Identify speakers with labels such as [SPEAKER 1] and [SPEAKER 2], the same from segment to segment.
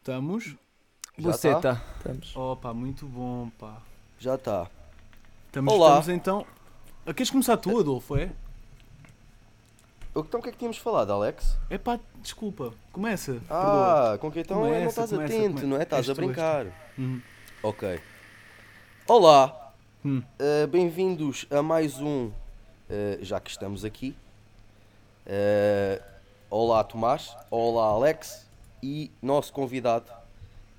[SPEAKER 1] Estamos?
[SPEAKER 2] Já
[SPEAKER 3] Buceta.
[SPEAKER 2] Estamos.
[SPEAKER 1] Opa, muito bom, pá.
[SPEAKER 3] Já tá. está.
[SPEAKER 1] Estamos,
[SPEAKER 3] Olá.
[SPEAKER 1] estamos então. Ah, Queres começar tu, Adolfo? É?
[SPEAKER 3] Então o que é que tínhamos falado, Alex?
[SPEAKER 1] Epá, desculpa. Começa. perdoa.
[SPEAKER 3] Ah, com que então
[SPEAKER 1] Começa,
[SPEAKER 3] é, não estás
[SPEAKER 1] começa,
[SPEAKER 3] atento,
[SPEAKER 1] começa.
[SPEAKER 3] não é? Estás
[SPEAKER 1] És
[SPEAKER 3] a
[SPEAKER 1] tu, és tu.
[SPEAKER 3] brincar.
[SPEAKER 1] Uhum.
[SPEAKER 3] Ok. Olá,
[SPEAKER 1] Hum.
[SPEAKER 3] Uh, bem-vindos a mais um, uh, já que estamos aqui. Uh, olá Tomás, olá Alex e nosso convidado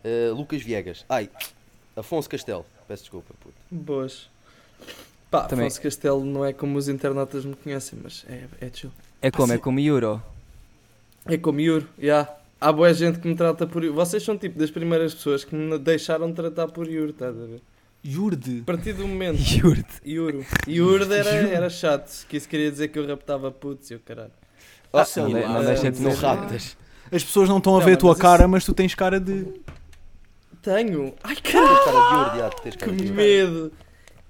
[SPEAKER 3] uh, Lucas Viegas. Ai, Afonso Castelo, peço desculpa. Puto.
[SPEAKER 2] Boas. Pá,
[SPEAKER 4] Também-
[SPEAKER 2] Afonso Castelo não é como os internautas me conhecem, mas é, é chill.
[SPEAKER 4] É como? É como Euro.
[SPEAKER 2] É como Yuri, já. Há boa gente que me trata por Yuri. Vocês são tipo das primeiras pessoas que me deixaram tratar por Yuri, estás a ver?
[SPEAKER 1] Jurde.
[SPEAKER 2] A partir do momento.
[SPEAKER 4] Juro-te.
[SPEAKER 2] Yuri. Yuri era, era chato, que isso queria dizer que eu raptava putos e o caralho.
[SPEAKER 1] Ah,
[SPEAKER 3] Ah,
[SPEAKER 1] sei
[SPEAKER 3] não,
[SPEAKER 1] lá.
[SPEAKER 3] não,
[SPEAKER 1] Não
[SPEAKER 3] deixa
[SPEAKER 2] deixa
[SPEAKER 3] de
[SPEAKER 2] de
[SPEAKER 3] não
[SPEAKER 2] ser.
[SPEAKER 3] ratas.
[SPEAKER 1] As pessoas não estão a
[SPEAKER 2] Não,
[SPEAKER 1] ver a
[SPEAKER 2] mas
[SPEAKER 1] tua
[SPEAKER 2] isso-
[SPEAKER 1] cara, mas tu tens cara de.
[SPEAKER 2] Tenho! Ai caralho!
[SPEAKER 3] Tens cara de ouro, diabo, tens
[SPEAKER 2] Que
[SPEAKER 3] cara de ouro.
[SPEAKER 2] medo!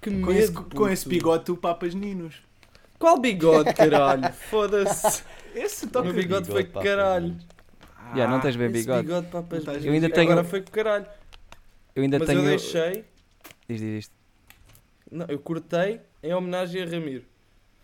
[SPEAKER 2] Que
[SPEAKER 1] Com,
[SPEAKER 2] medo!
[SPEAKER 1] esse, com
[SPEAKER 2] puto.
[SPEAKER 1] esse bigode, tu papas ninos.
[SPEAKER 2] Qual bigode, caralho? Foda-se!
[SPEAKER 1] Esse toca.
[SPEAKER 2] Meu bigode foi
[SPEAKER 3] pá,
[SPEAKER 2] caralho.
[SPEAKER 1] Ah,
[SPEAKER 4] Já, não tens bem
[SPEAKER 2] Esse
[SPEAKER 4] bigode.
[SPEAKER 2] bigode papas
[SPEAKER 1] Não tens
[SPEAKER 4] Eu ainda
[SPEAKER 2] bigode.
[SPEAKER 4] tenho-
[SPEAKER 2] Agora foi com caralho.
[SPEAKER 4] Eu ainda
[SPEAKER 2] Mas
[SPEAKER 4] tenho.
[SPEAKER 2] eu deixei.
[SPEAKER 4] Diz, diz isto.
[SPEAKER 2] Não, eu cortei em homenagem a Ramiro.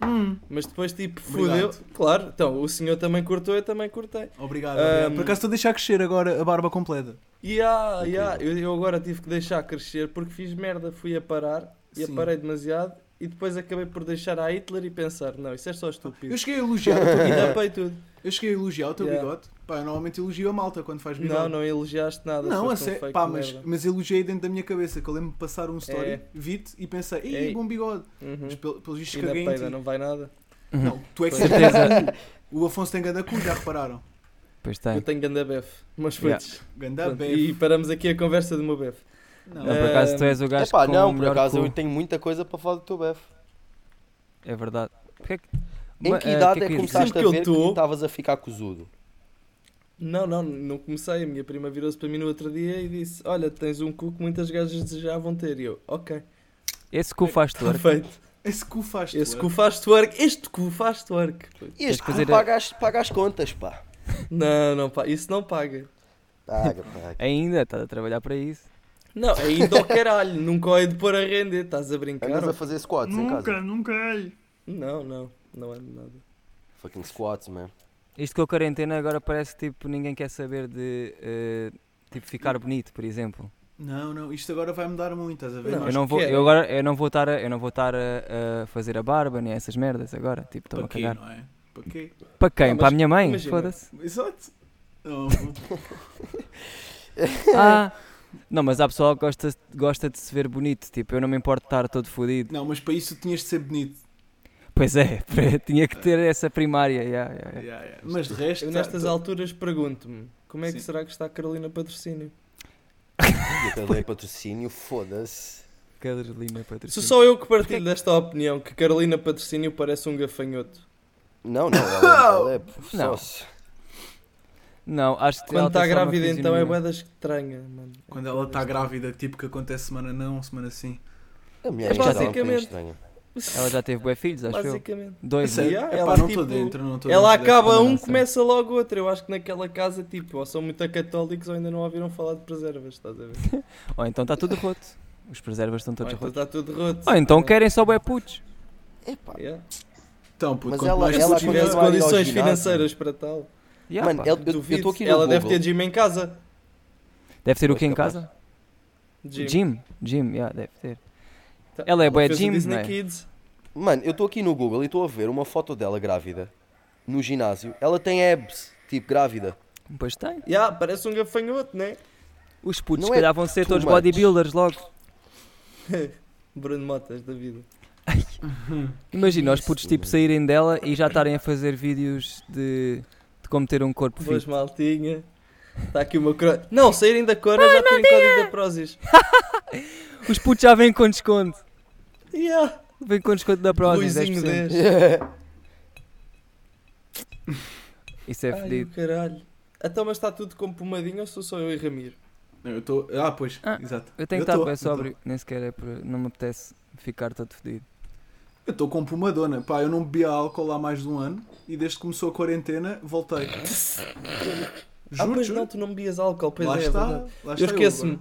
[SPEAKER 1] Hum,
[SPEAKER 2] Mas depois, tipo, fudeu.
[SPEAKER 1] Obrigado.
[SPEAKER 2] Claro, então, o senhor também cortou, eu também cortei.
[SPEAKER 1] Obrigado.
[SPEAKER 2] Ahm.
[SPEAKER 1] obrigado. Por acaso estou a deixar crescer agora a barba completa.
[SPEAKER 2] E ah,
[SPEAKER 3] Incrível.
[SPEAKER 2] yeah, eu, eu agora tive que deixar crescer porque fiz merda, fui a parar e
[SPEAKER 1] Sim.
[SPEAKER 2] aparei demasiado e depois acabei por deixar a Hitler e pensar, não, isso é só
[SPEAKER 1] Eu
[SPEAKER 2] estúpido.
[SPEAKER 1] cheguei a elogiar o teu
[SPEAKER 2] E
[SPEAKER 1] bigode.
[SPEAKER 2] tapei tudo.
[SPEAKER 1] Eu cheguei a elogiar o teu
[SPEAKER 2] Yeah.
[SPEAKER 1] bigode. Pá, eu normalmente elogio a malta quando faz bigode.
[SPEAKER 2] Não, não elogiaste nada.
[SPEAKER 1] Não, a
[SPEAKER 2] foste um
[SPEAKER 1] sério,
[SPEAKER 2] fake
[SPEAKER 1] pá, mas,
[SPEAKER 2] merda.
[SPEAKER 1] mas elogiei dentro da minha cabeça, que eu lembro-me de passar um story,
[SPEAKER 2] É.
[SPEAKER 1] vi-te e pensei, ei,
[SPEAKER 2] Ei.
[SPEAKER 1] bom bigode,
[SPEAKER 2] Uhum.
[SPEAKER 1] mas pelo- pelos
[SPEAKER 2] E
[SPEAKER 1] vistos
[SPEAKER 2] na
[SPEAKER 1] caguei em
[SPEAKER 2] peida
[SPEAKER 1] ti.
[SPEAKER 2] não vai nada.
[SPEAKER 1] Não, tu é que
[SPEAKER 2] Pois.
[SPEAKER 1] certeza. O Afonso tem ganda cu, já repararam?
[SPEAKER 4] Pois tem.
[SPEAKER 2] Eu tenho ganda bef. Mas
[SPEAKER 4] Yeah.
[SPEAKER 2] putos.
[SPEAKER 1] Ganda
[SPEAKER 2] Pronto,
[SPEAKER 1] bem.
[SPEAKER 2] E paramos aqui a conversa do meu bef.
[SPEAKER 1] Não,
[SPEAKER 4] Não, por acaso
[SPEAKER 2] Eh,
[SPEAKER 4] tu és o gajo
[SPEAKER 3] Epá,
[SPEAKER 4] com o
[SPEAKER 3] não, por
[SPEAKER 4] melhor
[SPEAKER 3] acaso
[SPEAKER 4] cu.
[SPEAKER 3] eu tenho muita coisa para falar do teu BF.
[SPEAKER 4] É verdade. Porquê que...
[SPEAKER 3] Em
[SPEAKER 4] Ma-
[SPEAKER 3] que
[SPEAKER 4] eh,
[SPEAKER 3] idade
[SPEAKER 4] que
[SPEAKER 3] é que
[SPEAKER 4] eu ia dizer?
[SPEAKER 3] começaste a
[SPEAKER 2] Sempre que eu
[SPEAKER 3] ver que
[SPEAKER 2] tô-
[SPEAKER 3] estavas a ficar cozudo?
[SPEAKER 2] Não, não, não comecei. A minha prima virou-se para mim no outro dia e disse: Olha, tens um cu que muitas gajas desejavam ter. E eu, ok,
[SPEAKER 4] Esse cu faz twerk.
[SPEAKER 2] perfeito.
[SPEAKER 1] esse cu faz tu.
[SPEAKER 2] Esse cu faz twerk. Este cu faz twerk. puto.
[SPEAKER 3] Este é-
[SPEAKER 4] que fazer
[SPEAKER 3] cu
[SPEAKER 4] a-
[SPEAKER 3] paga, as, paga as contas, pá.
[SPEAKER 2] Não, não, pá, isso não paga.
[SPEAKER 3] Paga, É paga.
[SPEAKER 4] Ainda estás a trabalhar para isso.
[SPEAKER 2] Não, ainda ao caralho. Nunca o hei de pôr a render. Estás a brincar?
[SPEAKER 3] Andas a fazer squats em
[SPEAKER 1] Nunca,
[SPEAKER 3] casa?
[SPEAKER 1] nunca é.
[SPEAKER 2] Não, não, não é nada.
[SPEAKER 3] Fucking squats, man.
[SPEAKER 4] Isto com a quarentena agora parece que tipo, ninguém quer saber de eh, tipo, ficar bonito, por exemplo.
[SPEAKER 1] Não, não, isto agora vai mudar muito, estás a ver?
[SPEAKER 2] Não,
[SPEAKER 1] Nós-
[SPEAKER 4] Eu não vou,
[SPEAKER 2] querem.
[SPEAKER 4] eu agora eu não vou estar, a, eu não vou estar a, a fazer a barba nem essas merdas agora. Tipo, estou
[SPEAKER 1] Para
[SPEAKER 4] a
[SPEAKER 1] quê,
[SPEAKER 4] cagar.
[SPEAKER 1] não é? Para quê?
[SPEAKER 4] Para quem?
[SPEAKER 2] Não,
[SPEAKER 4] Para a
[SPEAKER 2] mas
[SPEAKER 4] minha mãe?
[SPEAKER 2] imagina.
[SPEAKER 4] Foda-se.
[SPEAKER 1] Exato. Não,
[SPEAKER 4] Ah, não, mas há pessoal que gosta, gosta de se ver bonito. Tipo, eu não me importo de estar todo fodido.
[SPEAKER 1] não, mas para isso tinhas de ser bonito.
[SPEAKER 4] Pois é, tinha que ter essa primária. yeah, yeah, yeah.
[SPEAKER 1] Yeah, yeah. Mas de resto...
[SPEAKER 2] É. Eu
[SPEAKER 1] tá-
[SPEAKER 2] nestas
[SPEAKER 1] tá-
[SPEAKER 2] alturas pergunto-me: Como é que
[SPEAKER 1] Sim.
[SPEAKER 2] será que está a Carolina Patrocínio?
[SPEAKER 3] E aquele daí patrocínio, foda-se.
[SPEAKER 4] Carolina
[SPEAKER 2] Sou
[SPEAKER 4] Patrocínio.
[SPEAKER 2] só eu que partilho desta opinião que Carolina Patrocínio parece um gafanhoto.
[SPEAKER 3] Não, não, ela, é- ela é
[SPEAKER 4] Não.
[SPEAKER 3] sócio.
[SPEAKER 4] Não, acho que
[SPEAKER 2] Quando
[SPEAKER 4] ela tem
[SPEAKER 2] está
[SPEAKER 4] só uma
[SPEAKER 2] grávida, então é
[SPEAKER 4] fisionomia.
[SPEAKER 2] boeda estranha, mano.
[SPEAKER 1] Quando ela
[SPEAKER 4] tá
[SPEAKER 1] está grávida, tipo que acontece semana não, semana sim.
[SPEAKER 3] A minha
[SPEAKER 2] É
[SPEAKER 3] já está um
[SPEAKER 2] basicamente-
[SPEAKER 3] bocadinho estranha.
[SPEAKER 4] Ela já teve bué filhos, acho eu.
[SPEAKER 2] Basicamente.
[SPEAKER 4] Dois.
[SPEAKER 2] Sim.
[SPEAKER 4] né?
[SPEAKER 1] Sério?
[SPEAKER 2] yeah,
[SPEAKER 1] Epá,
[SPEAKER 2] ela,
[SPEAKER 1] não estou
[SPEAKER 2] tipo,
[SPEAKER 1] dentro, não estou
[SPEAKER 2] Ela
[SPEAKER 1] dentro desta
[SPEAKER 2] acaba um,
[SPEAKER 1] mudança.
[SPEAKER 2] começa logo outro. Eu acho que naquela casa, tipo, ou são muito católicos ou ainda não ouviram falar de preservas, estás a ver?
[SPEAKER 4] Ou então está tudo roto. Os preservas estão todos
[SPEAKER 2] Ou então
[SPEAKER 4] rotos.
[SPEAKER 2] está tudo roto.
[SPEAKER 4] Ou então querem só bué putos.
[SPEAKER 3] Epá,
[SPEAKER 2] Yeah.
[SPEAKER 1] Então, puto,
[SPEAKER 3] Mas
[SPEAKER 1] quanto
[SPEAKER 3] ela-
[SPEAKER 1] mais
[SPEAKER 2] Mas
[SPEAKER 1] tu
[SPEAKER 3] ela
[SPEAKER 2] se
[SPEAKER 1] tiveres-
[SPEAKER 2] tivesse
[SPEAKER 3] continua a ir ao
[SPEAKER 2] condições
[SPEAKER 3] ginásio.
[SPEAKER 2] financeiras para tal,
[SPEAKER 4] Yeah,
[SPEAKER 3] Mano,
[SPEAKER 4] pá.
[SPEAKER 3] eu- eu
[SPEAKER 2] duvido.
[SPEAKER 3] estou aqui no
[SPEAKER 2] ela deve
[SPEAKER 3] Google.
[SPEAKER 2] ter gym em casa.
[SPEAKER 4] Deve ter o
[SPEAKER 3] Pois
[SPEAKER 4] que em
[SPEAKER 3] capaz.
[SPEAKER 4] casa?
[SPEAKER 2] Gym.
[SPEAKER 4] Gym. Gym, yeah, deve ter.
[SPEAKER 2] Tá.
[SPEAKER 4] Ela é bué
[SPEAKER 2] fez o
[SPEAKER 4] gym,
[SPEAKER 2] Disney
[SPEAKER 4] não é?
[SPEAKER 2] Kids.
[SPEAKER 3] Mano, eu estou aqui no Google e estou a ver uma foto dela grávida no ginásio. Ela tem abs, tipo grávida.
[SPEAKER 4] Pois tem.
[SPEAKER 2] Yeah, parece um gafanhoto, né?
[SPEAKER 4] Os putos,
[SPEAKER 3] Não
[SPEAKER 4] se
[SPEAKER 3] é
[SPEAKER 4] calhar, vão ser
[SPEAKER 3] too
[SPEAKER 4] todos
[SPEAKER 3] much.
[SPEAKER 4] bodybuilders logo.
[SPEAKER 2] Bruno Motas da vida.
[SPEAKER 4] Imagina os putos tipo saírem dela e já estarem a fazer vídeos de, de como ter um corpo
[SPEAKER 2] Boas
[SPEAKER 4] fit.
[SPEAKER 2] maltinha. Está aqui uma cor. Não, saírem da cor já terem código da Prozis.
[SPEAKER 4] Os putos já vêm com desconto.
[SPEAKER 2] Yeah.
[SPEAKER 4] Vêm com desconto da Prozis,
[SPEAKER 2] Luizinho
[SPEAKER 4] 10%.
[SPEAKER 2] 10.
[SPEAKER 4] Isso é
[SPEAKER 2] Ai,
[SPEAKER 4] fedido.
[SPEAKER 2] o caralho. Então, mas está tudo com pomadinha ou sou só eu e Ramiro?
[SPEAKER 1] Não, eu estou. Ah, pois,
[SPEAKER 4] Ah,
[SPEAKER 1] exato.
[SPEAKER 4] Eu tenho que
[SPEAKER 1] tô-
[SPEAKER 4] estar bem
[SPEAKER 1] eu tô-
[SPEAKER 4] sóbrio, nem sequer é por... Não me apetece ficar todo fedido.
[SPEAKER 1] Eu estou com pomadona. Pá, um eu não bebia álcool há mais de um ano e desde que começou a quarentena voltei.
[SPEAKER 2] Ah,
[SPEAKER 1] Juro,
[SPEAKER 2] pois
[SPEAKER 1] juro.
[SPEAKER 2] não, tu não bebias álcool, pois
[SPEAKER 1] lá
[SPEAKER 2] é, é
[SPEAKER 1] está,
[SPEAKER 2] verdade.
[SPEAKER 1] lá
[SPEAKER 2] Eu
[SPEAKER 1] está,
[SPEAKER 2] esqueço-me.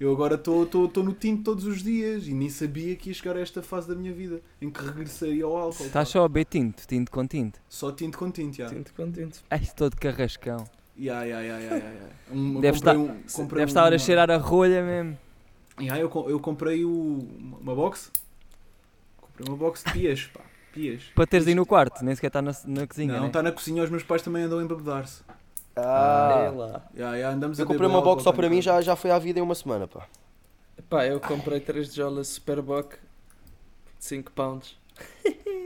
[SPEAKER 1] Eu agora estou no tinto todos os dias e nem sabia que ia chegar a esta fase da minha vida em que regressaria ao álcool.
[SPEAKER 4] Estás só a beber tinto, tinto com tinto.
[SPEAKER 1] Só tinto com tinto, já.
[SPEAKER 2] Sinto contente.
[SPEAKER 4] Ai, todo carrascão.
[SPEAKER 1] Ya, ya, ya, ya, ya, ya. Um-
[SPEAKER 4] Deve
[SPEAKER 1] comprei
[SPEAKER 4] estar-
[SPEAKER 1] um- comprei
[SPEAKER 4] Deve estar
[SPEAKER 1] uma-
[SPEAKER 4] a cheirar a rolha mesmo.
[SPEAKER 1] Ya, eu, co- eu comprei o- uma box. Comprei uma box de pias, pá. Pias.
[SPEAKER 4] Para teres aí no quarto, nem sequer está na, na cozinha.
[SPEAKER 1] Não,
[SPEAKER 4] né?
[SPEAKER 1] está na cozinha, os meus pais também andam a embebedar-se.
[SPEAKER 2] É
[SPEAKER 3] Ah,
[SPEAKER 2] lá.
[SPEAKER 1] Ya, ya, andamos
[SPEAKER 3] eu
[SPEAKER 1] a
[SPEAKER 3] comprei
[SPEAKER 1] beber
[SPEAKER 3] uma
[SPEAKER 1] álcool
[SPEAKER 3] box só
[SPEAKER 1] cá
[SPEAKER 3] para
[SPEAKER 1] em
[SPEAKER 3] mim,
[SPEAKER 1] casa.
[SPEAKER 3] já, já foi à vida em uma semana, pá.
[SPEAKER 2] Pá, eu comprei 3 jolas Superboc de 5 pounds.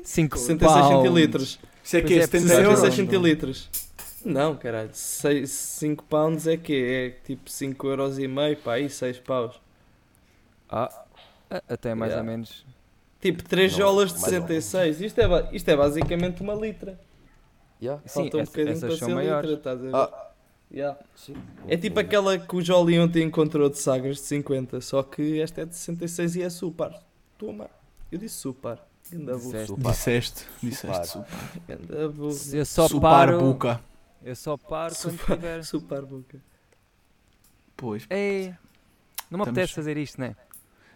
[SPEAKER 4] 5
[SPEAKER 2] 66 centilitros.
[SPEAKER 1] Isso é que é
[SPEAKER 4] Pois é,
[SPEAKER 1] 70
[SPEAKER 4] precisava
[SPEAKER 1] euros.
[SPEAKER 4] euros,
[SPEAKER 2] 66 centilitros. Não, caralho. 5 pounds é que É tipo 5 euros e meio, pá, aí 6 paus.
[SPEAKER 4] Ah, a- até mais
[SPEAKER 2] Yeah.
[SPEAKER 4] ou menos.
[SPEAKER 2] Tipo 3
[SPEAKER 3] Não,
[SPEAKER 2] jolas de
[SPEAKER 3] mais ou
[SPEAKER 2] 66. Isto é, ba- isto é basicamente uma litra.
[SPEAKER 3] Yeah,
[SPEAKER 4] Sim,
[SPEAKER 2] Falta um
[SPEAKER 4] essa-
[SPEAKER 2] bocadinho para
[SPEAKER 4] essas
[SPEAKER 2] ser
[SPEAKER 4] são maiores.
[SPEAKER 2] litra, estás a ver?
[SPEAKER 3] Ah.
[SPEAKER 2] Yeah.
[SPEAKER 3] sim.
[SPEAKER 2] É tipo aquela que o Jolie ontem encontrou de sagas de 50, só que esta é de 66 e é super. Toma. Eu disse super. Ganda burro.
[SPEAKER 4] Disseste.
[SPEAKER 3] Supar.
[SPEAKER 1] Disseste,
[SPEAKER 3] disseste,
[SPEAKER 2] Ganda burro.
[SPEAKER 4] Eu só paro. Eu só paro quando
[SPEAKER 2] Supar-
[SPEAKER 4] tiver.
[SPEAKER 2] Super boca.
[SPEAKER 1] Pois.
[SPEAKER 4] Ei, não me
[SPEAKER 1] Estamos-
[SPEAKER 4] apetece fazer isto, né?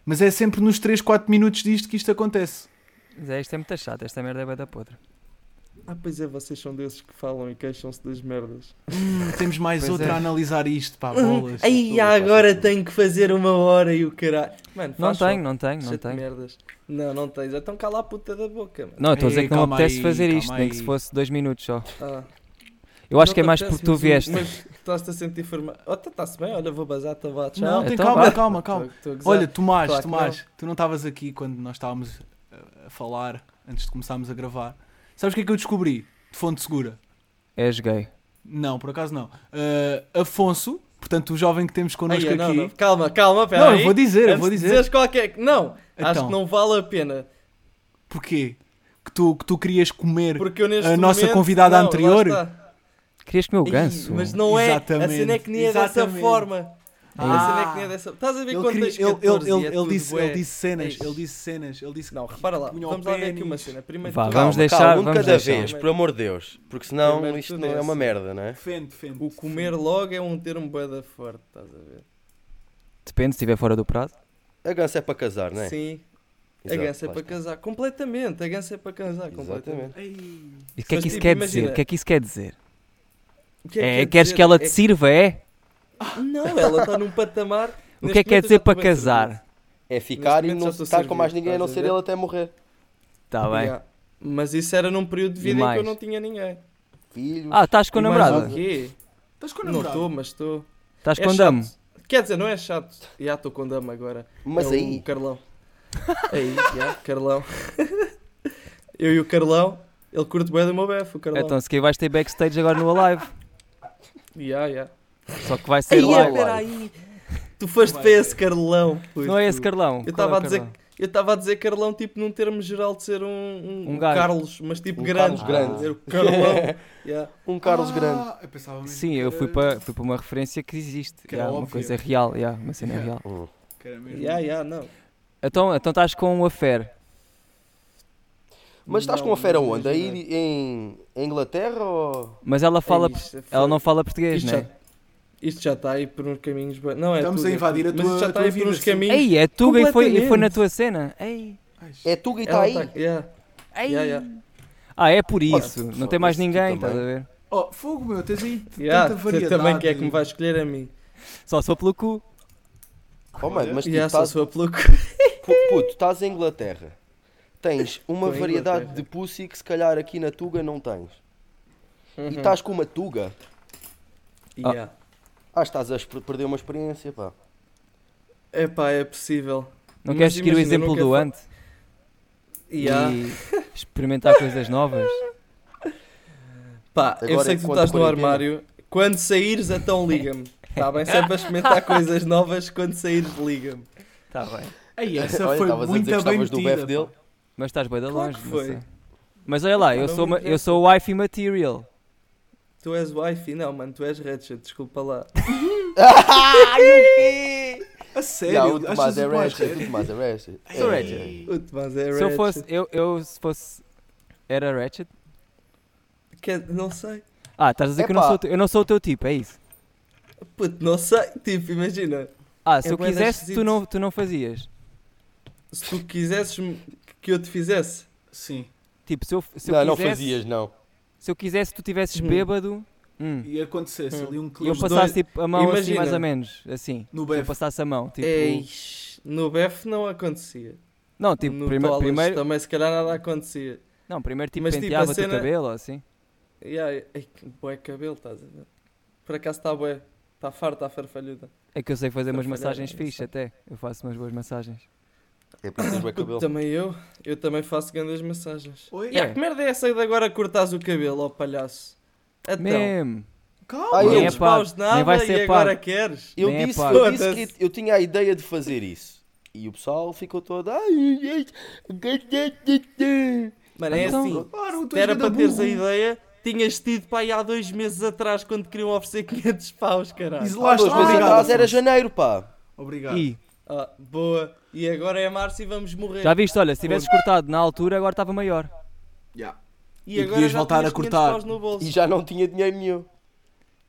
[SPEAKER 1] Mas é sempre nos 3, 4 minutos disto que isto acontece.
[SPEAKER 4] Mas é, isto é muito chato, esta merda é bué da podre.
[SPEAKER 2] Ah, pois é, vocês são desses que falam e queixam-se das merdas.
[SPEAKER 1] Hum, temos mais
[SPEAKER 4] Pois
[SPEAKER 1] outra
[SPEAKER 4] é.
[SPEAKER 1] a analisar isto, pá,
[SPEAKER 3] Uhum.
[SPEAKER 1] bolas.
[SPEAKER 2] Ai, agora tenho que fazer uma hora e o caralho. Mano,
[SPEAKER 4] Não
[SPEAKER 2] faz só.
[SPEAKER 4] tenho, não tenho, não
[SPEAKER 2] Cheio de
[SPEAKER 4] tenho.
[SPEAKER 2] merdas. Não, não tens. Então cala a puta da boca, mano.
[SPEAKER 4] Não, eu estou a dizer
[SPEAKER 1] Ei,
[SPEAKER 4] que não me
[SPEAKER 1] calma
[SPEAKER 4] apetece
[SPEAKER 1] aí,
[SPEAKER 4] fazer
[SPEAKER 1] calma
[SPEAKER 4] isto, nem que se
[SPEAKER 1] aí.
[SPEAKER 4] fosse dois minutos só.
[SPEAKER 2] Ah.
[SPEAKER 4] Eu acho
[SPEAKER 2] Não
[SPEAKER 4] que é mais
[SPEAKER 2] acontece,
[SPEAKER 4] porque tu
[SPEAKER 2] mas o-
[SPEAKER 4] vieste.
[SPEAKER 2] Mas estás-te a sentir formado. Oh, está-se bem, olha, vou bazar, tá vá, tchau.
[SPEAKER 1] Não, tem
[SPEAKER 4] Então
[SPEAKER 1] calma,
[SPEAKER 4] vá.
[SPEAKER 1] calma, calma.
[SPEAKER 2] Tô- tô a gozar.
[SPEAKER 1] Olha, Tomás,
[SPEAKER 2] Claro que
[SPEAKER 1] Tomás, tu não estavas aqui quando nós estávamos eh, a- a falar, antes de começarmos a gravar. Sabes o que é que eu descobri? De fonte segura.
[SPEAKER 4] És gay.
[SPEAKER 1] Não, por acaso não. Ah, Afonso, portanto o jovem que temos connosco
[SPEAKER 2] Ai,
[SPEAKER 1] aqui.
[SPEAKER 2] é, não, não. Calma, calma, pera
[SPEAKER 1] Não,
[SPEAKER 2] aí.
[SPEAKER 1] eu vou dizer, eu
[SPEAKER 2] Antes
[SPEAKER 1] vou
[SPEAKER 2] de
[SPEAKER 1] dizer.
[SPEAKER 2] dizeres qualquer... Não, acho
[SPEAKER 1] Então.
[SPEAKER 2] que não vale a pena.
[SPEAKER 1] Porquê? Que tu, que tu querias comer.
[SPEAKER 2] Porque eu neste
[SPEAKER 1] A nossa
[SPEAKER 2] momento-
[SPEAKER 1] convidada
[SPEAKER 2] não, lá
[SPEAKER 1] anterior?
[SPEAKER 2] está.
[SPEAKER 4] Querias comer o
[SPEAKER 2] Ih,
[SPEAKER 4] ganso?
[SPEAKER 2] Mas não é. A cena é
[SPEAKER 1] Exatamente,
[SPEAKER 2] que nem é dessa
[SPEAKER 1] exatamente.
[SPEAKER 2] forma. A cena é
[SPEAKER 1] Ah.
[SPEAKER 2] que nem é dessa... Estás a ver
[SPEAKER 1] Ele,
[SPEAKER 2] quando
[SPEAKER 1] queria-
[SPEAKER 2] tens
[SPEAKER 1] ele-
[SPEAKER 2] 14
[SPEAKER 1] ele-
[SPEAKER 2] e é
[SPEAKER 1] ele
[SPEAKER 2] tudo
[SPEAKER 1] disse,
[SPEAKER 2] bué.
[SPEAKER 1] ele disse cenas,
[SPEAKER 2] Ei.
[SPEAKER 1] ele disse cenas, ele disse
[SPEAKER 2] Não, repara lá.
[SPEAKER 1] Punha o
[SPEAKER 2] Vamos lá ver aqui
[SPEAKER 1] pênis.
[SPEAKER 2] uma cena. Primeiro
[SPEAKER 4] Vá,
[SPEAKER 2] de tudo,
[SPEAKER 4] vamos
[SPEAKER 3] Calma,
[SPEAKER 4] deixar-
[SPEAKER 3] calma, um
[SPEAKER 4] vamos
[SPEAKER 3] cada
[SPEAKER 4] deixar.
[SPEAKER 3] vez, por amor de Deus. Porque senão
[SPEAKER 2] Primeiro
[SPEAKER 3] isto
[SPEAKER 2] tudo
[SPEAKER 3] não
[SPEAKER 2] é
[SPEAKER 3] é uma
[SPEAKER 2] assim.
[SPEAKER 3] merda, não é?
[SPEAKER 1] Defende, defende.
[SPEAKER 2] o comer logo é um termo bué da forte, estás a ver?
[SPEAKER 4] Depende, se estiver fora do prazo.
[SPEAKER 3] A gança é para casar, não é?
[SPEAKER 2] Sim,
[SPEAKER 3] Exato,
[SPEAKER 2] a gança é
[SPEAKER 3] lá
[SPEAKER 2] para
[SPEAKER 3] está.
[SPEAKER 2] casar. Completamente, a gança é para casar. Completamente.
[SPEAKER 3] Exatamente.
[SPEAKER 1] Ei.
[SPEAKER 4] E o que é
[SPEAKER 2] Mas,
[SPEAKER 4] que isso
[SPEAKER 2] tipo,
[SPEAKER 4] quer
[SPEAKER 2] imagina.
[SPEAKER 4] dizer? O que é que isso quer dizer?
[SPEAKER 2] O que
[SPEAKER 4] É,
[SPEAKER 2] quer
[SPEAKER 4] queres
[SPEAKER 2] dizer?
[SPEAKER 4] que ela
[SPEAKER 2] É
[SPEAKER 4] te sirva, é?
[SPEAKER 2] Não, ela está num patamar.
[SPEAKER 4] O que
[SPEAKER 2] Neste
[SPEAKER 4] é que quer
[SPEAKER 2] momento
[SPEAKER 4] dizer
[SPEAKER 2] eu já estou
[SPEAKER 4] para
[SPEAKER 2] bem servido.
[SPEAKER 4] casar?
[SPEAKER 3] É ficar
[SPEAKER 2] Neste
[SPEAKER 3] e
[SPEAKER 2] momento
[SPEAKER 3] não
[SPEAKER 2] já estou
[SPEAKER 3] estar com
[SPEAKER 2] servido,
[SPEAKER 3] mais ninguém a não
[SPEAKER 2] estás a
[SPEAKER 3] ser
[SPEAKER 2] ver?
[SPEAKER 3] ele até morrer.
[SPEAKER 4] Está Tá Ah, bem.
[SPEAKER 2] Yeah. Mas isso era num período de vida em que eu
[SPEAKER 4] mais?
[SPEAKER 2] não tinha ninguém.
[SPEAKER 3] Filhos.
[SPEAKER 4] Ah, estás com a
[SPEAKER 1] E mais
[SPEAKER 4] namorada?
[SPEAKER 2] O quê?
[SPEAKER 1] Estás com a
[SPEAKER 2] Não
[SPEAKER 1] namorada?
[SPEAKER 2] estou, mas estou.
[SPEAKER 4] Estás
[SPEAKER 2] É
[SPEAKER 4] com
[SPEAKER 2] chato.
[SPEAKER 4] damo?
[SPEAKER 2] Quer dizer, não é chato. Já estou com dama agora.
[SPEAKER 3] mas
[SPEAKER 2] é O
[SPEAKER 3] aí,
[SPEAKER 2] Carlão. Aí, já, Carlão. eu e o Carlão. Ele curte bem do meu BF, o Carlão.
[SPEAKER 4] Então, se calhar vais ter backstage agora no Alive.
[SPEAKER 2] Ya, ya.
[SPEAKER 4] Só que vai ser
[SPEAKER 2] Ei,
[SPEAKER 3] lá,
[SPEAKER 2] é,
[SPEAKER 4] live.
[SPEAKER 2] pera aí. Tu foste
[SPEAKER 3] é.
[SPEAKER 2] para esse Carlão. puto.
[SPEAKER 4] Não é esse Carlão.
[SPEAKER 2] Eu
[SPEAKER 4] Qual é
[SPEAKER 2] estava
[SPEAKER 4] o
[SPEAKER 2] a dizer
[SPEAKER 4] Carlão?
[SPEAKER 2] Eu estava a dizer Carlão, tipo, num termo geral de ser um, um,
[SPEAKER 4] Um
[SPEAKER 2] um
[SPEAKER 4] gajo.
[SPEAKER 2] Carlos, mas tipo
[SPEAKER 3] Um Carlos
[SPEAKER 2] grande.
[SPEAKER 4] grande.
[SPEAKER 2] Era o Carlão. yeah.
[SPEAKER 3] um Carlos
[SPEAKER 1] Ah,
[SPEAKER 3] Grande.
[SPEAKER 1] Eu pensava mesmo
[SPEAKER 4] Sim,
[SPEAKER 1] que
[SPEAKER 4] eu
[SPEAKER 1] era-
[SPEAKER 4] fui para, fui para uma referência que existe.
[SPEAKER 1] Que era
[SPEAKER 4] yeah, uma
[SPEAKER 1] óbvia.
[SPEAKER 4] coisa real, yeah, uma cena real.
[SPEAKER 3] Hum.
[SPEAKER 1] que era mesmo-
[SPEAKER 2] Yeah, yeah, não.
[SPEAKER 4] Então, então estás com uma fé.
[SPEAKER 3] Mas estás
[SPEAKER 2] Não,
[SPEAKER 3] com a fera
[SPEAKER 2] não
[SPEAKER 3] onde?
[SPEAKER 2] tens
[SPEAKER 3] Aí em em Inglaterra ou.
[SPEAKER 4] Mas ela fala,
[SPEAKER 2] Ei, isto é
[SPEAKER 4] ela
[SPEAKER 2] fogo.
[SPEAKER 4] não fala português,
[SPEAKER 2] Isto
[SPEAKER 4] não é?
[SPEAKER 2] já, isto já está aí por uns caminhos. bem- Não, é
[SPEAKER 1] Estamos
[SPEAKER 2] tudo,
[SPEAKER 1] a invadir
[SPEAKER 2] é
[SPEAKER 1] a
[SPEAKER 2] tudo.
[SPEAKER 1] tua-
[SPEAKER 2] Mas isto já
[SPEAKER 1] a
[SPEAKER 2] está
[SPEAKER 1] tua
[SPEAKER 2] aí por uns
[SPEAKER 1] vida, sim.
[SPEAKER 2] caminhos.
[SPEAKER 4] Ei, é tu e foi, e foi na
[SPEAKER 2] Completamente.
[SPEAKER 4] tua cena. Ei,
[SPEAKER 1] Ai,
[SPEAKER 3] É tu e está
[SPEAKER 2] Ela
[SPEAKER 3] aí.
[SPEAKER 2] tá- yeah.
[SPEAKER 4] ei.
[SPEAKER 2] Yeah, yeah.
[SPEAKER 4] Ah, é por isso.
[SPEAKER 3] Olha,
[SPEAKER 4] não tem mais
[SPEAKER 3] foda-se, tu
[SPEAKER 4] ninguém, estás a
[SPEAKER 3] também.
[SPEAKER 4] ver?
[SPEAKER 1] Oh, fogo, meu, tens aí t-
[SPEAKER 2] Yeah,
[SPEAKER 1] tanta
[SPEAKER 2] você
[SPEAKER 1] variedade.
[SPEAKER 2] também quer que me vai escolher a mim.
[SPEAKER 4] Só sou pelo cu.
[SPEAKER 3] Oh, mano, mas tu
[SPEAKER 4] tipo,
[SPEAKER 2] Yeah, só
[SPEAKER 4] tá-
[SPEAKER 3] estás.
[SPEAKER 2] sou a peluca.
[SPEAKER 3] pu- Puto, estás em Inglaterra. Tens uma
[SPEAKER 2] Estou em
[SPEAKER 3] variedade de
[SPEAKER 2] Inglaterra.
[SPEAKER 3] pussy que se calhar aqui na Tuga não tens.
[SPEAKER 4] Uhum.
[SPEAKER 3] E estás com uma Tuga.
[SPEAKER 4] Ah.
[SPEAKER 2] Yeah.
[SPEAKER 3] Ah, estás a exper- perder uma experiência, pá.
[SPEAKER 2] Epá, é possível.
[SPEAKER 4] Não
[SPEAKER 2] Mas
[SPEAKER 4] queres seguir o
[SPEAKER 2] imagina,
[SPEAKER 4] exemplo
[SPEAKER 2] nunca
[SPEAKER 4] do
[SPEAKER 2] fa-
[SPEAKER 4] Ant
[SPEAKER 2] Yeah.
[SPEAKER 4] e experimentar coisas novas?
[SPEAKER 2] Pá, eu
[SPEAKER 3] Agora,
[SPEAKER 2] sei que tu
[SPEAKER 3] enquanto
[SPEAKER 2] estás no
[SPEAKER 3] quarentena.
[SPEAKER 2] armário. Quando saíres, então liga-me. Está bem? Sempre a experimentar coisas novas. Quando saíres, liga-me.
[SPEAKER 4] Está
[SPEAKER 2] Tá
[SPEAKER 4] bem.
[SPEAKER 1] Ei, essa
[SPEAKER 3] Olha,
[SPEAKER 1] foi
[SPEAKER 3] estavas a dizer
[SPEAKER 1] muito
[SPEAKER 3] que
[SPEAKER 1] bem
[SPEAKER 3] gostavas do
[SPEAKER 1] metida.
[SPEAKER 3] BF dele.
[SPEAKER 1] pá.
[SPEAKER 4] Mas estás bem de
[SPEAKER 2] Claro
[SPEAKER 4] longe,
[SPEAKER 2] que
[SPEAKER 4] não
[SPEAKER 2] foi.
[SPEAKER 4] sei. Mas olha lá, eu
[SPEAKER 2] Não
[SPEAKER 4] sou,
[SPEAKER 2] me
[SPEAKER 4] ma- eu
[SPEAKER 2] interessa.
[SPEAKER 4] sou o wifi material.
[SPEAKER 2] Tu és wifi? Não, mano, tu és Ratchet, desculpa lá.
[SPEAKER 1] A
[SPEAKER 3] Yeah, o
[SPEAKER 1] sério,
[SPEAKER 3] Tomás
[SPEAKER 1] achas
[SPEAKER 3] é
[SPEAKER 1] o mais
[SPEAKER 3] Ratchet. O
[SPEAKER 1] sério?
[SPEAKER 3] Tomás é Ratchet.
[SPEAKER 4] Sou
[SPEAKER 3] É.
[SPEAKER 4] Ratchet.
[SPEAKER 2] O Tomás é
[SPEAKER 4] Se eu
[SPEAKER 2] Ratchet.
[SPEAKER 4] fosse, eu, eu se fosse, era Ratchet?
[SPEAKER 2] Quer- Não sei.
[SPEAKER 4] Ah, estás a dizer que eu não,
[SPEAKER 3] Epá.
[SPEAKER 4] sou o teu, eu não sou o teu tipo, é isso?
[SPEAKER 2] Puto, não sei, tipo, imagina.
[SPEAKER 4] Ah, se
[SPEAKER 2] É
[SPEAKER 4] eu
[SPEAKER 2] bué de
[SPEAKER 4] quisesse, tu
[SPEAKER 2] esquisito.
[SPEAKER 4] não, tu não fazias.
[SPEAKER 2] Se tu quisesses me- que eu te fizesse,
[SPEAKER 1] Sim.
[SPEAKER 4] Tipo, se eu, se eu
[SPEAKER 3] Não,
[SPEAKER 4] quisesse,
[SPEAKER 3] não fazias, Uhum. não.
[SPEAKER 4] se eu quisesse, tu tivesses
[SPEAKER 2] Hum.
[SPEAKER 4] bêbado, hum,
[SPEAKER 1] E acontecesse
[SPEAKER 2] Hum.
[SPEAKER 1] ali um
[SPEAKER 4] e eu
[SPEAKER 1] clipe
[SPEAKER 4] passasse tipo, a mão assim,
[SPEAKER 2] Imagina.
[SPEAKER 4] mais ou menos, assim.
[SPEAKER 1] no
[SPEAKER 4] Se eu
[SPEAKER 1] BF.
[SPEAKER 4] passasse a mão, tipo...
[SPEAKER 2] eis, é no BF não acontecia.
[SPEAKER 4] Não, tipo,
[SPEAKER 2] no
[SPEAKER 4] prime-
[SPEAKER 2] Tolas
[SPEAKER 4] primeiro...
[SPEAKER 2] também se calhar nada acontecia.
[SPEAKER 4] Não, primeiro tipo
[SPEAKER 2] Mas, tipo, a
[SPEAKER 4] penteava o
[SPEAKER 2] cena-
[SPEAKER 4] teu cabelo, ou assim.
[SPEAKER 2] Yeah, ai, que bué cabelo, estás a ver? Por acaso está bué, está farta, está farfalhuda.
[SPEAKER 4] É que eu sei fazer
[SPEAKER 2] Para
[SPEAKER 4] umas
[SPEAKER 2] falhar,
[SPEAKER 4] massagens
[SPEAKER 2] não
[SPEAKER 4] fixe
[SPEAKER 2] sei.
[SPEAKER 4] até. Eu faço umas boas massagens.
[SPEAKER 3] É para teres o cabelo.
[SPEAKER 2] Também eu, eu também faço grandes massagens.
[SPEAKER 1] Oi?
[SPEAKER 4] Yeah.
[SPEAKER 2] Yeah, que merda é essa de agora cortares o cabelo, ó palhaço? Então,
[SPEAKER 4] Mesmo.
[SPEAKER 1] Calma!
[SPEAKER 3] Ai,
[SPEAKER 2] não
[SPEAKER 3] Nem
[SPEAKER 2] te
[SPEAKER 4] é pago,
[SPEAKER 2] paus nada
[SPEAKER 4] nem vai ser
[SPEAKER 2] e agora
[SPEAKER 4] pago.
[SPEAKER 2] queres?
[SPEAKER 3] Eu
[SPEAKER 4] Nem é
[SPEAKER 3] disse,
[SPEAKER 4] pá.
[SPEAKER 3] eu disse
[SPEAKER 2] Foda-se.
[SPEAKER 3] que eu tinha a ideia de fazer isso. E o pessoal ficou todo. "Ai, ai, ai."
[SPEAKER 2] Mano, é
[SPEAKER 4] Então,
[SPEAKER 2] assim.
[SPEAKER 1] Claro, tu
[SPEAKER 2] Se
[SPEAKER 1] és
[SPEAKER 2] era
[SPEAKER 1] ganda
[SPEAKER 2] para teres
[SPEAKER 1] burro.
[SPEAKER 2] a ideia, tinhas tido para aí há dois meses atrás quando queriam oferecer 500 paus, caralho.
[SPEAKER 1] Isso-
[SPEAKER 3] Há dois
[SPEAKER 1] Ah,
[SPEAKER 3] meses
[SPEAKER 1] obrigado,
[SPEAKER 3] atrás era
[SPEAKER 1] Afonso.
[SPEAKER 3] janeiro, pá.
[SPEAKER 1] Obrigado.
[SPEAKER 4] E,
[SPEAKER 2] Ah, boa. E agora é março e vamos morrer.
[SPEAKER 4] já viste, olha, se tivesses cortado na altura, agora estava maior.
[SPEAKER 1] Yeah.
[SPEAKER 2] E
[SPEAKER 1] E
[SPEAKER 2] agora
[SPEAKER 1] podias
[SPEAKER 2] já
[SPEAKER 1] voltar
[SPEAKER 2] tinhas
[SPEAKER 1] a
[SPEAKER 2] 500
[SPEAKER 1] cortar.
[SPEAKER 2] paus no bolso.
[SPEAKER 3] E já não tinha dinheiro nenhum.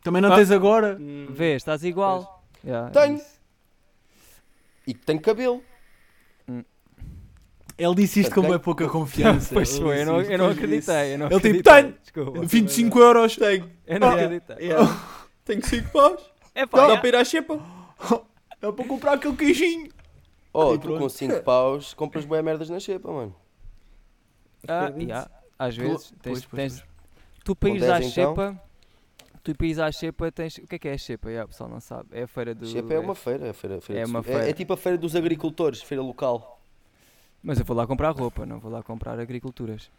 [SPEAKER 1] Também não
[SPEAKER 4] Ah.
[SPEAKER 1] tens agora?
[SPEAKER 2] Hum,
[SPEAKER 4] Vês, estás igual. Yeah, é
[SPEAKER 3] Tenho.
[SPEAKER 4] isso.
[SPEAKER 3] E que tem cabelo.
[SPEAKER 1] Ele disse isto com
[SPEAKER 3] Tem-
[SPEAKER 1] bem pouca confiança.
[SPEAKER 4] Pois foi, eu não, eu não
[SPEAKER 2] Pois disse.
[SPEAKER 4] acreditei. Eu não
[SPEAKER 1] Ele tipo,
[SPEAKER 4] acreditei.
[SPEAKER 1] tenho.
[SPEAKER 4] Desculpa.
[SPEAKER 1] 25 euros.
[SPEAKER 2] Tenho.
[SPEAKER 4] Eu É não
[SPEAKER 2] Ah,
[SPEAKER 4] acreditei.
[SPEAKER 2] yeah. Tenho 5 paus.
[SPEAKER 4] É
[SPEAKER 2] Dá
[SPEAKER 4] pá,
[SPEAKER 2] para ir à xepa.
[SPEAKER 1] É para comprar aquele queijinho.
[SPEAKER 3] Oh,
[SPEAKER 1] E
[SPEAKER 3] tu
[SPEAKER 1] pronto.
[SPEAKER 3] com 5 paus compras boé merdas na xepa, mano.
[SPEAKER 4] ah, yeah, às vezes
[SPEAKER 1] Pois,
[SPEAKER 4] tens,
[SPEAKER 1] pois, pois.
[SPEAKER 4] tens- tu para ires à
[SPEAKER 3] Acontece, então.
[SPEAKER 4] xepa, tu para ires à xepa tens, o que é que é a xepa? Yeah, o pessoal não sabe, é a feira do...
[SPEAKER 3] Xepa é uma feira. É, feira, feira
[SPEAKER 4] É
[SPEAKER 3] de-
[SPEAKER 4] uma feira.
[SPEAKER 3] é tipo a feira dos agricultores, feira local.
[SPEAKER 4] Mas eu vou lá comprar roupa, não vou lá comprar agriculturas.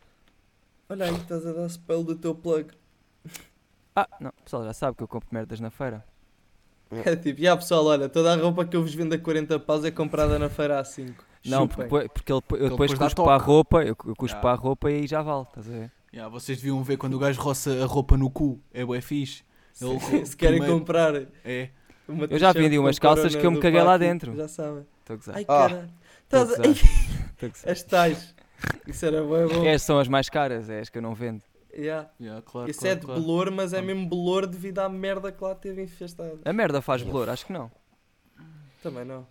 [SPEAKER 2] Olha aí, estás a dar spell do teu plug.
[SPEAKER 4] Ah, não, o pessoal já sabe que eu compro merdas na feira.
[SPEAKER 2] É tipo, já pessoal, olha, toda a roupa que eu vos vendo a 40 paus é comprada na feira a 5.
[SPEAKER 4] Não, porque,
[SPEAKER 2] Chupem.
[SPEAKER 4] depois- porque ele, eu depois
[SPEAKER 1] depois dá
[SPEAKER 4] cuspo para a
[SPEAKER 1] toque.
[SPEAKER 4] roupa, eu, eu cuspo
[SPEAKER 1] Ya.
[SPEAKER 4] para a roupa e aí já vale, estás a ver?
[SPEAKER 1] Yeah, vocês deviam ver quando o gajo roça a roupa no cu. É bué fixe. Ele-
[SPEAKER 2] se, se querem
[SPEAKER 1] primeiro-
[SPEAKER 2] comprar
[SPEAKER 1] É.
[SPEAKER 2] uma
[SPEAKER 4] Eu já
[SPEAKER 2] t-shirt
[SPEAKER 4] vendi
[SPEAKER 2] com
[SPEAKER 4] umas calças
[SPEAKER 2] corona
[SPEAKER 4] que eu me
[SPEAKER 2] do
[SPEAKER 4] caguei lá
[SPEAKER 2] Paki,
[SPEAKER 4] dentro.
[SPEAKER 2] Já sabem.
[SPEAKER 4] Estou a gozar.
[SPEAKER 2] Ai,
[SPEAKER 3] Ah.
[SPEAKER 2] caralho.
[SPEAKER 4] Estou a
[SPEAKER 2] Estás a...
[SPEAKER 4] gozar,
[SPEAKER 2] Ai,
[SPEAKER 4] estou a gozar.
[SPEAKER 2] As tais. Isso era bem bom.
[SPEAKER 4] Estas são as mais caras, é as que eu não vendo.
[SPEAKER 2] Yeah.
[SPEAKER 1] Yeah, claro,
[SPEAKER 2] Isso
[SPEAKER 1] claro,
[SPEAKER 2] é de
[SPEAKER 1] claro.
[SPEAKER 2] bolor, mas
[SPEAKER 4] Tá.
[SPEAKER 2] é mesmo bolor devido à merda que lá teve infestada.
[SPEAKER 4] A merda faz bolor, acho que não.
[SPEAKER 2] Também não.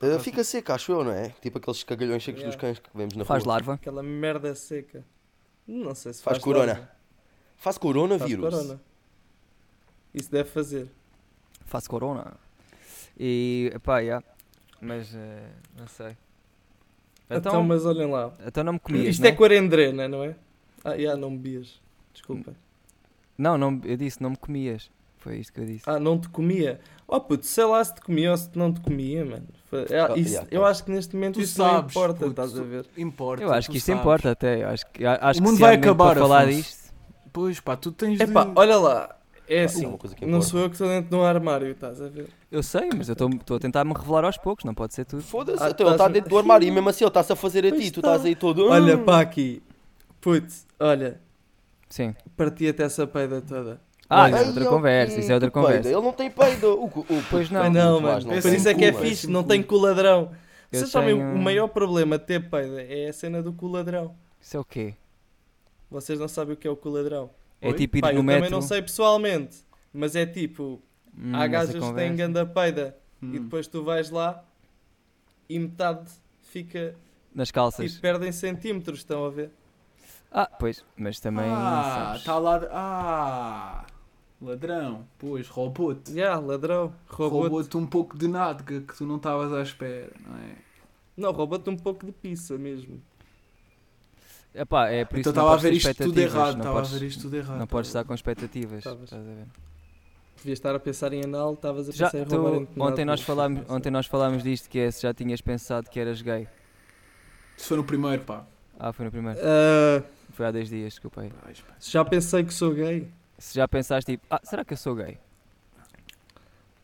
[SPEAKER 3] Ah, fica seca, acho eu, não é? Tipo aqueles cagalhões secos dos
[SPEAKER 2] Yeah.
[SPEAKER 3] cães que vemos na
[SPEAKER 4] Faz
[SPEAKER 3] rua.
[SPEAKER 4] larva.
[SPEAKER 2] Aquela merda seca. Não sei se
[SPEAKER 3] Faz
[SPEAKER 2] faz.
[SPEAKER 3] corona.
[SPEAKER 2] dose.
[SPEAKER 3] Faz
[SPEAKER 2] Faz
[SPEAKER 3] coronavírus.
[SPEAKER 2] corona. Isso deve fazer.
[SPEAKER 4] Faço corona. E pá, já. Mas eh, não sei.
[SPEAKER 2] Então,
[SPEAKER 4] Então, então,
[SPEAKER 2] mas olhem lá.
[SPEAKER 4] não me comias.
[SPEAKER 2] Isto
[SPEAKER 4] né?
[SPEAKER 2] é quarendrena, não é? Ah, yeah, não bebias. Desculpa.
[SPEAKER 4] Não, não, eu disse, não me comias. Foi isto que eu disse.
[SPEAKER 2] Ah, não te comia. Oh puto, sei lá se te comia ou se te não te comia, mano. Foi- é-
[SPEAKER 3] Ah,
[SPEAKER 2] isso-
[SPEAKER 3] yeah,
[SPEAKER 2] eu
[SPEAKER 3] tá.
[SPEAKER 2] acho que neste momento
[SPEAKER 1] Tu
[SPEAKER 2] isso
[SPEAKER 1] sabes,
[SPEAKER 2] não importa,
[SPEAKER 1] puto,
[SPEAKER 2] estás a
[SPEAKER 1] tu-
[SPEAKER 2] ver?
[SPEAKER 1] Importa.
[SPEAKER 4] eu acho
[SPEAKER 1] tu
[SPEAKER 4] que isto
[SPEAKER 1] sabes.
[SPEAKER 4] importa até. eu Acho que, a- acho
[SPEAKER 1] mundo
[SPEAKER 4] que se
[SPEAKER 1] vai
[SPEAKER 4] há momento
[SPEAKER 1] acabar,
[SPEAKER 4] para falar
[SPEAKER 1] Afonso.
[SPEAKER 4] disto.
[SPEAKER 1] Pois pá, tu tens
[SPEAKER 2] Epá,
[SPEAKER 1] de...
[SPEAKER 2] olha lá. É
[SPEAKER 3] Isso é
[SPEAKER 2] assim,
[SPEAKER 3] uma coisa que
[SPEAKER 2] não
[SPEAKER 3] importa.
[SPEAKER 2] sou eu que estou dentro de um armário, estás a ver?
[SPEAKER 4] Eu sei, mas eu estou a tentar me revelar aos poucos, não pode ser tudo.
[SPEAKER 3] Foda-se,
[SPEAKER 2] Ah,
[SPEAKER 3] então
[SPEAKER 4] tá
[SPEAKER 3] ele está
[SPEAKER 2] estás-
[SPEAKER 3] dentro do armário e mesmo assim ele está-se a fazer a
[SPEAKER 2] Pois
[SPEAKER 3] ti, tu
[SPEAKER 2] está.
[SPEAKER 3] estás aí todo.
[SPEAKER 2] Olha
[SPEAKER 3] "Hum".
[SPEAKER 2] para aqui. Putz, olha,
[SPEAKER 4] Sim.
[SPEAKER 2] partia-te essa peida toda.
[SPEAKER 4] Ah,
[SPEAKER 2] Olha,
[SPEAKER 4] isso é
[SPEAKER 3] Ai,
[SPEAKER 4] outra
[SPEAKER 3] ó,
[SPEAKER 4] conversa, isso é
[SPEAKER 3] que
[SPEAKER 4] outra
[SPEAKER 3] peido.
[SPEAKER 4] conversa.
[SPEAKER 3] Ele não tem peido. O, cu- o, cu-
[SPEAKER 4] Pois não.
[SPEAKER 2] Não,
[SPEAKER 4] Não,
[SPEAKER 3] o
[SPEAKER 2] mano,
[SPEAKER 3] Tomás não
[SPEAKER 1] mas
[SPEAKER 2] por
[SPEAKER 3] tem.
[SPEAKER 2] isso é que é
[SPEAKER 1] cu,
[SPEAKER 2] fixe,
[SPEAKER 1] mas
[SPEAKER 2] não
[SPEAKER 1] tem
[SPEAKER 2] tem coladrão.
[SPEAKER 4] Eu
[SPEAKER 2] Vocês sabem, o
[SPEAKER 4] tenho- um-
[SPEAKER 2] maior problema de ter peida é a cena do coladrão.
[SPEAKER 4] Isso é o quê?
[SPEAKER 2] Vocês não sabem o que é o coladrão.
[SPEAKER 4] É
[SPEAKER 1] Oi?
[SPEAKER 4] tipo ir
[SPEAKER 2] Pá, eu
[SPEAKER 4] no
[SPEAKER 2] também
[SPEAKER 4] metro.
[SPEAKER 2] não sei pessoalmente, mas é tipo,
[SPEAKER 4] Hum,
[SPEAKER 2] há
[SPEAKER 4] essa
[SPEAKER 2] gajas que têm
[SPEAKER 4] conversa.
[SPEAKER 2] ganda peida.
[SPEAKER 1] Hum.
[SPEAKER 2] E depois tu vais lá e metade fica
[SPEAKER 4] Nas
[SPEAKER 2] e
[SPEAKER 4] calças.
[SPEAKER 2] perdem centímetros, estão a ver?
[SPEAKER 4] Ah, pois, mas também.
[SPEAKER 1] Ah,
[SPEAKER 4] sabes.
[SPEAKER 1] está lá... Ah... Ladrão. Pois, roubou-te.
[SPEAKER 2] Já, ladrão, roubou-te.
[SPEAKER 1] Roubou-te um pouco de nádega que tu não estavas à espera, não é?
[SPEAKER 2] Não, roubou-te um pouco de pizza mesmo.
[SPEAKER 4] Epá, é por isso
[SPEAKER 1] Então
[SPEAKER 4] que não
[SPEAKER 1] estava a
[SPEAKER 4] podes
[SPEAKER 1] ver
[SPEAKER 4] ter
[SPEAKER 1] isto tudo
[SPEAKER 4] expectativas,
[SPEAKER 1] errado,
[SPEAKER 4] não
[SPEAKER 1] estava a
[SPEAKER 4] podes-
[SPEAKER 1] ver isto tudo
[SPEAKER 2] Ah,
[SPEAKER 1] errado.
[SPEAKER 4] Não
[SPEAKER 2] tá
[SPEAKER 4] podes estar com expectativas.
[SPEAKER 2] Estavas.
[SPEAKER 4] estás a ver?
[SPEAKER 2] Devias estar a pensar em anal, estavas a
[SPEAKER 4] Já,
[SPEAKER 2] pensar em
[SPEAKER 4] tu-
[SPEAKER 2] roubar em
[SPEAKER 4] ontem, nós falámos, ontem nós falámos disto que é se já tinhas pensado que eras gay.
[SPEAKER 1] Se for no primeiro, pá.
[SPEAKER 4] Ah, foi no primeiro.
[SPEAKER 2] Ah,
[SPEAKER 4] Foi há 10 dias, desculpa aí.
[SPEAKER 1] Ai, espera.
[SPEAKER 2] já pensei que sou gay.
[SPEAKER 4] Se já pensaste tipo, ah, será que eu sou gay?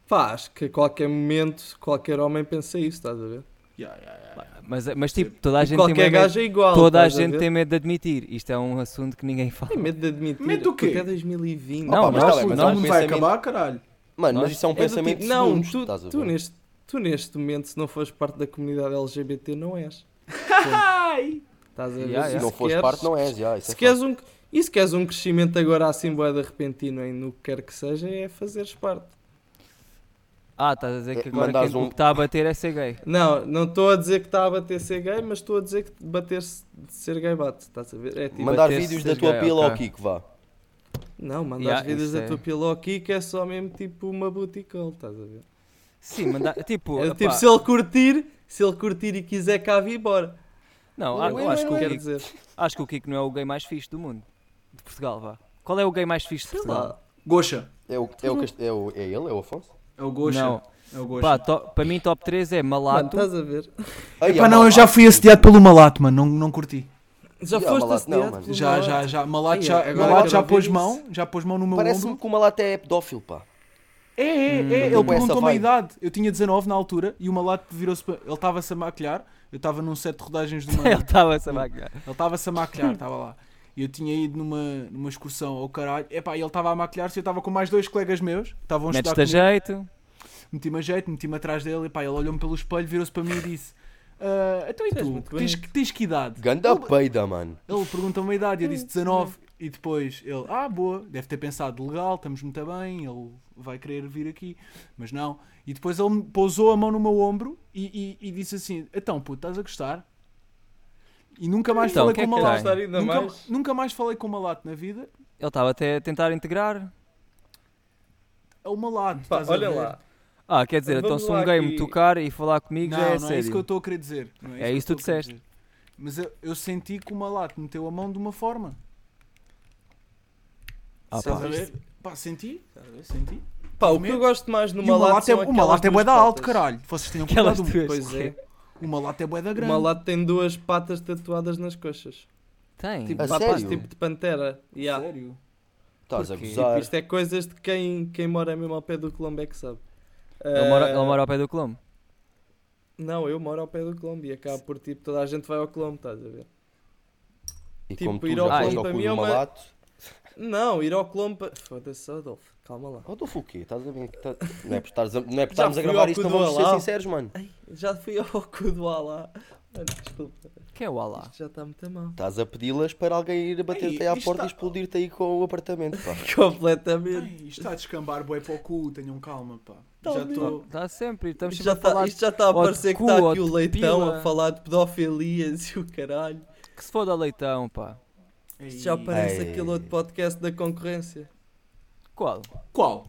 [SPEAKER 2] Pá, acho que a qualquer momento, qualquer homem pensa isso, estás a ver?
[SPEAKER 1] Ya, ya, ya, ya.
[SPEAKER 4] Mas, mas tipo, toda a
[SPEAKER 2] E
[SPEAKER 4] gente tem
[SPEAKER 2] qualquer
[SPEAKER 4] medo.
[SPEAKER 2] gajo é igual.
[SPEAKER 4] toda a
[SPEAKER 2] estás
[SPEAKER 4] gente
[SPEAKER 2] ver?
[SPEAKER 4] tem medo de admitir. Isto é um assunto que ninguém fala.
[SPEAKER 2] Tem medo de admitir.
[SPEAKER 1] Medo do quê?
[SPEAKER 2] Até 2020.
[SPEAKER 4] Não,
[SPEAKER 3] Opa, mas
[SPEAKER 4] nós-
[SPEAKER 3] tá bem, mas
[SPEAKER 1] não,
[SPEAKER 3] há
[SPEAKER 1] o
[SPEAKER 3] um
[SPEAKER 1] mundo vai
[SPEAKER 3] pensamento-
[SPEAKER 1] acabar, caralho.
[SPEAKER 3] Mano,
[SPEAKER 4] Nós-
[SPEAKER 3] mas isso é um
[SPEAKER 2] É do
[SPEAKER 3] pensamento
[SPEAKER 2] tipo, não,
[SPEAKER 3] segundos,
[SPEAKER 2] tu,
[SPEAKER 3] estás a
[SPEAKER 2] tu
[SPEAKER 3] ver?
[SPEAKER 2] neste, tu neste momento, se não fores parte da comunidade LGBT, não és. Estás a ver?
[SPEAKER 4] Yeah,
[SPEAKER 2] E
[SPEAKER 4] yeah.
[SPEAKER 3] Se
[SPEAKER 4] Se
[SPEAKER 3] não fores
[SPEAKER 2] queres-
[SPEAKER 3] parte, não és. já, isso
[SPEAKER 2] Se
[SPEAKER 3] é
[SPEAKER 2] queres um. E se queres um crescimento agora assim, boeda repentino, em no que quer que seja, é fazeres parte.
[SPEAKER 4] Ah, estás a dizer que
[SPEAKER 3] Eh,
[SPEAKER 4] agora
[SPEAKER 3] mandares
[SPEAKER 4] quem
[SPEAKER 3] um-
[SPEAKER 4] o que está a bater é ser gay.
[SPEAKER 2] Não, não estou a dizer que está a bater ser gay, mas estou a dizer que bater -se, ser gay bate. Estás a ver? É tipo,
[SPEAKER 3] Mandar
[SPEAKER 4] bater-se
[SPEAKER 3] vídeos da
[SPEAKER 4] seres
[SPEAKER 3] tua
[SPEAKER 4] gay,
[SPEAKER 3] pila ao
[SPEAKER 4] ok.
[SPEAKER 3] Kiko, vá.
[SPEAKER 2] Não, mandar
[SPEAKER 4] Yeah,
[SPEAKER 2] as vidas
[SPEAKER 4] isso
[SPEAKER 2] da
[SPEAKER 4] é.
[SPEAKER 2] tua pila ao Kiko é só mesmo tipo uma booty call, estás a ver?
[SPEAKER 4] Sim, mandar. Tipo,
[SPEAKER 2] é
[SPEAKER 4] epá,
[SPEAKER 2] tipo, se ele curtir, se ele curtir e quiser cá vir, bora.
[SPEAKER 4] não,
[SPEAKER 2] É
[SPEAKER 4] ah, eu acho,
[SPEAKER 2] que
[SPEAKER 4] que o
[SPEAKER 2] quero
[SPEAKER 4] Kiko,
[SPEAKER 2] dizer.
[SPEAKER 4] acho que o Kiko não é o gay mais fixe do mundo. De Portugal, vá. Qual é o gay mais fixe de
[SPEAKER 2] Sei
[SPEAKER 4] Portugal?
[SPEAKER 2] lá.
[SPEAKER 1] Goxa.
[SPEAKER 3] É, o, é, o, cast- é, o, é ele, é o Afonso?
[SPEAKER 1] É o Goxa.
[SPEAKER 4] Não.
[SPEAKER 1] É o Goxa.
[SPEAKER 4] Pá, to- para mim, top 3 é
[SPEAKER 2] Mano,
[SPEAKER 4] Malato.
[SPEAKER 2] estás a ver?
[SPEAKER 1] Epá,
[SPEAKER 3] Ai, é
[SPEAKER 1] não, eu
[SPEAKER 3] malato.
[SPEAKER 1] já fui assediado pelo Malato, mano. Não, não curti.
[SPEAKER 2] Já
[SPEAKER 3] Yeah,
[SPEAKER 2] foste
[SPEAKER 3] malato, não,
[SPEAKER 2] assediado
[SPEAKER 3] mano.
[SPEAKER 2] pelo
[SPEAKER 1] Já,
[SPEAKER 2] malato?
[SPEAKER 1] já, já. Malato
[SPEAKER 2] Ai,
[SPEAKER 1] já,
[SPEAKER 2] agora
[SPEAKER 1] Malato
[SPEAKER 2] quero
[SPEAKER 1] já
[SPEAKER 2] ouvir
[SPEAKER 1] pôs
[SPEAKER 2] isso.
[SPEAKER 1] mão. Já pôs mão no meu
[SPEAKER 3] Parece-me
[SPEAKER 1] ombro.
[SPEAKER 3] que o Malato é pedófilo, pá.
[SPEAKER 1] um- É, é, é. Ele
[SPEAKER 3] Hum.
[SPEAKER 1] perguntou-me a
[SPEAKER 3] Essa
[SPEAKER 1] idade. Eu tinha 19 na altura e o Malato virou-se. para- Ele estava-se a maquilhar. Eu estava num set de rodagens de uma.
[SPEAKER 4] Ele estava a sabacar.
[SPEAKER 1] Ele estava-se a maquilhar, estava lá. E eu tinha ido numa, numa excursão ao caralho. Epá, e ele estava a maquilhar-se. e Eu estava com mais dois colegas meus. que Estavam a estudar
[SPEAKER 4] Metes-te a
[SPEAKER 2] é
[SPEAKER 1] comigo.
[SPEAKER 4] jeito.
[SPEAKER 1] Meti-me a jeito, meti-me atrás dele. Epá, ele olhou-me pelo espelho, virou-se para mim e disse: "Ah, Então e
[SPEAKER 2] Tu és
[SPEAKER 1] tu?
[SPEAKER 2] muito
[SPEAKER 1] Tens, que- tens que idade?
[SPEAKER 3] Ganda peida, mano.
[SPEAKER 1] Ele pergunta-me a idade e eu disse 19. E depois ele, ah, boa, deve ter pensado, legal, estamos muito bem, ele vai querer vir aqui, mas não. E depois ele me pousou a mão no meu ombro e, e- e disse assim: então, puto, estás a gostar? E nunca mais
[SPEAKER 4] Então,
[SPEAKER 1] falei
[SPEAKER 4] o que
[SPEAKER 1] com
[SPEAKER 4] é
[SPEAKER 1] o
[SPEAKER 4] que
[SPEAKER 1] Malato.
[SPEAKER 4] tem?
[SPEAKER 2] Ainda
[SPEAKER 1] Nunca
[SPEAKER 2] mais.
[SPEAKER 1] nunca mais falei com o Malato na vida.
[SPEAKER 4] Ele estava até a tentar integrar.
[SPEAKER 1] É o Malato.
[SPEAKER 2] Pá,
[SPEAKER 1] estás a
[SPEAKER 2] olha
[SPEAKER 1] ver?
[SPEAKER 2] lá.
[SPEAKER 4] Ah, quer dizer, então
[SPEAKER 2] Vamos
[SPEAKER 4] se um
[SPEAKER 2] lá
[SPEAKER 4] gay me
[SPEAKER 2] aqui.
[SPEAKER 4] tocar e falar comigo
[SPEAKER 1] Não,
[SPEAKER 4] já é
[SPEAKER 1] não é isso que eu
[SPEAKER 4] sério.
[SPEAKER 1] estou a querer dizer. Não
[SPEAKER 4] É isso
[SPEAKER 1] que eu
[SPEAKER 4] que tu
[SPEAKER 1] estou a querer
[SPEAKER 4] disseste.
[SPEAKER 1] dizer. Mas eu, eu senti que o Malato meteu a mão de uma forma.
[SPEAKER 4] Ah,
[SPEAKER 2] Estás
[SPEAKER 4] pá.
[SPEAKER 2] a
[SPEAKER 1] Estás a
[SPEAKER 2] ver?
[SPEAKER 1] ver? Pá, senti. Estás a ver? Senti.
[SPEAKER 2] Pá, o que eu gosto mais no
[SPEAKER 1] E o
[SPEAKER 2] malato
[SPEAKER 1] malato é,
[SPEAKER 2] são
[SPEAKER 1] o malato é
[SPEAKER 2] aquelas
[SPEAKER 1] bué da
[SPEAKER 2] duas
[SPEAKER 1] alto,
[SPEAKER 2] patas.
[SPEAKER 1] caralho. Vocês tinham
[SPEAKER 4] Aquelas
[SPEAKER 1] cuidado.
[SPEAKER 4] duas.
[SPEAKER 2] Pois é.
[SPEAKER 1] O malato é bué da
[SPEAKER 2] O
[SPEAKER 1] grande.
[SPEAKER 2] malato tem duas patas tatuadas nas coxas.
[SPEAKER 4] Tem.
[SPEAKER 1] Tipo,
[SPEAKER 3] A
[SPEAKER 2] Patas
[SPEAKER 3] sério?
[SPEAKER 2] tipo de pantera. Yeah.
[SPEAKER 1] Sério?
[SPEAKER 3] Estás a
[SPEAKER 4] Porquê?
[SPEAKER 3] gozar.
[SPEAKER 2] Isto é coisas de quem, quem mora mesmo ao pé do Colombo é que sabe.
[SPEAKER 4] Ele, mora,
[SPEAKER 2] Ah,
[SPEAKER 1] é-
[SPEAKER 4] ele mora ao pé do Colombo.
[SPEAKER 2] Não, eu moro ao pé do Colombo e acaba por tipo, toda a gente vai ao Colombo, estás a ver?
[SPEAKER 3] E
[SPEAKER 2] tipo,
[SPEAKER 3] como tu
[SPEAKER 2] ir
[SPEAKER 3] já
[SPEAKER 2] ao
[SPEAKER 3] foste
[SPEAKER 2] Colombo
[SPEAKER 3] ao
[SPEAKER 2] para
[SPEAKER 3] cu
[SPEAKER 2] mim
[SPEAKER 3] do
[SPEAKER 2] é uma-
[SPEAKER 3] Malato...
[SPEAKER 2] Não, ir ao Colombo. pa- Foda-se, Adolfo, calma lá.
[SPEAKER 3] Adolfo o quê? Estás a ver? Tá- Não é por estares a- não é por
[SPEAKER 2] Já
[SPEAKER 3] estarmos a
[SPEAKER 2] fui
[SPEAKER 3] gravar
[SPEAKER 2] ao
[SPEAKER 3] isto,
[SPEAKER 2] cu
[SPEAKER 3] não
[SPEAKER 2] do
[SPEAKER 3] vamos ser
[SPEAKER 2] Alau.
[SPEAKER 3] sinceros, mano.
[SPEAKER 2] Já fui ao cu do Alá. Mano, desculpa,
[SPEAKER 4] Que é o Alá.
[SPEAKER 2] isto já está muito mal.
[SPEAKER 3] Estás a pedi-las para alguém ir bater-te aí à
[SPEAKER 1] isto
[SPEAKER 3] porta
[SPEAKER 1] tá-
[SPEAKER 3] e explodir-te aí com o apartamento, pá.
[SPEAKER 1] Ai,
[SPEAKER 2] Completamente.
[SPEAKER 1] isto está a descambar bué para o cu, tenham calma, pá.
[SPEAKER 2] Tá
[SPEAKER 1] Já
[SPEAKER 2] mesmo.
[SPEAKER 1] estou.
[SPEAKER 4] Está sempre, estamos
[SPEAKER 2] Isto
[SPEAKER 4] sempre
[SPEAKER 2] já,
[SPEAKER 4] a
[SPEAKER 1] tá-
[SPEAKER 4] falar
[SPEAKER 2] está, isto já está a
[SPEAKER 4] ou de
[SPEAKER 2] parecer que
[SPEAKER 4] cu,
[SPEAKER 2] está
[SPEAKER 4] ou
[SPEAKER 2] aqui o
[SPEAKER 4] de
[SPEAKER 2] leitão
[SPEAKER 4] pila.
[SPEAKER 2] a falar de pedofilias e o caralho.
[SPEAKER 4] que se foda ao leitão, pá.
[SPEAKER 2] Isto já parece
[SPEAKER 3] Ei.
[SPEAKER 2] aquele outro podcast da concorrência.
[SPEAKER 4] Qual?
[SPEAKER 1] Qual?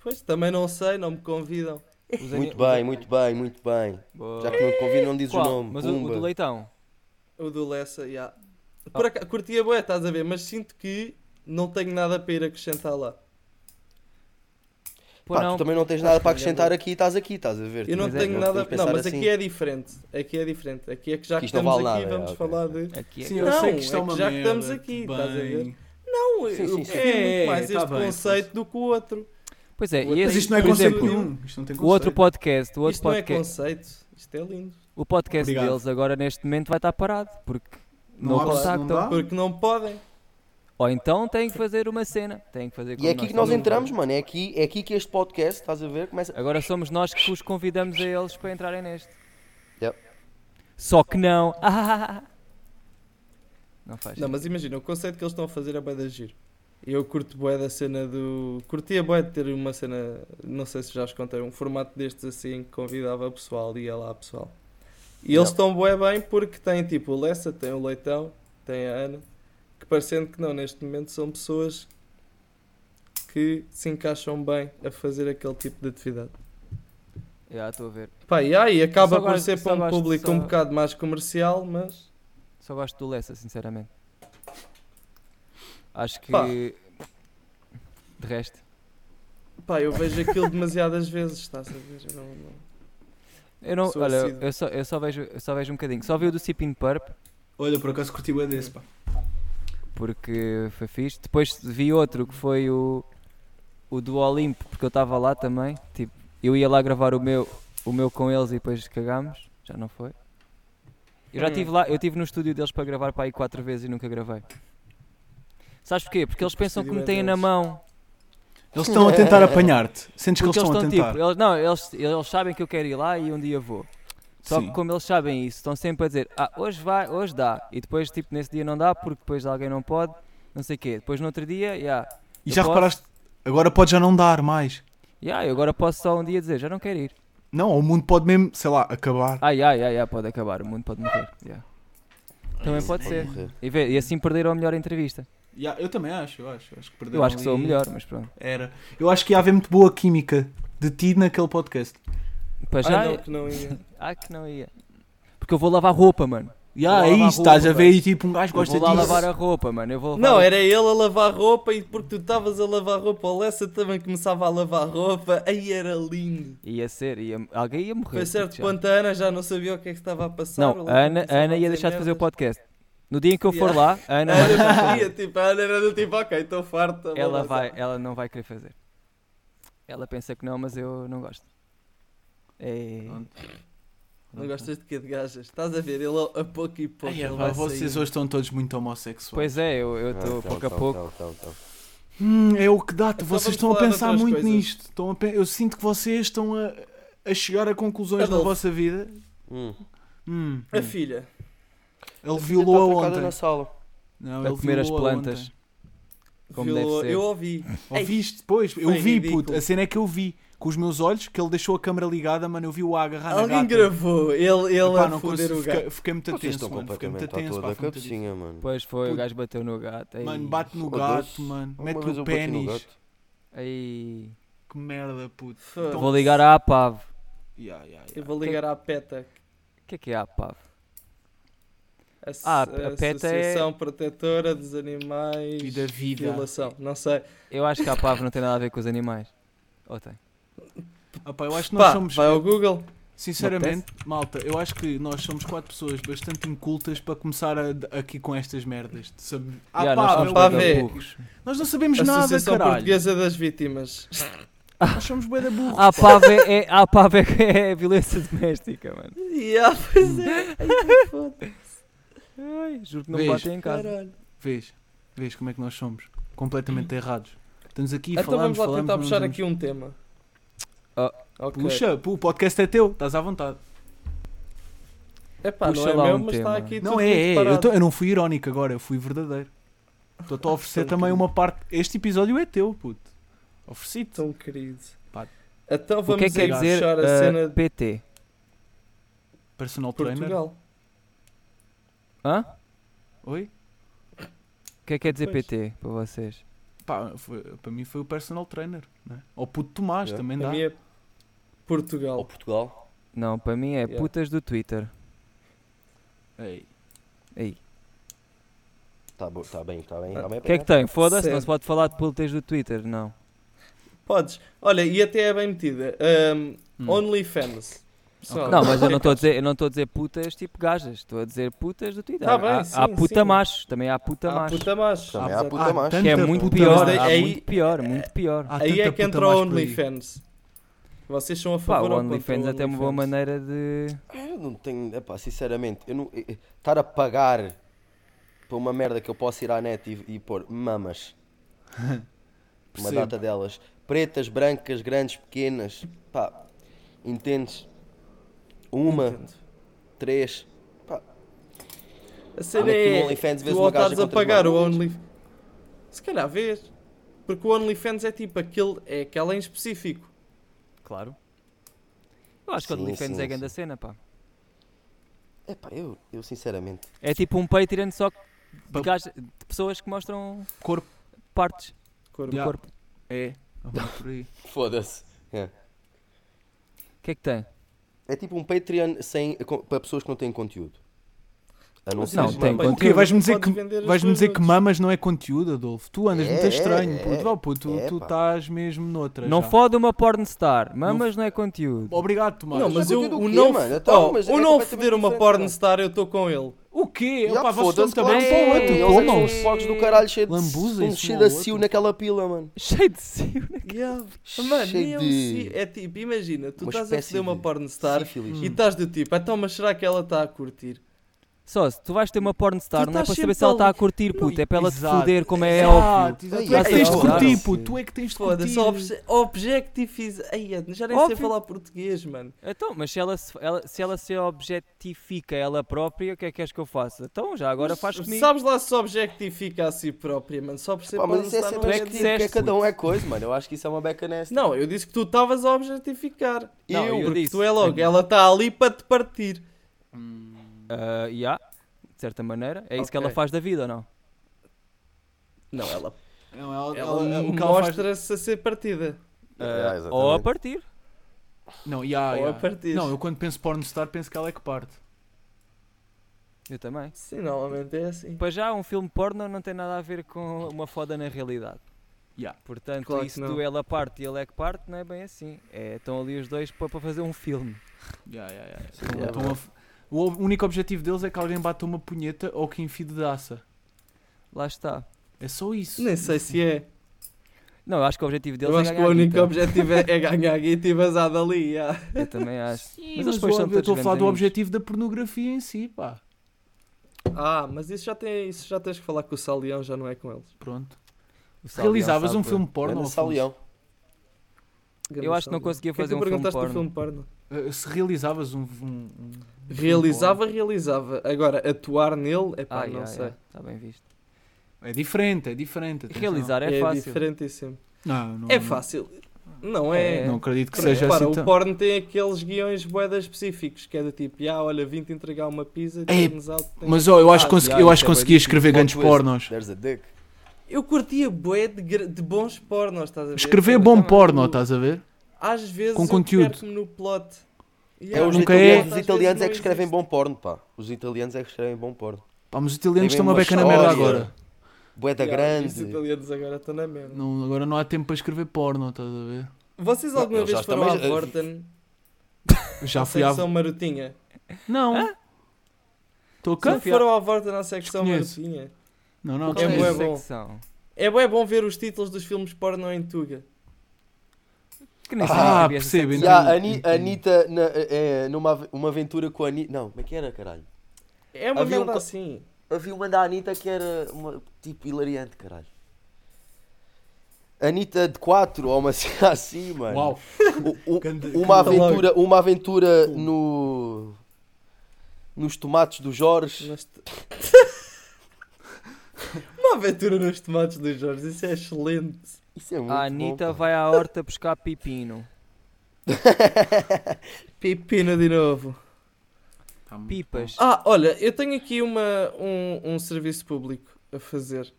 [SPEAKER 2] Pois, também não sei, não me convidam.
[SPEAKER 4] Os ani-
[SPEAKER 3] Muito bem, muito bem, muito bem.
[SPEAKER 4] Boa.
[SPEAKER 3] Já que não te convido, não dizes
[SPEAKER 4] Qual?
[SPEAKER 3] o nome.
[SPEAKER 4] Mas o, o
[SPEAKER 3] Pumba.
[SPEAKER 4] do leitão.
[SPEAKER 2] O do Lessa, já. Por
[SPEAKER 4] Ah.
[SPEAKER 2] acaso, curtia bué, estás a ver, mas sinto que não tenho nada para ir acrescentar lá.
[SPEAKER 4] Pô,
[SPEAKER 3] Pá,
[SPEAKER 4] não.
[SPEAKER 3] tu também não tens nada para
[SPEAKER 2] que não é
[SPEAKER 3] acrescentar
[SPEAKER 2] bom.
[SPEAKER 3] aqui e estás aqui, estás a ver?
[SPEAKER 2] Eu não
[SPEAKER 4] Mas é
[SPEAKER 2] tenho
[SPEAKER 4] que
[SPEAKER 2] nada.
[SPEAKER 3] podemos
[SPEAKER 2] Não,
[SPEAKER 3] pensar
[SPEAKER 2] mas
[SPEAKER 3] assim.
[SPEAKER 2] aqui é diferente. Aqui é diferente. Aqui é que já que
[SPEAKER 3] Isto não
[SPEAKER 2] estamos
[SPEAKER 3] vale
[SPEAKER 2] aqui,
[SPEAKER 3] nada,
[SPEAKER 2] vamos
[SPEAKER 3] é, ok,
[SPEAKER 2] falar de.
[SPEAKER 4] Aqui é
[SPEAKER 1] Sim,
[SPEAKER 4] que-
[SPEAKER 1] eu
[SPEAKER 2] Não,
[SPEAKER 1] sei que isto é
[SPEAKER 2] é que
[SPEAKER 1] uma
[SPEAKER 2] já que
[SPEAKER 1] merda,
[SPEAKER 2] estamos aqui,
[SPEAKER 1] tudo
[SPEAKER 2] estás a
[SPEAKER 1] bem.
[SPEAKER 2] Não,
[SPEAKER 3] Sim,
[SPEAKER 2] eu
[SPEAKER 3] sim, sim.
[SPEAKER 2] prefiro
[SPEAKER 1] É,
[SPEAKER 2] muito mais
[SPEAKER 1] tá
[SPEAKER 2] este
[SPEAKER 1] bem,
[SPEAKER 2] conceito do que o outro.
[SPEAKER 4] Pois é,
[SPEAKER 2] Mas
[SPEAKER 4] e
[SPEAKER 1] Mas
[SPEAKER 4] esse,
[SPEAKER 1] isto não é
[SPEAKER 4] por
[SPEAKER 1] conceito
[SPEAKER 4] exemplo,
[SPEAKER 1] nenhum. Isto não tem
[SPEAKER 4] o outro
[SPEAKER 1] conceito.
[SPEAKER 4] podcast, o outro
[SPEAKER 2] Isto não é
[SPEAKER 4] podcast,
[SPEAKER 2] conceito. Isto é lindo.
[SPEAKER 4] o podcast
[SPEAKER 1] Obrigado.
[SPEAKER 4] deles agora neste momento vai estar parado, porque
[SPEAKER 1] Não
[SPEAKER 4] não,
[SPEAKER 1] há-
[SPEAKER 4] contactam.
[SPEAKER 1] não dá?
[SPEAKER 2] Porque não podem.
[SPEAKER 4] Ou então têm que fazer uma cena, têm que fazer
[SPEAKER 3] E
[SPEAKER 4] como
[SPEAKER 3] é aqui que nós
[SPEAKER 4] estamos a
[SPEAKER 3] entramos, mano. É aqui, é aqui que este podcast, estás a ver? Começa.
[SPEAKER 4] fazer. Agora somos nós que os convidamos a eles para entrarem neste.
[SPEAKER 3] Yep.
[SPEAKER 4] Só que não. Ah, Não faz.
[SPEAKER 2] Não, mas imagina, o conceito que eles estão a fazer é bué de giro. Eu curto bué da cena do... Curtia bué de ter uma cena, não sei se já os contei, um formato destes assim, que convidava pessoal e ia lá pessoal. E
[SPEAKER 3] Não.
[SPEAKER 2] eles estão bué bem porque têm tipo o Lessa, tem o Leitão, tem a Ana, que parecendo que não, neste momento são pessoas que se encaixam bem a fazer aquele tipo de atividade.
[SPEAKER 4] Já estou a ver.
[SPEAKER 2] Pá, e aí acaba
[SPEAKER 4] Só
[SPEAKER 2] por
[SPEAKER 4] gosto-
[SPEAKER 2] ser
[SPEAKER 4] só
[SPEAKER 2] para um
[SPEAKER 4] gosto-
[SPEAKER 2] público
[SPEAKER 4] só-
[SPEAKER 2] um bocado mais comercial, mas...
[SPEAKER 4] Só gosto do Lessa, sinceramente. Acho que.
[SPEAKER 2] Pá.
[SPEAKER 4] De resto.
[SPEAKER 2] Pá, eu vejo aquilo demasiadas vezes, estás a ver? Eu não- não-
[SPEAKER 4] Eu não.
[SPEAKER 2] Sou
[SPEAKER 4] olha,
[SPEAKER 2] assíduo.
[SPEAKER 4] eu só, eu, só vejo, eu só vejo um bocadinho. Só vi o do Sipin Purp,
[SPEAKER 1] Olha, por acaso curti o desse, pá.
[SPEAKER 4] porque foi fixe. Depois vi outro que foi o. O do Olimpo, porque eu estava lá também. Tipo, eu ia lá gravar o meu, o meu com eles e depois cagámos. Já não foi. Eu já
[SPEAKER 2] Hum.
[SPEAKER 4] estive lá, eu estive no estúdio deles para gravar para aí quatro vezes e nunca gravei. Sabes porquê? Porque eles pensam que me
[SPEAKER 2] estúdio é
[SPEAKER 4] têm na
[SPEAKER 2] deles?
[SPEAKER 4] mão.
[SPEAKER 1] Eles estão a tentar apanhar-te. Sentes que eles
[SPEAKER 4] Porque
[SPEAKER 1] estão a tentar.
[SPEAKER 4] tipo, eles, não, eles, eles sabem que eu quero ir lá e um dia vou. Só
[SPEAKER 1] Sim.
[SPEAKER 4] que como eles sabem isso, estão sempre a dizer, ah, hoje vai, hoje dá. E depois, tipo, nesse dia não dá porque depois alguém não pode. não sei o quê. Depois no outro dia, yeah,
[SPEAKER 1] E
[SPEAKER 4] Eu
[SPEAKER 1] já
[SPEAKER 4] posso?
[SPEAKER 1] reparaste, agora pode já não dar mais.
[SPEAKER 4] yeah, eu agora posso só um dia dizer, já não quero ir.
[SPEAKER 1] Não, o mundo pode mesmo, sei lá, acabar.
[SPEAKER 4] Ai, ai, ai, ai, pode acabar, o mundo pode morrer. yeah. Também pode ser.
[SPEAKER 3] morrer.
[SPEAKER 4] E, ve- e assim perderam a melhor entrevista.
[SPEAKER 1] Yeah, eu também acho, eu acho. acho que
[SPEAKER 4] Eu acho que sou o
[SPEAKER 2] um
[SPEAKER 4] melhor, mas pronto.
[SPEAKER 1] Era. Eu acho que ia haver muito boa química de ti naquele podcast.
[SPEAKER 4] Para
[SPEAKER 2] Ah,
[SPEAKER 4] já,
[SPEAKER 2] não, que não ia.
[SPEAKER 4] ah, que não ia. Porque eu vou lavar roupa, mano.
[SPEAKER 1] Yeah,
[SPEAKER 4] Vou
[SPEAKER 1] é
[SPEAKER 4] lavar a
[SPEAKER 1] isso, estás a
[SPEAKER 4] roupa.
[SPEAKER 1] ver aí tipo um gajo
[SPEAKER 4] Eu
[SPEAKER 1] gosta
[SPEAKER 4] vou lá
[SPEAKER 1] disso.
[SPEAKER 4] lavar a roupa, mano. Eu vou lavar
[SPEAKER 2] Não, era ele a lavar roupa e porque tu estavas a lavar roupa, o Lessa também começava a lavar roupa, aí era lindo.
[SPEAKER 4] Ia ser, ia, alguém ia morrer.
[SPEAKER 2] Foi certo
[SPEAKER 4] digo-te já.
[SPEAKER 2] quanto a Ana já não sabia o que é que estava a passar. o
[SPEAKER 4] Não,
[SPEAKER 2] Lessa
[SPEAKER 4] a Ana, a
[SPEAKER 2] começava
[SPEAKER 4] Ana ia
[SPEAKER 2] dizer
[SPEAKER 4] deixar de fazer o
[SPEAKER 2] merdas.
[SPEAKER 4] podcast. No dia em que eu for
[SPEAKER 2] Yeah.
[SPEAKER 4] lá, a Ana
[SPEAKER 2] A
[SPEAKER 4] vai
[SPEAKER 2] Ana
[SPEAKER 4] deixar de
[SPEAKER 2] não
[SPEAKER 4] fazer.
[SPEAKER 2] queria, tipo, a Ana era do tipo, ok, estou farta. vou
[SPEAKER 4] Ela,
[SPEAKER 2] lá
[SPEAKER 4] vai,
[SPEAKER 2] só."
[SPEAKER 4] ela não vai querer fazer. Ela pensa que não, mas eu não gosto. É...
[SPEAKER 2] Não gostas de quê de gajas? Estás a ver, ele a pouco e pouco.
[SPEAKER 1] Ai,
[SPEAKER 2] ele
[SPEAKER 1] pá,
[SPEAKER 2] vai
[SPEAKER 1] vocês
[SPEAKER 2] sair.
[SPEAKER 1] hoje estão todos muito homossexuais.
[SPEAKER 4] Pois é,
[SPEAKER 3] Ah,
[SPEAKER 4] eu estou pouco a pouco.
[SPEAKER 1] Hum, é o que dá,
[SPEAKER 2] Então
[SPEAKER 1] vocês
[SPEAKER 2] vamos
[SPEAKER 1] estão a
[SPEAKER 2] falar de
[SPEAKER 1] pensar
[SPEAKER 2] outras
[SPEAKER 1] muito
[SPEAKER 2] coisas.
[SPEAKER 1] nisto. Estão a pe- Eu sinto que vocês estão a, a chegar a conclusões da
[SPEAKER 2] Adolfo. É
[SPEAKER 1] vossa vida. Hum,
[SPEAKER 2] A filha.
[SPEAKER 1] ele tá violou-a
[SPEAKER 3] na
[SPEAKER 1] ontem.
[SPEAKER 3] sala.
[SPEAKER 1] Não,
[SPEAKER 4] A
[SPEAKER 1] ele
[SPEAKER 4] comer as
[SPEAKER 1] violou-a
[SPEAKER 4] plantas.
[SPEAKER 1] ontem.
[SPEAKER 4] Como
[SPEAKER 2] violou-
[SPEAKER 4] deve ser.
[SPEAKER 2] Eu ouvi. Ei,
[SPEAKER 1] Ouviste? Pois, eu
[SPEAKER 2] foi
[SPEAKER 1] vi,
[SPEAKER 2] ridículo.
[SPEAKER 1] puto. A cena é que eu vi com os meus olhos que ele deixou a câmara ligada, mano. Eu vi o agarrar Tá na
[SPEAKER 2] Alguém
[SPEAKER 1] gata.
[SPEAKER 2] gravou ele, ele
[SPEAKER 1] Epá,
[SPEAKER 2] a
[SPEAKER 1] não
[SPEAKER 2] foder
[SPEAKER 1] consigo-
[SPEAKER 2] o gato.
[SPEAKER 1] Fiquei, fiquei muito
[SPEAKER 3] Vocês
[SPEAKER 1] atenso,
[SPEAKER 3] estão
[SPEAKER 1] mano. Fiquei muito
[SPEAKER 3] completamente à
[SPEAKER 1] atenso
[SPEAKER 3] toa
[SPEAKER 1] para
[SPEAKER 3] da
[SPEAKER 1] a fonte disso.
[SPEAKER 3] cabecinha, mano.
[SPEAKER 4] Pois foi, o
[SPEAKER 1] Puto.
[SPEAKER 4] gajo bateu no gato. Aí,
[SPEAKER 1] Mano, bate no
[SPEAKER 3] Oh, Deus.
[SPEAKER 1] gato, mano.
[SPEAKER 3] Uma
[SPEAKER 1] Mete
[SPEAKER 3] vez
[SPEAKER 1] o
[SPEAKER 3] eu bati no
[SPEAKER 1] pênis.
[SPEAKER 3] gato.
[SPEAKER 4] aí.
[SPEAKER 1] Que merda, puto.
[SPEAKER 2] Foda-se.
[SPEAKER 1] Então-
[SPEAKER 4] Vou ligar à APAV.
[SPEAKER 1] Yeah, yeah, yeah.
[SPEAKER 2] Eu vou ligar à PETA.
[SPEAKER 4] O que é que é a APAV?
[SPEAKER 2] A,
[SPEAKER 4] Ah, a
[SPEAKER 2] a
[SPEAKER 4] PETA é-
[SPEAKER 2] Associação Protetora dos Animais
[SPEAKER 1] E da vida.
[SPEAKER 2] Violação. Não sei.
[SPEAKER 4] Eu acho que a APAV não tem nada a ver com os animais. Ou tem?
[SPEAKER 1] Ah, pá, eu acho que nós
[SPEAKER 2] Pá,
[SPEAKER 1] somos.
[SPEAKER 2] vai ao Google.
[SPEAKER 1] Sinceramente, malta, eu acho que nós somos quatro pessoas bastante incultas para começar a- aqui com estas merdas. de saber- Ah,
[SPEAKER 4] Yeah,
[SPEAKER 1] pá,
[SPEAKER 4] nós
[SPEAKER 1] meu,
[SPEAKER 4] somos
[SPEAKER 2] pá,
[SPEAKER 4] bué da
[SPEAKER 2] vê.
[SPEAKER 4] burros.
[SPEAKER 1] nós não sabemos nada,
[SPEAKER 2] Associação
[SPEAKER 1] caralho.
[SPEAKER 2] Portuguesa das Vítimas.
[SPEAKER 1] Nós somos bué da burro.
[SPEAKER 4] A APAV é, é, a APAV é, que é violência doméstica, mano.
[SPEAKER 2] yeah, pois é. Ai, foda-se,
[SPEAKER 4] Ai, juro que não
[SPEAKER 1] Vês?
[SPEAKER 4] batem em casa.
[SPEAKER 2] caralho.
[SPEAKER 1] Vês, vês como é que nós somos. Completamente errados. Estamos aqui e
[SPEAKER 2] Então
[SPEAKER 1] falamos,
[SPEAKER 2] vamos lá
[SPEAKER 1] falamos,
[SPEAKER 2] tentar
[SPEAKER 1] não
[SPEAKER 2] puxar
[SPEAKER 1] temos-
[SPEAKER 2] aqui um tema.
[SPEAKER 4] Ah,
[SPEAKER 2] Ok.
[SPEAKER 1] Puxa, pô, o podcast é teu, estás à vontade.
[SPEAKER 2] Epá,
[SPEAKER 4] puxa
[SPEAKER 2] não é
[SPEAKER 4] lá
[SPEAKER 2] meu,
[SPEAKER 4] um
[SPEAKER 2] mas
[SPEAKER 4] tema.
[SPEAKER 2] está aqui
[SPEAKER 1] Não
[SPEAKER 2] tudo
[SPEAKER 1] é, é.
[SPEAKER 2] muito
[SPEAKER 1] Eu, tô-
[SPEAKER 2] parado.
[SPEAKER 1] eu não fui irónico agora, eu fui verdadeiro. Estou-te
[SPEAKER 3] Ah,
[SPEAKER 1] a oferecer
[SPEAKER 2] Tão
[SPEAKER 1] também
[SPEAKER 2] querido.
[SPEAKER 1] uma parte. Este episódio é teu, puto.
[SPEAKER 3] Então,
[SPEAKER 1] Ofereci-te.
[SPEAKER 2] Tão querido.
[SPEAKER 1] Pá.
[SPEAKER 2] Então
[SPEAKER 4] O
[SPEAKER 2] vamos
[SPEAKER 4] que é que quer
[SPEAKER 2] aí
[SPEAKER 4] dizer
[SPEAKER 2] puxar a
[SPEAKER 4] ah,
[SPEAKER 2] cena de
[SPEAKER 4] PT?
[SPEAKER 1] Personal eh, trainer.
[SPEAKER 2] Portugal.
[SPEAKER 4] Hã?
[SPEAKER 1] Oi?
[SPEAKER 4] O que é que quer dizer
[SPEAKER 2] Pois.
[SPEAKER 4] PT para vocês?
[SPEAKER 1] Pá, foi- para mim foi o personal trainer. Né? Ou puto Tomás,
[SPEAKER 3] Yeah. É
[SPEAKER 1] também
[SPEAKER 2] A
[SPEAKER 1] dá.
[SPEAKER 2] minha
[SPEAKER 3] Ou
[SPEAKER 2] Portugal.
[SPEAKER 3] Portugal.
[SPEAKER 4] Não, para mim é
[SPEAKER 2] Yeah.
[SPEAKER 4] putas do Twitter.
[SPEAKER 1] Ei.
[SPEAKER 4] Aí.
[SPEAKER 3] Está bo- tá bem, está bem.
[SPEAKER 1] Ah,
[SPEAKER 3] Tá bem
[SPEAKER 4] O que é que tem? Foda-se, não
[SPEAKER 2] Certo.
[SPEAKER 4] se pode falar de putas do Twitter, não.
[SPEAKER 2] Podes. Olha, e até é bem metida. Um, Ahm,
[SPEAKER 1] Hum.
[SPEAKER 2] OnlyFans. Pessoal,
[SPEAKER 4] Não, mas eu não estou a dizer, eu não estou a dizer putas tipo gajas, estou a dizer putas do Twitter.
[SPEAKER 2] Tá bem,
[SPEAKER 4] há,
[SPEAKER 2] sim,
[SPEAKER 4] há puta
[SPEAKER 2] sim.
[SPEAKER 4] macho, também há puta
[SPEAKER 2] Há
[SPEAKER 4] macho. É
[SPEAKER 2] puta macho.
[SPEAKER 3] Também
[SPEAKER 1] Ah,
[SPEAKER 3] há puta
[SPEAKER 1] ah,
[SPEAKER 3] macho.
[SPEAKER 1] tanto-
[SPEAKER 4] Que é
[SPEAKER 1] Tanta
[SPEAKER 4] muito
[SPEAKER 1] puta
[SPEAKER 4] pior,
[SPEAKER 1] macho.
[SPEAKER 4] há
[SPEAKER 2] Aí-
[SPEAKER 4] muito pior, muito pior.
[SPEAKER 1] Há
[SPEAKER 2] Aí
[SPEAKER 1] tanta
[SPEAKER 2] é que
[SPEAKER 1] puta
[SPEAKER 2] entra o
[SPEAKER 1] mais por aí.
[SPEAKER 2] OnlyFans. Vocês são a
[SPEAKER 4] Pá,
[SPEAKER 2] favor
[SPEAKER 4] o
[SPEAKER 2] ou contra
[SPEAKER 4] OnlyFans
[SPEAKER 2] o
[SPEAKER 4] até é uma boa
[SPEAKER 2] OnlyFans?
[SPEAKER 4] maneira de.
[SPEAKER 3] Eu não tenho. Epá, sinceramente, eu não. eh, Estar a pagar para uma merda que eu posso ir à net e, e pôr mamas. uma
[SPEAKER 1] Percebo.
[SPEAKER 3] data delas. Pretas, brancas, grandes, pequenas. Pá, entendes? Uma, três. Pá,
[SPEAKER 2] A cena
[SPEAKER 3] Olha Ah, que
[SPEAKER 2] é.
[SPEAKER 3] no OnlyFans vês
[SPEAKER 2] tu
[SPEAKER 3] uma
[SPEAKER 2] ao
[SPEAKER 3] gaja
[SPEAKER 2] estares a
[SPEAKER 3] com três
[SPEAKER 2] pagar o
[SPEAKER 3] mamas.
[SPEAKER 2] OnlyFans. Se calhar vês. Porque o OnlyFans é tipo aquele. É aquela em específico.
[SPEAKER 4] Claro. Eu acho que o
[SPEAKER 3] Sim,
[SPEAKER 4] OnlyFans
[SPEAKER 3] sim,
[SPEAKER 4] é grande
[SPEAKER 3] sim.
[SPEAKER 4] a cena, pá.
[SPEAKER 3] epá, eu, eu sinceramente.
[SPEAKER 4] É tipo um Patreon só de,
[SPEAKER 1] Pa-
[SPEAKER 4] gajas- de pessoas que mostram
[SPEAKER 1] Corpo.
[SPEAKER 4] partes
[SPEAKER 2] Corpo.
[SPEAKER 4] do
[SPEAKER 1] Yeah.
[SPEAKER 4] corpo.
[SPEAKER 1] É. Ah, vai por aí.
[SPEAKER 3] Foda-se. É.
[SPEAKER 4] O que é que tem?
[SPEAKER 3] É tipo um Patreon sem, com- para pessoas que não têm conteúdo. A Então, não
[SPEAKER 2] Mas
[SPEAKER 3] ser
[SPEAKER 4] não,
[SPEAKER 3] as
[SPEAKER 4] tem
[SPEAKER 3] mamas.
[SPEAKER 1] O quê?
[SPEAKER 2] Conteúdo,
[SPEAKER 1] Vais-me dizer,
[SPEAKER 2] podes
[SPEAKER 1] que,
[SPEAKER 2] vender as
[SPEAKER 1] vais-me
[SPEAKER 2] tuas
[SPEAKER 1] dizer que
[SPEAKER 2] nudes.
[SPEAKER 1] mamas não é conteúdo, Adolfo? Tu andas
[SPEAKER 3] É,
[SPEAKER 1] muito
[SPEAKER 3] é,
[SPEAKER 1] estranho,
[SPEAKER 3] é.
[SPEAKER 1] puto. Vá, puto, tu-
[SPEAKER 3] É,
[SPEAKER 1] tu
[SPEAKER 3] pá.
[SPEAKER 1] estás mesmo noutra.
[SPEAKER 4] Não
[SPEAKER 1] já.
[SPEAKER 4] fode uma pornstar, mamas não, é conteúdo.
[SPEAKER 1] Obrigado, Tomás.
[SPEAKER 2] Não, mas
[SPEAKER 3] é
[SPEAKER 2] eu,
[SPEAKER 3] conteúdo
[SPEAKER 2] o
[SPEAKER 3] do quê,
[SPEAKER 2] não,
[SPEAKER 3] mano? Então,
[SPEAKER 2] oh,
[SPEAKER 3] mas
[SPEAKER 2] o
[SPEAKER 3] é
[SPEAKER 2] não
[SPEAKER 3] completamente
[SPEAKER 2] foder uma
[SPEAKER 3] diferente,
[SPEAKER 2] pornstar, eu estou com ele.
[SPEAKER 1] O quê?
[SPEAKER 3] E há
[SPEAKER 1] Epá, vocês estão
[SPEAKER 3] foda-se, claro,
[SPEAKER 1] também é
[SPEAKER 4] claro.
[SPEAKER 1] para o outro.
[SPEAKER 4] Ei,
[SPEAKER 3] Eles é são
[SPEAKER 1] Comam-se.
[SPEAKER 3] uns fogos do caralho cheio de
[SPEAKER 1] Lambuza
[SPEAKER 3] um
[SPEAKER 1] isso
[SPEAKER 3] cheio
[SPEAKER 1] um ao
[SPEAKER 3] de cio
[SPEAKER 1] outro.
[SPEAKER 3] naquela pila, mano.
[SPEAKER 4] Cheio de cio, né?
[SPEAKER 2] Mano, nem é
[SPEAKER 3] cheio
[SPEAKER 2] um si- É tipo, imagina, tu
[SPEAKER 3] Uma
[SPEAKER 2] estás a
[SPEAKER 3] espécie
[SPEAKER 2] foder uma
[SPEAKER 3] de
[SPEAKER 2] pornstar
[SPEAKER 3] sífilis.
[SPEAKER 2] e estás do tipo, então, mas será que ela está a curtir?
[SPEAKER 4] Só se tu vais ter uma pornstar,
[SPEAKER 2] Tu
[SPEAKER 4] não é
[SPEAKER 2] estás
[SPEAKER 4] para
[SPEAKER 2] sempre
[SPEAKER 4] saber se ela está
[SPEAKER 2] ali.
[SPEAKER 4] a curtir, puto. É para ela te
[SPEAKER 1] Exato.
[SPEAKER 4] foder, como é
[SPEAKER 1] Exato,
[SPEAKER 4] óbvio.
[SPEAKER 1] exato. Tu
[SPEAKER 3] Ei,
[SPEAKER 1] é que
[SPEAKER 3] ei,
[SPEAKER 1] tens de
[SPEAKER 3] é
[SPEAKER 1] curtir,
[SPEAKER 2] óbvio.
[SPEAKER 1] puto. Tu é que tens de curtir.
[SPEAKER 2] Foda-se, obje objetifiz. Ai, Ed, já nem
[SPEAKER 4] Óbvio.
[SPEAKER 2] sei falar português, mano.
[SPEAKER 4] Então, mas se ela se, ela, se ela se objetifica ela própria, o que é que queres que eu faça? Então, já agora
[SPEAKER 2] Mas
[SPEAKER 4] faz comigo.
[SPEAKER 2] Sabes lá se objetifica a si própria, mano. Só por ser
[SPEAKER 3] Pá, mas isso é
[SPEAKER 2] pornstar
[SPEAKER 3] sempre
[SPEAKER 2] não
[SPEAKER 4] tu é
[SPEAKER 3] é
[SPEAKER 4] que
[SPEAKER 2] dizer-
[SPEAKER 4] disseste,
[SPEAKER 3] que cada um
[SPEAKER 4] puto.
[SPEAKER 3] é coisa, mano. Eu acho que isso é uma beca nessa.
[SPEAKER 2] Não, eu disse que tu estavas a objetificar.
[SPEAKER 4] Não, eu
[SPEAKER 2] porque
[SPEAKER 4] disse-
[SPEAKER 2] tu é logo, ela está ali para te partir.
[SPEAKER 1] Hum,
[SPEAKER 4] Ah, yeah, de certa maneira. É isso que ela
[SPEAKER 2] Ok.
[SPEAKER 4] faz da vida, ou não?
[SPEAKER 2] Não, ela,
[SPEAKER 1] Não, ela-
[SPEAKER 2] ela,
[SPEAKER 1] ela- Ah, o que ela faz-
[SPEAKER 2] mostra-se a ser partida.
[SPEAKER 4] Ah,
[SPEAKER 3] exatamente.
[SPEAKER 4] ou a partir.
[SPEAKER 1] Não, yeah,
[SPEAKER 2] Ou a
[SPEAKER 1] Ah, yeah.
[SPEAKER 2] partir.
[SPEAKER 1] Não, eu quando penso pornstar penso que ela é que parte.
[SPEAKER 4] Eu também.
[SPEAKER 2] Sim, normalmente é assim.
[SPEAKER 4] Para já, um filme porno não tem nada a ver com uma foda na realidade.
[SPEAKER 1] Yeah.
[SPEAKER 4] Portanto,
[SPEAKER 2] Claro que
[SPEAKER 4] isso
[SPEAKER 2] não.
[SPEAKER 4] do ela parte e ele é que parte não é bem assim. É, estão ali os dois para para fazer um filme.
[SPEAKER 1] Yeah, yeah, yeah.
[SPEAKER 3] Sim,
[SPEAKER 1] Estão-
[SPEAKER 3] é
[SPEAKER 1] estão a
[SPEAKER 3] verdade.
[SPEAKER 1] f- Então, O ob- único objetivo deles é que alguém bata uma punheta ou que enfie daça.
[SPEAKER 4] Lá está.
[SPEAKER 1] É só isso.
[SPEAKER 2] Nem sei se é.
[SPEAKER 4] Não, eu acho que o objetivo deles
[SPEAKER 2] Eu
[SPEAKER 4] é
[SPEAKER 2] acho que
[SPEAKER 4] ganhar
[SPEAKER 2] o único
[SPEAKER 4] guita.
[SPEAKER 2] objetivo é, é ganhar guita e vazar dali. já.
[SPEAKER 4] Eu também acho.
[SPEAKER 1] Sim,
[SPEAKER 4] Mas
[SPEAKER 1] mas,
[SPEAKER 4] eles depois são
[SPEAKER 1] o- eu estou a
[SPEAKER 4] todos
[SPEAKER 1] falar do
[SPEAKER 4] grandes
[SPEAKER 1] objetivo da pornografia em si, pá.
[SPEAKER 2] Ah, mas isso já, tem, isso já tens que falar com o Salião, já não é com eles.
[SPEAKER 1] Pronto.
[SPEAKER 4] O Sal
[SPEAKER 1] Realizavas
[SPEAKER 4] Leão
[SPEAKER 1] um
[SPEAKER 4] sabe-
[SPEAKER 1] filme
[SPEAKER 3] Ganda
[SPEAKER 1] porno, Afonso?
[SPEAKER 3] Salião.
[SPEAKER 4] Eu acho que não conseguia fazer um filme
[SPEAKER 2] é perguntaste do
[SPEAKER 4] porno.
[SPEAKER 2] filme porno?
[SPEAKER 1] Uh, se realizavas um, um- um-
[SPEAKER 2] Realizava, realizava. Agora, atuar nele, é pá,
[SPEAKER 4] Ah,
[SPEAKER 2] não
[SPEAKER 4] yeah,
[SPEAKER 2] sei.
[SPEAKER 4] Está bem visto.
[SPEAKER 1] É diferente, é diferente. atenção.
[SPEAKER 4] Realizar é,
[SPEAKER 2] É,
[SPEAKER 4] fácil.
[SPEAKER 2] diferentíssimo.
[SPEAKER 1] Não, não,
[SPEAKER 2] É
[SPEAKER 1] não-
[SPEAKER 2] fácil. Não é.
[SPEAKER 4] É.
[SPEAKER 1] Não acredito que
[SPEAKER 2] Porque,
[SPEAKER 1] seja
[SPEAKER 2] repara,
[SPEAKER 1] assim.
[SPEAKER 2] o
[SPEAKER 1] tão-
[SPEAKER 2] porno tem aqueles guiões boedas específicos, que é do tipo, ah, olha, vim-te entregar uma pizza e
[SPEAKER 1] Ei,
[SPEAKER 2] turns out tem-
[SPEAKER 1] É, Mas ó, eu acho que
[SPEAKER 4] Ah,
[SPEAKER 1] consegui- eu
[SPEAKER 4] já, isso
[SPEAKER 1] acho
[SPEAKER 4] é
[SPEAKER 1] que conseguia
[SPEAKER 4] bué difícil.
[SPEAKER 1] escrever grandes
[SPEAKER 3] Plot twist.
[SPEAKER 1] pornos.
[SPEAKER 3] There's a dick.
[SPEAKER 2] Eu curtia bué de, gra- de bons pornos, estás a ver?
[SPEAKER 1] Escrever
[SPEAKER 2] Aquela
[SPEAKER 1] bom
[SPEAKER 2] cena
[SPEAKER 1] porno,
[SPEAKER 2] do-
[SPEAKER 1] estás a ver?
[SPEAKER 2] Às vezes
[SPEAKER 1] com
[SPEAKER 2] eu
[SPEAKER 1] conteúdo.
[SPEAKER 2] perco-me no plot.
[SPEAKER 3] É, os
[SPEAKER 1] Nunca é.
[SPEAKER 3] italianos, os
[SPEAKER 2] Às vezes
[SPEAKER 3] italianos é
[SPEAKER 2] não
[SPEAKER 3] que escrevem
[SPEAKER 2] existe.
[SPEAKER 3] bom porno, pá. Os italianos é que escrevem bom porno.
[SPEAKER 1] Pá, mas os italianos
[SPEAKER 3] Tem
[SPEAKER 1] estão uma
[SPEAKER 3] mesmo
[SPEAKER 1] beca
[SPEAKER 3] uma
[SPEAKER 1] na merda
[SPEAKER 3] história.
[SPEAKER 1] agora.
[SPEAKER 3] Boeda
[SPEAKER 2] Yeah, Os
[SPEAKER 3] grande.
[SPEAKER 2] italianos agora estão na mesma.
[SPEAKER 1] Não, agora não há tempo para escrever porno, estás a ver?
[SPEAKER 2] Vocês
[SPEAKER 3] Não,
[SPEAKER 2] alguma
[SPEAKER 3] eles
[SPEAKER 2] vez
[SPEAKER 3] já
[SPEAKER 2] foram
[SPEAKER 3] também
[SPEAKER 2] à
[SPEAKER 3] já-
[SPEAKER 2] Vorten,
[SPEAKER 1] Já
[SPEAKER 2] à
[SPEAKER 1] fui à.
[SPEAKER 2] secção marotinha?
[SPEAKER 1] Não. Estou
[SPEAKER 2] Não
[SPEAKER 1] cá?
[SPEAKER 2] foram à Vorten à secção
[SPEAKER 1] Desconheço.
[SPEAKER 2] marotinha?
[SPEAKER 1] Não, não,
[SPEAKER 2] É
[SPEAKER 4] Qual Ah,
[SPEAKER 1] desculpa.
[SPEAKER 2] bué
[SPEAKER 4] a
[SPEAKER 2] bom.
[SPEAKER 4] secção?
[SPEAKER 2] É bué bom ver os títulos dos filmes porno em Tuga.
[SPEAKER 4] Que nem
[SPEAKER 3] Ah,
[SPEAKER 4] sabia que havia essa
[SPEAKER 1] percebo,
[SPEAKER 4] secção.
[SPEAKER 1] então.
[SPEAKER 3] Yeah, a Ani- a Anitta, na, é, numa ave- uma aventura com a Anitta. Não, como é que era, caralho?
[SPEAKER 2] É uma
[SPEAKER 3] Havia um
[SPEAKER 2] merda
[SPEAKER 3] co-
[SPEAKER 2] assim.
[SPEAKER 3] Havia uma da Anitta que era uma, tipo hilariante, caralho. Anitta de 4 ou uma cena assim, mano.
[SPEAKER 1] Uau.
[SPEAKER 3] O- o-
[SPEAKER 1] Ganda-
[SPEAKER 3] uma,
[SPEAKER 2] ganda
[SPEAKER 3] aventura, uma aventura no. Nos tomates do Jorge.
[SPEAKER 2] Nos to- Uma aventura nos tomates do Jorge, isso é excelente.
[SPEAKER 3] Isso é muito
[SPEAKER 4] A Anitta
[SPEAKER 3] bom, pá.
[SPEAKER 4] vai à horta buscar pepino.
[SPEAKER 2] Pepino de novo.
[SPEAKER 4] Pipas.
[SPEAKER 2] Ah, olha, eu tenho aqui uma, um, um serviço público a fazer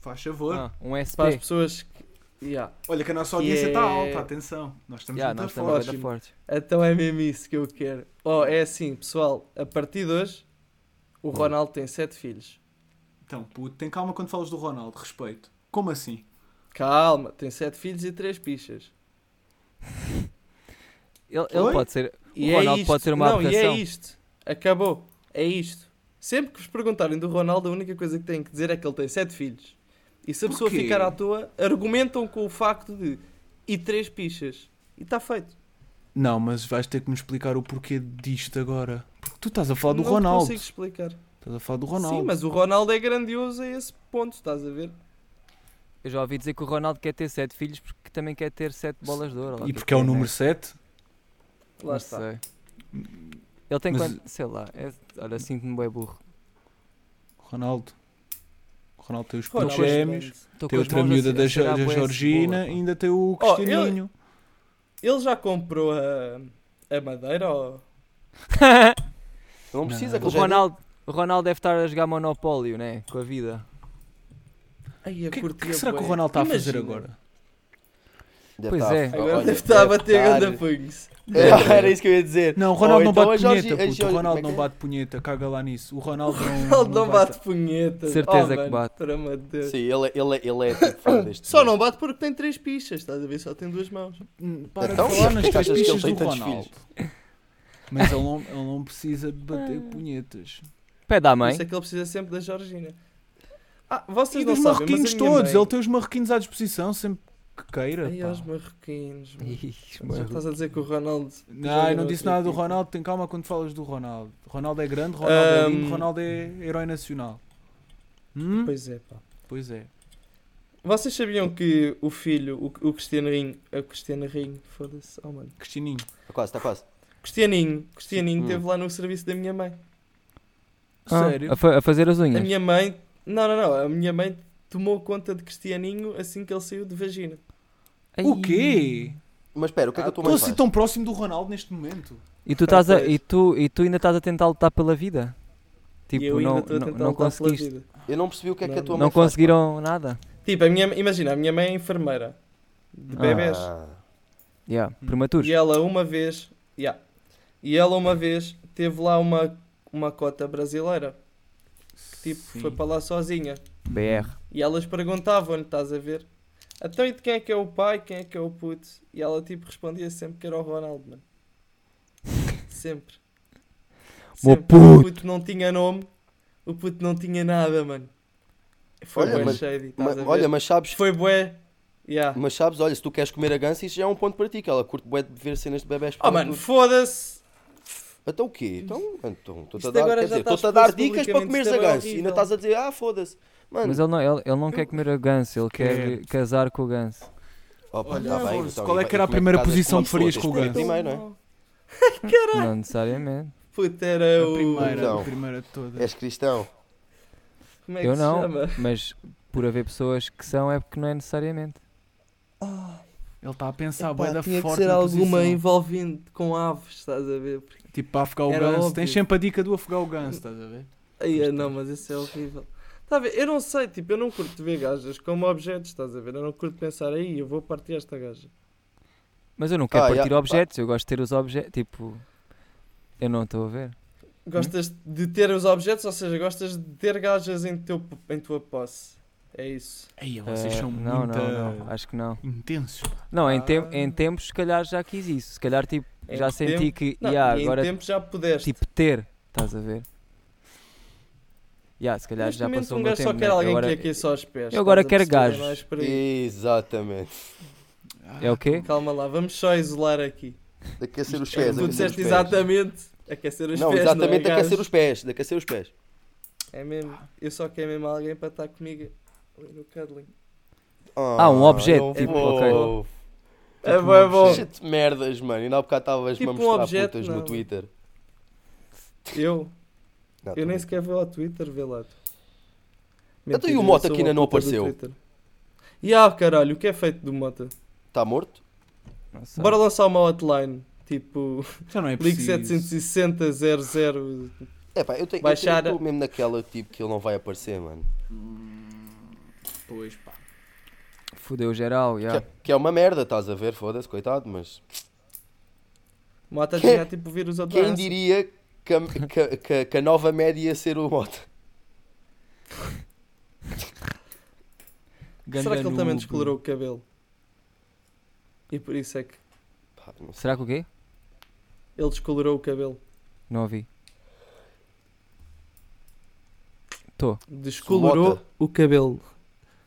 [SPEAKER 1] Faz favor.
[SPEAKER 4] Ah, um
[SPEAKER 2] para as
[SPEAKER 4] SP.
[SPEAKER 2] pessoas que. Yeah.
[SPEAKER 1] Olha que a nossa
[SPEAKER 2] Que
[SPEAKER 1] audiência está
[SPEAKER 2] é-
[SPEAKER 1] alta, atenção. Nós estamos
[SPEAKER 4] Yeah,
[SPEAKER 1] muito
[SPEAKER 4] nós
[SPEAKER 1] a
[SPEAKER 4] estamos
[SPEAKER 1] falar.
[SPEAKER 4] bué da
[SPEAKER 2] Ótimo.
[SPEAKER 4] forte.
[SPEAKER 2] Então é mesmo isso que eu quero. Oh, é assim, pessoal, a partir de hoje
[SPEAKER 4] Hum.
[SPEAKER 2] o Ronaldo tem sete filhos.
[SPEAKER 1] Então, puto, tem calma quando falas do Ronaldo, respeito. Como assim?
[SPEAKER 2] Calma, tem sete filhos e três pichas.
[SPEAKER 4] Ele, ele
[SPEAKER 1] Oi?
[SPEAKER 4] pode ser. o
[SPEAKER 2] E
[SPEAKER 4] Ronaldo
[SPEAKER 2] é isto.
[SPEAKER 4] pode ser uma
[SPEAKER 2] Não, e é
[SPEAKER 4] aberração.
[SPEAKER 2] isto. Acabou. É isto. Sempre que vos perguntarem do Ronaldo, a única coisa que têm que dizer é que ele tem sete filhos. E se a pessoa
[SPEAKER 1] Porquê?
[SPEAKER 2] ficar à toa, argumentam com o facto de e três pichas. E está feito.
[SPEAKER 1] Não, mas vais ter que me explicar o porquê disto agora. Porque tu estás a falar do
[SPEAKER 2] Não te
[SPEAKER 1] Ronaldo.
[SPEAKER 2] consigo explicar.
[SPEAKER 1] Estás a falar do Ronaldo.
[SPEAKER 2] Sim, mas o Ronaldo é grandioso a esse ponto, estás a ver?
[SPEAKER 4] Eu já ouvi dizer que o Ronaldo quer ter 7 filhos porque também quer ter 7 bolas de ouro. ou lá
[SPEAKER 1] E
[SPEAKER 4] o que
[SPEAKER 1] porque é o
[SPEAKER 4] que
[SPEAKER 1] número
[SPEAKER 4] né?
[SPEAKER 1] 7?
[SPEAKER 2] Lá
[SPEAKER 4] Não
[SPEAKER 2] está.
[SPEAKER 4] sei. Ele tem
[SPEAKER 1] Mas-
[SPEAKER 4] quanto? Sei lá. É, olha, sinto-me bem burro.
[SPEAKER 1] Ronaldo. O Ronaldo tem os
[SPEAKER 2] Ronaldo
[SPEAKER 1] putos
[SPEAKER 2] é
[SPEAKER 1] gêmeos,
[SPEAKER 2] grande.
[SPEAKER 4] Estou
[SPEAKER 1] tem
[SPEAKER 4] com as
[SPEAKER 1] outra
[SPEAKER 4] mãos a
[SPEAKER 1] miúda
[SPEAKER 4] se-
[SPEAKER 1] da,
[SPEAKER 4] a
[SPEAKER 1] Jo-
[SPEAKER 4] cheirar
[SPEAKER 1] da
[SPEAKER 4] bué a
[SPEAKER 1] Georgina
[SPEAKER 4] cebola,
[SPEAKER 1] e
[SPEAKER 4] pá.
[SPEAKER 1] ainda tem o é
[SPEAKER 2] eu-
[SPEAKER 1] Cristianinho.
[SPEAKER 2] Ele já comprou a, a madeira ou.
[SPEAKER 3] Não precisa que
[SPEAKER 4] O
[SPEAKER 3] ele já-
[SPEAKER 4] Ronaldo, o Ronaldo deve estar a jogar Monopólio, né? Com a vida.
[SPEAKER 2] Ai, eu
[SPEAKER 1] O que, o
[SPEAKER 2] curti
[SPEAKER 1] que
[SPEAKER 2] a
[SPEAKER 1] será que o
[SPEAKER 2] bué.
[SPEAKER 1] Ronaldo está a fazer
[SPEAKER 2] Imagina.
[SPEAKER 1] agora?
[SPEAKER 3] Deve
[SPEAKER 4] Pois
[SPEAKER 3] estar tá a-
[SPEAKER 4] é.
[SPEAKER 2] Agora
[SPEAKER 3] olha,
[SPEAKER 2] deve estar a bater
[SPEAKER 3] estar-
[SPEAKER 2] ganda punhos.
[SPEAKER 3] É, Era isso que eu ia dizer.
[SPEAKER 1] Não, o Ronaldo
[SPEAKER 3] Ou
[SPEAKER 1] não
[SPEAKER 3] então
[SPEAKER 1] bate
[SPEAKER 3] a Jorge-
[SPEAKER 1] punheta,
[SPEAKER 3] a
[SPEAKER 1] puto. O
[SPEAKER 3] Jorge-
[SPEAKER 1] Ronaldo
[SPEAKER 3] como é
[SPEAKER 1] não
[SPEAKER 3] que é?
[SPEAKER 1] bate punheta, caga lá nisso. O Ronaldo não,
[SPEAKER 2] Ronaldo não bate
[SPEAKER 1] bate.
[SPEAKER 2] punheta.
[SPEAKER 4] Certeza que
[SPEAKER 2] mano,
[SPEAKER 4] bate.
[SPEAKER 2] por amor de Deus.
[SPEAKER 3] Sim, ele, é- ele, é- ele é tipo fã deste.
[SPEAKER 2] Só não bate porque tem três pichas, estás a ver? Só tem duas mãos.
[SPEAKER 1] Hum, Para
[SPEAKER 3] Então,
[SPEAKER 1] de falar
[SPEAKER 3] e
[SPEAKER 1] nas
[SPEAKER 3] porquê que
[SPEAKER 1] três
[SPEAKER 3] achas que ele
[SPEAKER 1] pistas do
[SPEAKER 3] tem tantos
[SPEAKER 1] Ronaldo. Mas ele não, ele não precisa de bater punhetas.
[SPEAKER 4] Pé da
[SPEAKER 2] Por
[SPEAKER 4] mãe.
[SPEAKER 2] isso é que ele precisa sempre da Georgina. Ah, vocês
[SPEAKER 1] E
[SPEAKER 2] não
[SPEAKER 1] dos
[SPEAKER 2] sabem, mas a
[SPEAKER 1] marroquinos
[SPEAKER 2] minha
[SPEAKER 1] todos.
[SPEAKER 2] mãe...
[SPEAKER 1] Ele tem os marroquinos à disposição sempre que queira.
[SPEAKER 2] Ai,
[SPEAKER 1] pá.
[SPEAKER 2] aos marroquinos. mano.
[SPEAKER 4] Ih,
[SPEAKER 2] é Já
[SPEAKER 4] esmarro.
[SPEAKER 2] estás a dizer que o Ronaldo.
[SPEAKER 1] Não, eu não disse nada do
[SPEAKER 2] Ronaldo.
[SPEAKER 1] Ronaldo. Tem calma quando falas do Ronaldo. Ronaldo é grande, Ronaldo é lindo,
[SPEAKER 2] Ahm.
[SPEAKER 1] Ronaldo é herói nacional. Hum? Pois.
[SPEAKER 2] Pois é, pá.
[SPEAKER 1] é.
[SPEAKER 2] Vocês sabiam que o filho, o, o Cristiano Rinho, a Cristiano Rinho, foda-se, oh mano.
[SPEAKER 1] Cristininho.
[SPEAKER 3] Está Tá quase, está quase.
[SPEAKER 2] Cristianinho, Cristianinho
[SPEAKER 3] Hum.
[SPEAKER 2] esteve lá no serviço da minha mãe.
[SPEAKER 4] Ah,
[SPEAKER 1] Sério?
[SPEAKER 4] A, fa- a fazer as
[SPEAKER 2] A
[SPEAKER 4] unhas.
[SPEAKER 2] minha mãe, não, não, não, a minha mãe tomou conta de Cristianinho assim que ele saiu de vagina.
[SPEAKER 4] Ai.
[SPEAKER 1] O quê?
[SPEAKER 3] Mas espera, o que é que eu
[SPEAKER 2] Ah,
[SPEAKER 3] estou
[SPEAKER 1] Estou
[SPEAKER 3] mais
[SPEAKER 1] assim tão próximo do Ronaldo neste momento.
[SPEAKER 4] E tu, estás a,
[SPEAKER 2] Pois.
[SPEAKER 4] e, tu, e tu ainda estás a tentar lutar pela vida.
[SPEAKER 2] E eu
[SPEAKER 4] Tipo,
[SPEAKER 2] ainda
[SPEAKER 4] não,
[SPEAKER 2] estou a
[SPEAKER 4] não,
[SPEAKER 2] tentar
[SPEAKER 4] não
[SPEAKER 2] lutar pela
[SPEAKER 4] conseguiste.
[SPEAKER 2] vida.
[SPEAKER 3] Eu não percebi o que é que a tua
[SPEAKER 4] Não
[SPEAKER 3] mãe faz, pá.
[SPEAKER 4] conseguiram nada.
[SPEAKER 2] Tipo, a minha, imagina, a minha mãe é enfermeira de
[SPEAKER 4] Ah.
[SPEAKER 2] bebés.
[SPEAKER 3] Ah,
[SPEAKER 4] Yeah,
[SPEAKER 1] Hum.
[SPEAKER 4] prematuros.
[SPEAKER 2] E ela uma vez, yeah, e ela uma vez teve lá uma, uma cota brasileira, que tipo,
[SPEAKER 1] Sim.
[SPEAKER 2] foi para lá sozinha.
[SPEAKER 4] BR.
[SPEAKER 2] E elas perguntavam-lhe, estás a ver? Então e de quem é que é o pai, quem é que é o puto? E ela tipo respondia sempre que era o Ronaldo, mano. Sempre.
[SPEAKER 4] Meu
[SPEAKER 2] Sempre. O
[SPEAKER 4] puto.
[SPEAKER 2] puto não tinha nome, o puto não tinha nada, mano. Foi
[SPEAKER 3] Olha,
[SPEAKER 2] bué
[SPEAKER 3] mas-
[SPEAKER 2] shady,
[SPEAKER 3] ma-
[SPEAKER 2] estás a ver?
[SPEAKER 3] olha, mas sabes,
[SPEAKER 2] Foi bué. Yeah.
[SPEAKER 3] mas sabes, olha, se tu queres comer a gança, isso já é um ponto para ti, que ela curte bué de ver cenas de bebés.
[SPEAKER 2] Oh mano, foda-se!
[SPEAKER 3] Então o quê? Então, então estou-te a
[SPEAKER 2] Isto
[SPEAKER 3] dar,
[SPEAKER 2] agora
[SPEAKER 3] quer
[SPEAKER 2] já
[SPEAKER 3] dizer,
[SPEAKER 2] está
[SPEAKER 3] estou-te a dar
[SPEAKER 2] exposto
[SPEAKER 3] dicas para
[SPEAKER 2] publicamente,
[SPEAKER 3] comeres a
[SPEAKER 2] isto é bem
[SPEAKER 3] gança e ainda
[SPEAKER 2] horrível.
[SPEAKER 3] estás a dizer, ah, foda-se. Mano,
[SPEAKER 4] Mas ele não, ele, ele não quer comer a ganso, ele quer casar com o ganso.
[SPEAKER 3] opa,
[SPEAKER 1] Olha,
[SPEAKER 3] tá bem,
[SPEAKER 1] Afonso,
[SPEAKER 3] então,
[SPEAKER 1] qual é
[SPEAKER 3] e
[SPEAKER 1] que era a
[SPEAKER 3] como é
[SPEAKER 1] primeira
[SPEAKER 3] casas
[SPEAKER 1] posição
[SPEAKER 3] uma
[SPEAKER 1] que farias
[SPEAKER 3] pessoa?
[SPEAKER 1] com o
[SPEAKER 3] Tens de
[SPEAKER 1] ganso?
[SPEAKER 3] ter primeiro, não é?
[SPEAKER 4] Não necessariamente.
[SPEAKER 2] Puta, era
[SPEAKER 1] A
[SPEAKER 2] o.
[SPEAKER 1] primeira,
[SPEAKER 3] Não.
[SPEAKER 1] a primeira de
[SPEAKER 3] é?
[SPEAKER 1] todas.
[SPEAKER 3] És cristão.
[SPEAKER 2] Como é que
[SPEAKER 4] Eu
[SPEAKER 2] se
[SPEAKER 4] não,
[SPEAKER 2] chama?
[SPEAKER 4] mas por haver pessoas que são é porque não é necessariamente.
[SPEAKER 1] Ele está a pensar,
[SPEAKER 2] Pá,
[SPEAKER 1] bué da
[SPEAKER 2] tinha que
[SPEAKER 1] forte
[SPEAKER 2] ser
[SPEAKER 1] na
[SPEAKER 2] alguma
[SPEAKER 1] posição.
[SPEAKER 2] envolvendo com aves, estás a ver? Porque...
[SPEAKER 1] Tipo, para afogar o
[SPEAKER 2] Era
[SPEAKER 1] ganso.
[SPEAKER 2] óbvio.
[SPEAKER 1] Tens sempre a dica do afogar o ganso, estás a ver?
[SPEAKER 2] Ai, ah, não, mas isso é horrível. Tá a ver? Eu não sei, tipo, eu não curto ver gajas como objetos, estás a ver? Eu não curto pensar aí, eu vou partir esta gaja.
[SPEAKER 4] Mas eu não quero
[SPEAKER 3] Ah,
[SPEAKER 4] partir
[SPEAKER 3] yeah, pá.
[SPEAKER 4] objetos, eu gosto de ter os objetos. Tipo, eu não estou a ver.
[SPEAKER 2] Gostas de ter os objetos, ou seja, gostas de ter gajas em, teu, em tua posse. É isso.
[SPEAKER 1] Aí, vocês
[SPEAKER 4] Eh,
[SPEAKER 1] são
[SPEAKER 4] não,
[SPEAKER 1] muito
[SPEAKER 4] não, não, acho que não.
[SPEAKER 1] intensos.
[SPEAKER 4] Não, em, tem-
[SPEAKER 2] Ah.
[SPEAKER 4] em tempos se calhar já quis isso. Se calhar tipo,
[SPEAKER 2] Em
[SPEAKER 4] já
[SPEAKER 2] que
[SPEAKER 4] senti
[SPEAKER 2] tempo-
[SPEAKER 4] que
[SPEAKER 2] Não,
[SPEAKER 4] yeah,
[SPEAKER 2] e
[SPEAKER 4] agora
[SPEAKER 2] em tempo já pudeste.
[SPEAKER 4] tipo ter, estás a ver? Yeah, se calhar
[SPEAKER 2] Neste
[SPEAKER 4] já
[SPEAKER 2] momento
[SPEAKER 4] passou o
[SPEAKER 2] um
[SPEAKER 4] meu
[SPEAKER 2] gajo
[SPEAKER 4] tempo.
[SPEAKER 2] só quer
[SPEAKER 4] né?
[SPEAKER 2] alguém
[SPEAKER 4] agora,
[SPEAKER 2] que é aqui só aos pés.
[SPEAKER 4] eu agora
[SPEAKER 2] estás a
[SPEAKER 4] quero
[SPEAKER 2] perceber?
[SPEAKER 4] gajos.
[SPEAKER 2] Não és é por aí.
[SPEAKER 3] Exatamente.
[SPEAKER 4] É o quê?
[SPEAKER 2] Calma lá, vamos só isolar aqui.
[SPEAKER 3] Aquecer os
[SPEAKER 1] É,
[SPEAKER 3] pés.
[SPEAKER 2] tu
[SPEAKER 3] aquecer
[SPEAKER 2] disseste
[SPEAKER 3] os pés.
[SPEAKER 2] exatamente aquecer os
[SPEAKER 3] Não,
[SPEAKER 2] pés.
[SPEAKER 3] exatamente
[SPEAKER 2] não é
[SPEAKER 3] aquecer
[SPEAKER 2] gajos?
[SPEAKER 3] os pés. De aquecer os pés.
[SPEAKER 2] É mesmo, eu só quero mesmo alguém para estar comigo ali no cuddling.
[SPEAKER 4] Ah, um objeto,
[SPEAKER 3] eu
[SPEAKER 4] tipo,
[SPEAKER 3] vou.
[SPEAKER 2] É bom, é bom.
[SPEAKER 3] Shit, merdas, mano. Ainda há bocado estavas-me
[SPEAKER 2] Tipo
[SPEAKER 3] a
[SPEAKER 2] um
[SPEAKER 3] mostrar
[SPEAKER 2] objeto,
[SPEAKER 3] putas
[SPEAKER 2] não.
[SPEAKER 3] no Twitter.
[SPEAKER 2] Eu,
[SPEAKER 3] Não, tá
[SPEAKER 2] eu
[SPEAKER 3] também.
[SPEAKER 2] nem sequer vou ao Twitter ver lá.
[SPEAKER 3] Então,
[SPEAKER 2] Mentira,
[SPEAKER 3] e o
[SPEAKER 2] eu
[SPEAKER 3] Mota
[SPEAKER 2] sou
[SPEAKER 3] que ainda
[SPEAKER 2] uma
[SPEAKER 3] não
[SPEAKER 2] puta do
[SPEAKER 3] apareceu?
[SPEAKER 2] Twitter. E ah, caralho, o que é feito do Mota?
[SPEAKER 3] Está Tá morto?
[SPEAKER 4] não sei.
[SPEAKER 2] Bora lançar uma hotline, tipo,
[SPEAKER 1] Já não é
[SPEAKER 2] ligue
[SPEAKER 1] preciso.
[SPEAKER 2] 760 00
[SPEAKER 3] É pá, eu tenho.
[SPEAKER 2] Baixar-
[SPEAKER 3] Eu estou mesmo naquela tipo que ele não vai aparecer, mano.
[SPEAKER 1] Hum, Pois pá.
[SPEAKER 4] Fudeu geral,
[SPEAKER 3] Que,
[SPEAKER 4] yeah.
[SPEAKER 3] é- que é uma merda, estás a ver? Foda-se, coitado, mas.
[SPEAKER 2] Mota tinha tipo vírus outro
[SPEAKER 3] Quem diria que a, que- que- que a nova média ia ser o Mota?
[SPEAKER 2] Será que ele também
[SPEAKER 3] um
[SPEAKER 4] Ganda
[SPEAKER 2] descolorou
[SPEAKER 4] noob.
[SPEAKER 2] o cabelo? E por isso é que
[SPEAKER 3] Pá, não sei.
[SPEAKER 4] Será que o quê?
[SPEAKER 2] ele descolorou o cabelo.
[SPEAKER 4] Não ouvi.
[SPEAKER 2] Descolorou
[SPEAKER 3] Mota.
[SPEAKER 2] o cabelo.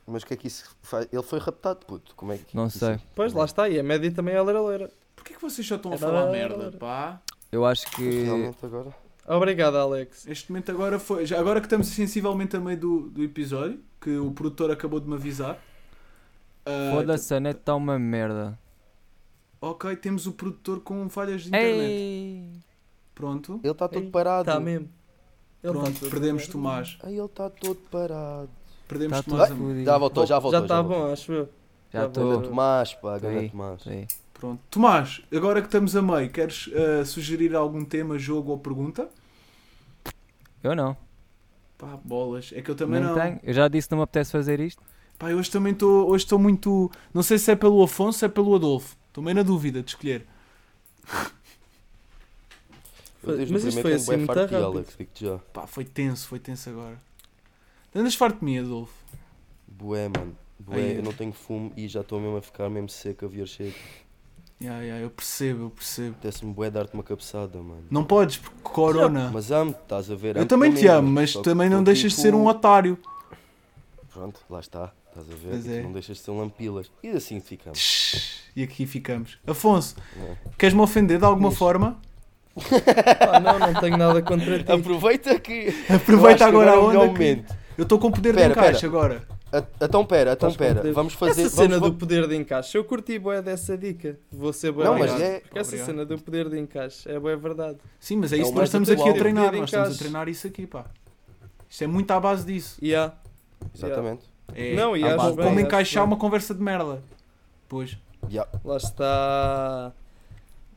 [SPEAKER 3] Mas o que é que isso faz? Ele foi raptado, puto. Como é que.
[SPEAKER 4] Não
[SPEAKER 3] isso-
[SPEAKER 4] sei.
[SPEAKER 2] Pois, lá está, e a média também é leira-leira.
[SPEAKER 1] Porquê que vocês só estão a
[SPEAKER 2] É
[SPEAKER 1] falar
[SPEAKER 2] da-
[SPEAKER 1] merda, pá?
[SPEAKER 4] Eu acho que.
[SPEAKER 3] Realmente agora.
[SPEAKER 2] Obrigado, Alex.
[SPEAKER 1] Este momento agora foi. Já agora que estamos sensivelmente a meio do, do episódio, que o produtor acabou de me avisar. ah,
[SPEAKER 4] Foda-se, a net está uma merda.
[SPEAKER 1] ok, temos o produtor com falhas de internet.
[SPEAKER 4] Ei!
[SPEAKER 1] Pronto.
[SPEAKER 3] Ele está todo
[SPEAKER 2] Ei,
[SPEAKER 3] parado.
[SPEAKER 2] Está Tá mesmo. Ele tá
[SPEAKER 1] Pronto,
[SPEAKER 2] todo-
[SPEAKER 1] perdemos Tomás.
[SPEAKER 3] Ai, ele está todo parado.
[SPEAKER 1] Perdemos
[SPEAKER 4] Está Tá tudo
[SPEAKER 1] Tomás. a-
[SPEAKER 4] fodido.
[SPEAKER 3] Já voltou, já voltou.
[SPEAKER 2] Já está
[SPEAKER 3] voltou.
[SPEAKER 2] bom, é. acho eu.
[SPEAKER 4] Já
[SPEAKER 2] Já
[SPEAKER 4] estou.
[SPEAKER 2] voltou.
[SPEAKER 3] Ganda Tomás, pá,
[SPEAKER 4] Tô aí,
[SPEAKER 3] ganda Tomás.
[SPEAKER 4] tô aí.
[SPEAKER 1] Pronto. Tomás, agora que estamos a meio, queres ah, sugerir algum tema, jogo ou pergunta?
[SPEAKER 4] Eu não.
[SPEAKER 1] Pá, bolas. É que eu também
[SPEAKER 4] Nem
[SPEAKER 1] não.
[SPEAKER 4] tenho. Eu já disse que não me apetece fazer isto.
[SPEAKER 1] Pá, eu hoje também estou. Hoje estou muito. Não sei se é pelo Afonso ou é pelo Adolfo. Estou meio na dúvida de escolher.
[SPEAKER 3] Eu desde
[SPEAKER 2] Mas
[SPEAKER 3] o
[SPEAKER 2] isto
[SPEAKER 3] primeiro
[SPEAKER 2] foi
[SPEAKER 3] tenho
[SPEAKER 2] assim
[SPEAKER 3] bué
[SPEAKER 2] muito
[SPEAKER 3] farto de
[SPEAKER 2] rápido.
[SPEAKER 3] Alex, digo-te já.
[SPEAKER 1] Pá, foi tenso, foi tenso agora. Andas farto de mim, Adolfo.
[SPEAKER 3] Bué, mano. Bué,
[SPEAKER 1] Aí.
[SPEAKER 3] eu não tenho fumo e já estou mesmo a ficar mesmo seco a vir cheio.
[SPEAKER 1] Ya, ya, eu percebo, eu percebo.
[SPEAKER 3] Desce-me bué dar-te uma cabeçada, mano.
[SPEAKER 1] Não podes, porque corona.
[SPEAKER 3] Mas amo-te, estás a ver?
[SPEAKER 1] eu
[SPEAKER 3] amo-te
[SPEAKER 1] também te
[SPEAKER 3] mesmo,
[SPEAKER 1] amo, mas
[SPEAKER 3] só que tipo
[SPEAKER 1] também não
[SPEAKER 3] tu,
[SPEAKER 1] deixas de ser
[SPEAKER 3] tipo,
[SPEAKER 1] um otário.
[SPEAKER 3] Pronto, lá está. Estás a ver?
[SPEAKER 1] Pois
[SPEAKER 3] E tu
[SPEAKER 1] é.
[SPEAKER 3] Não deixas de ser um lampilas. E assim ficamos.
[SPEAKER 1] E aqui ficamos. Afonso,
[SPEAKER 3] É.
[SPEAKER 1] queres-me ofender de alguma forma?
[SPEAKER 2] Pá, não, não tenho nada contra ti.
[SPEAKER 3] Aproveita que.
[SPEAKER 1] Aproveita
[SPEAKER 3] Eu acho que
[SPEAKER 1] agora a
[SPEAKER 3] é o melhor
[SPEAKER 1] onda. que-
[SPEAKER 3] momento.
[SPEAKER 1] Eu estou com o poder
[SPEAKER 3] Pera,
[SPEAKER 1] de encaixe
[SPEAKER 3] pera.
[SPEAKER 1] agora.
[SPEAKER 3] A- Então pera, então
[SPEAKER 2] Estás com
[SPEAKER 3] pera.
[SPEAKER 2] poder.
[SPEAKER 3] Vamos fazer.
[SPEAKER 2] Essa cena
[SPEAKER 3] vamos-
[SPEAKER 2] do poder de encaixe, eu curti boé dessa dica. Vou ser boé
[SPEAKER 3] Não,
[SPEAKER 1] mas
[SPEAKER 3] é-
[SPEAKER 2] Porque essa
[SPEAKER 1] Obrigado.
[SPEAKER 2] cena do poder de encaixe é boé verdade.
[SPEAKER 1] Sim, mas é
[SPEAKER 3] É
[SPEAKER 1] isso que
[SPEAKER 3] o
[SPEAKER 1] nós
[SPEAKER 3] mais
[SPEAKER 1] estamos aqui a
[SPEAKER 3] atual.
[SPEAKER 1] treinar.
[SPEAKER 2] Poder de
[SPEAKER 1] Nós estamos a
[SPEAKER 2] encaixe.
[SPEAKER 1] treinar isso aqui, pá. Isto é muito à base disso.
[SPEAKER 2] E ah, há.
[SPEAKER 3] Exatamente.
[SPEAKER 1] É
[SPEAKER 2] Não, e
[SPEAKER 1] à
[SPEAKER 2] acho
[SPEAKER 1] base-
[SPEAKER 2] bem,
[SPEAKER 1] como
[SPEAKER 2] acho
[SPEAKER 1] encaixar
[SPEAKER 2] bem.
[SPEAKER 1] uma conversa de merda. Pois,
[SPEAKER 3] Yeah.
[SPEAKER 2] Lá está.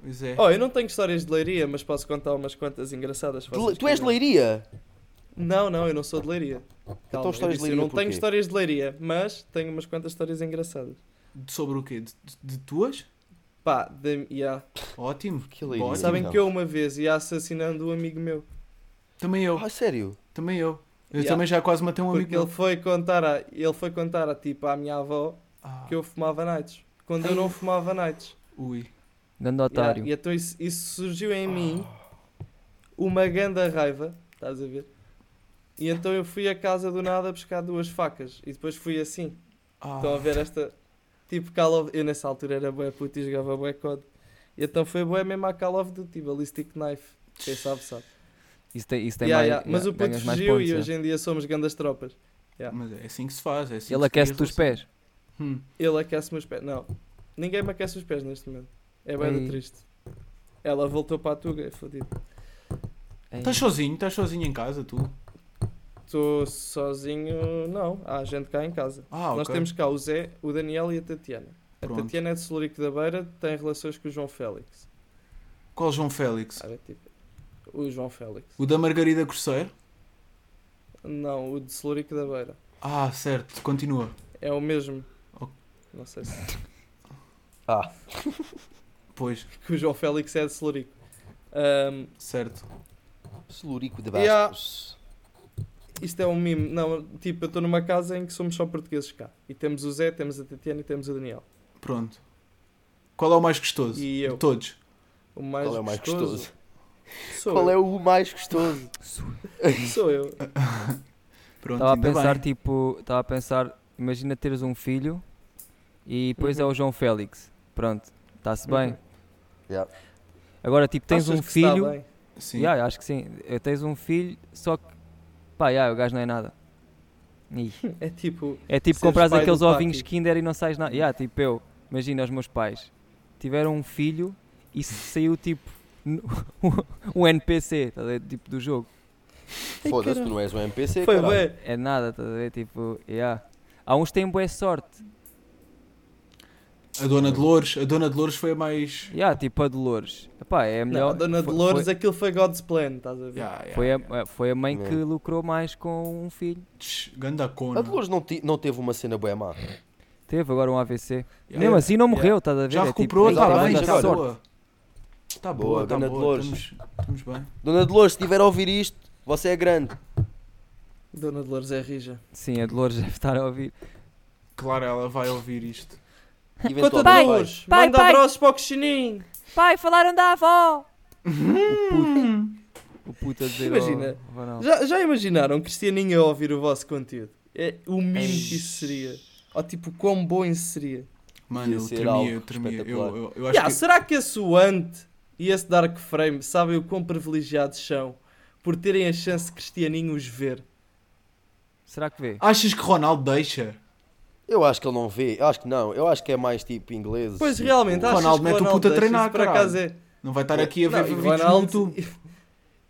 [SPEAKER 1] pois é.
[SPEAKER 2] Oh, eu não tenho histórias de leiria, mas posso contar umas quantas engraçadas.
[SPEAKER 3] Tu,
[SPEAKER 2] vocês
[SPEAKER 3] tu és de
[SPEAKER 2] quiserem.
[SPEAKER 3] leiria? Então
[SPEAKER 2] Não, não, eu não sou de leiria. Calma, eu
[SPEAKER 3] histórias de
[SPEAKER 2] disse, eu
[SPEAKER 3] Leiria
[SPEAKER 2] não tenho
[SPEAKER 3] porquê?
[SPEAKER 2] histórias de leiria, mas tenho umas quantas histórias engraçadas.
[SPEAKER 1] De- Sobre o quê? De, de- de tuas?
[SPEAKER 2] Pá, de, yeah.
[SPEAKER 1] Ótimo.
[SPEAKER 3] Que leiria.
[SPEAKER 1] Bora.
[SPEAKER 2] sabem
[SPEAKER 3] então.
[SPEAKER 2] que eu uma vez ia assassinando um amigo meu.
[SPEAKER 1] Também eu,
[SPEAKER 3] Ah, sério?
[SPEAKER 1] também eu. Eu
[SPEAKER 2] Yeah.
[SPEAKER 1] também já quase matei um amigo
[SPEAKER 2] Porque
[SPEAKER 1] meu.
[SPEAKER 2] ele foi contar a, ele foi contar a, tipo à minha avó
[SPEAKER 1] Ah,
[SPEAKER 2] que eu fumava nights. Quando eu não fumava nights.
[SPEAKER 1] Ui.
[SPEAKER 4] Grande
[SPEAKER 2] Yeah,
[SPEAKER 4] otário.
[SPEAKER 2] e então isso, isso surgiu em mim uma ganda raiva, estás a ver? E então eu fui à casa do nada buscar duas facas e depois fui assim.
[SPEAKER 1] Ah,
[SPEAKER 2] Estão a ver esta tipo Call of Eu nessa altura era bué puto e jogava bué COD. E então foi bué mesmo à Call of Duty, Ballistic Knife. Quem sabe sabe.
[SPEAKER 4] Isso tem, isso tem
[SPEAKER 2] Yeah,
[SPEAKER 4] mais.
[SPEAKER 2] yeah, Mas
[SPEAKER 4] yeah,
[SPEAKER 2] o puto
[SPEAKER 4] ganhas mais
[SPEAKER 2] fugiu
[SPEAKER 4] pontos,
[SPEAKER 2] e
[SPEAKER 4] yeah.
[SPEAKER 2] hoje em dia somos grandes tropas.
[SPEAKER 1] Mas é assim que se faz. É assim que
[SPEAKER 4] Ele
[SPEAKER 1] se cria
[SPEAKER 4] aquece-te os
[SPEAKER 1] relação.
[SPEAKER 4] pés.
[SPEAKER 1] Hum.
[SPEAKER 2] Ele aquece-me os pés. Não, ninguém me aquece os pés neste momento. É bué
[SPEAKER 1] Hum.
[SPEAKER 4] Ei.
[SPEAKER 2] de triste. Ela voltou para a Tuga, é fodido. É
[SPEAKER 4] Ei,
[SPEAKER 2] Tá
[SPEAKER 1] Estás sozinho? Estás sozinho em casa, tu?
[SPEAKER 2] Estou sozinho, não. Há gente cá em casa.
[SPEAKER 1] Ah,
[SPEAKER 2] Nós
[SPEAKER 1] ok.
[SPEAKER 2] temos cá o Zé, o Daniel e a Tatiana. A
[SPEAKER 1] Pronto.
[SPEAKER 2] Tatiana é de Solurico da Beira, tem relações com o João Félix.
[SPEAKER 1] Qual João Félix?
[SPEAKER 2] Cara, tipo, o João Félix.
[SPEAKER 1] O da Margarida Corseiro?
[SPEAKER 2] Não, o de Celurico da Beira.
[SPEAKER 1] Ah, certo. Continua.
[SPEAKER 2] É o mesmo.
[SPEAKER 1] Ok.
[SPEAKER 2] Não sei se.
[SPEAKER 1] Pois,
[SPEAKER 2] Que o João Félix é de Celurico.
[SPEAKER 1] certo.
[SPEAKER 3] Celurico de
[SPEAKER 2] Yeah.
[SPEAKER 3] Bastos.
[SPEAKER 2] isto é um mimo. Não, tipo, eu estou numa casa em que somos só portugueses cá. E temos o Zé, temos a Tatiana e temos o Daniel.
[SPEAKER 1] Pronto. Qual é o mais gostoso?
[SPEAKER 2] E eu.
[SPEAKER 1] De todos.
[SPEAKER 2] O mais
[SPEAKER 3] Qual é o mais gostoso?
[SPEAKER 2] Sou
[SPEAKER 3] Qual é
[SPEAKER 2] eu.
[SPEAKER 3] o mais gostoso?
[SPEAKER 5] é
[SPEAKER 2] Sou eu.
[SPEAKER 1] Pronto,
[SPEAKER 4] Estava a
[SPEAKER 1] ainda
[SPEAKER 4] pensar,
[SPEAKER 1] bem.
[SPEAKER 4] tipo, estava a pensar, imagina teres um filho e depois é o João Félix. Pronto, está-se bem.
[SPEAKER 2] Uhum.
[SPEAKER 3] Yeah.
[SPEAKER 4] Agora, tipo, tens
[SPEAKER 2] Achas
[SPEAKER 4] um
[SPEAKER 2] que se dá
[SPEAKER 4] filho.
[SPEAKER 2] bem?
[SPEAKER 1] Sim.
[SPEAKER 4] Yeah, acho que sim. Eh, Tens um filho, só que. Pá, yeah, o gajo não é nada. Ih.
[SPEAKER 2] É tipo.
[SPEAKER 4] É tipo
[SPEAKER 2] Seres
[SPEAKER 4] comprar
[SPEAKER 2] pai do tipo.
[SPEAKER 4] aqueles
[SPEAKER 2] Paki.
[SPEAKER 4] ovinhos Kinder e não sais nada. Yeah, tipo eu, imagina os meus pais tiveram um filho e saiu tipo n- um NPC, tá a ver? tipo do jogo.
[SPEAKER 3] Foda-se, tu não és um NPC,
[SPEAKER 2] Foi
[SPEAKER 3] caralho.
[SPEAKER 2] bem.
[SPEAKER 4] É nada, tá a ver? Tipo, yeah. Há uns têm boa sorte.
[SPEAKER 1] A Dona Dolores. A Dona Dolores foi a mais...
[SPEAKER 4] Yeah, tipo a Dolores. Epá, é a
[SPEAKER 2] Não,
[SPEAKER 4] melhor.
[SPEAKER 2] a Dona
[SPEAKER 4] foi-
[SPEAKER 2] Dolores,
[SPEAKER 4] foi,
[SPEAKER 2] aquilo foi God's Plan, estás a ver?
[SPEAKER 1] Yeah, yeah,
[SPEAKER 4] foi,
[SPEAKER 1] yeah.
[SPEAKER 4] a, é, foi a mãe que
[SPEAKER 3] Não.
[SPEAKER 4] lucrou mais com um filho.
[SPEAKER 1] Tch, Ganda cona.
[SPEAKER 3] A Dolores não, ti- não teve uma cena boa má.
[SPEAKER 4] Teve agora um AVC.
[SPEAKER 1] Yeah.
[SPEAKER 4] Mesmo assim não
[SPEAKER 2] Yeah.
[SPEAKER 4] morreu, estás a ver?
[SPEAKER 1] Já
[SPEAKER 4] É tipo,
[SPEAKER 1] recuperou,
[SPEAKER 4] aí
[SPEAKER 1] está
[SPEAKER 4] tá
[SPEAKER 3] tava
[SPEAKER 1] bem,
[SPEAKER 4] bem,
[SPEAKER 1] já
[SPEAKER 3] a
[SPEAKER 1] está
[SPEAKER 4] tá
[SPEAKER 3] dar
[SPEAKER 4] sorte.
[SPEAKER 1] boa. Está
[SPEAKER 3] Boa,
[SPEAKER 1] boa, está
[SPEAKER 3] Dona
[SPEAKER 1] boa.
[SPEAKER 3] Dolores.
[SPEAKER 1] Estamos, estamos bem.
[SPEAKER 3] Dona Dolores, se tiver a ouvir isto, você é grande.
[SPEAKER 2] Dona Dolores é rija.
[SPEAKER 4] Sim, a Dolores deve estar a ouvir.
[SPEAKER 1] Claro, ela vai ouvir isto.
[SPEAKER 2] Conta
[SPEAKER 3] Eventualmente
[SPEAKER 2] pai,
[SPEAKER 3] vai.
[SPEAKER 2] Dolores,
[SPEAKER 5] Pai,
[SPEAKER 2] manda
[SPEAKER 5] pai.
[SPEAKER 2] abraços para o cochininho.
[SPEAKER 5] Pai, falaram da avó.
[SPEAKER 4] O puto a dizer.
[SPEAKER 2] Imagina.
[SPEAKER 4] "Oh, Ronaldo."
[SPEAKER 2] Já, já imaginaram Cristianinho a ouvir o vosso conteúdo? É o mimo que isso seria. Ou tipo, quão bom isso seria.
[SPEAKER 1] Mano,
[SPEAKER 3] Ia
[SPEAKER 1] eu
[SPEAKER 3] ser
[SPEAKER 1] tremia,
[SPEAKER 3] algo
[SPEAKER 1] eu tremia. Eu,
[SPEAKER 3] espetacular.
[SPEAKER 1] eu, eu acho
[SPEAKER 2] Yeah,
[SPEAKER 1] que...
[SPEAKER 2] Será que esse Suante e esse Dark Frame sabem o quão privilegiados são por terem a chance de Cristianinho os ver?
[SPEAKER 4] Será que vê?
[SPEAKER 1] Achas que Ronaldo deixa?
[SPEAKER 3] Eu acho que ele não vê. Eu acho que não. Eu acho que é mais tipo inglês.
[SPEAKER 2] Pois
[SPEAKER 3] tipo,
[SPEAKER 2] realmente, ah, achas
[SPEAKER 1] Ronaldo
[SPEAKER 2] que
[SPEAKER 1] mete o puto a
[SPEAKER 2] deixa-se
[SPEAKER 1] treinar,
[SPEAKER 2] por acaso é.
[SPEAKER 1] Não vai estar aqui a ver
[SPEAKER 2] Não, e
[SPEAKER 1] vídeos
[SPEAKER 2] Ronaldo-
[SPEAKER 1] no YouTube.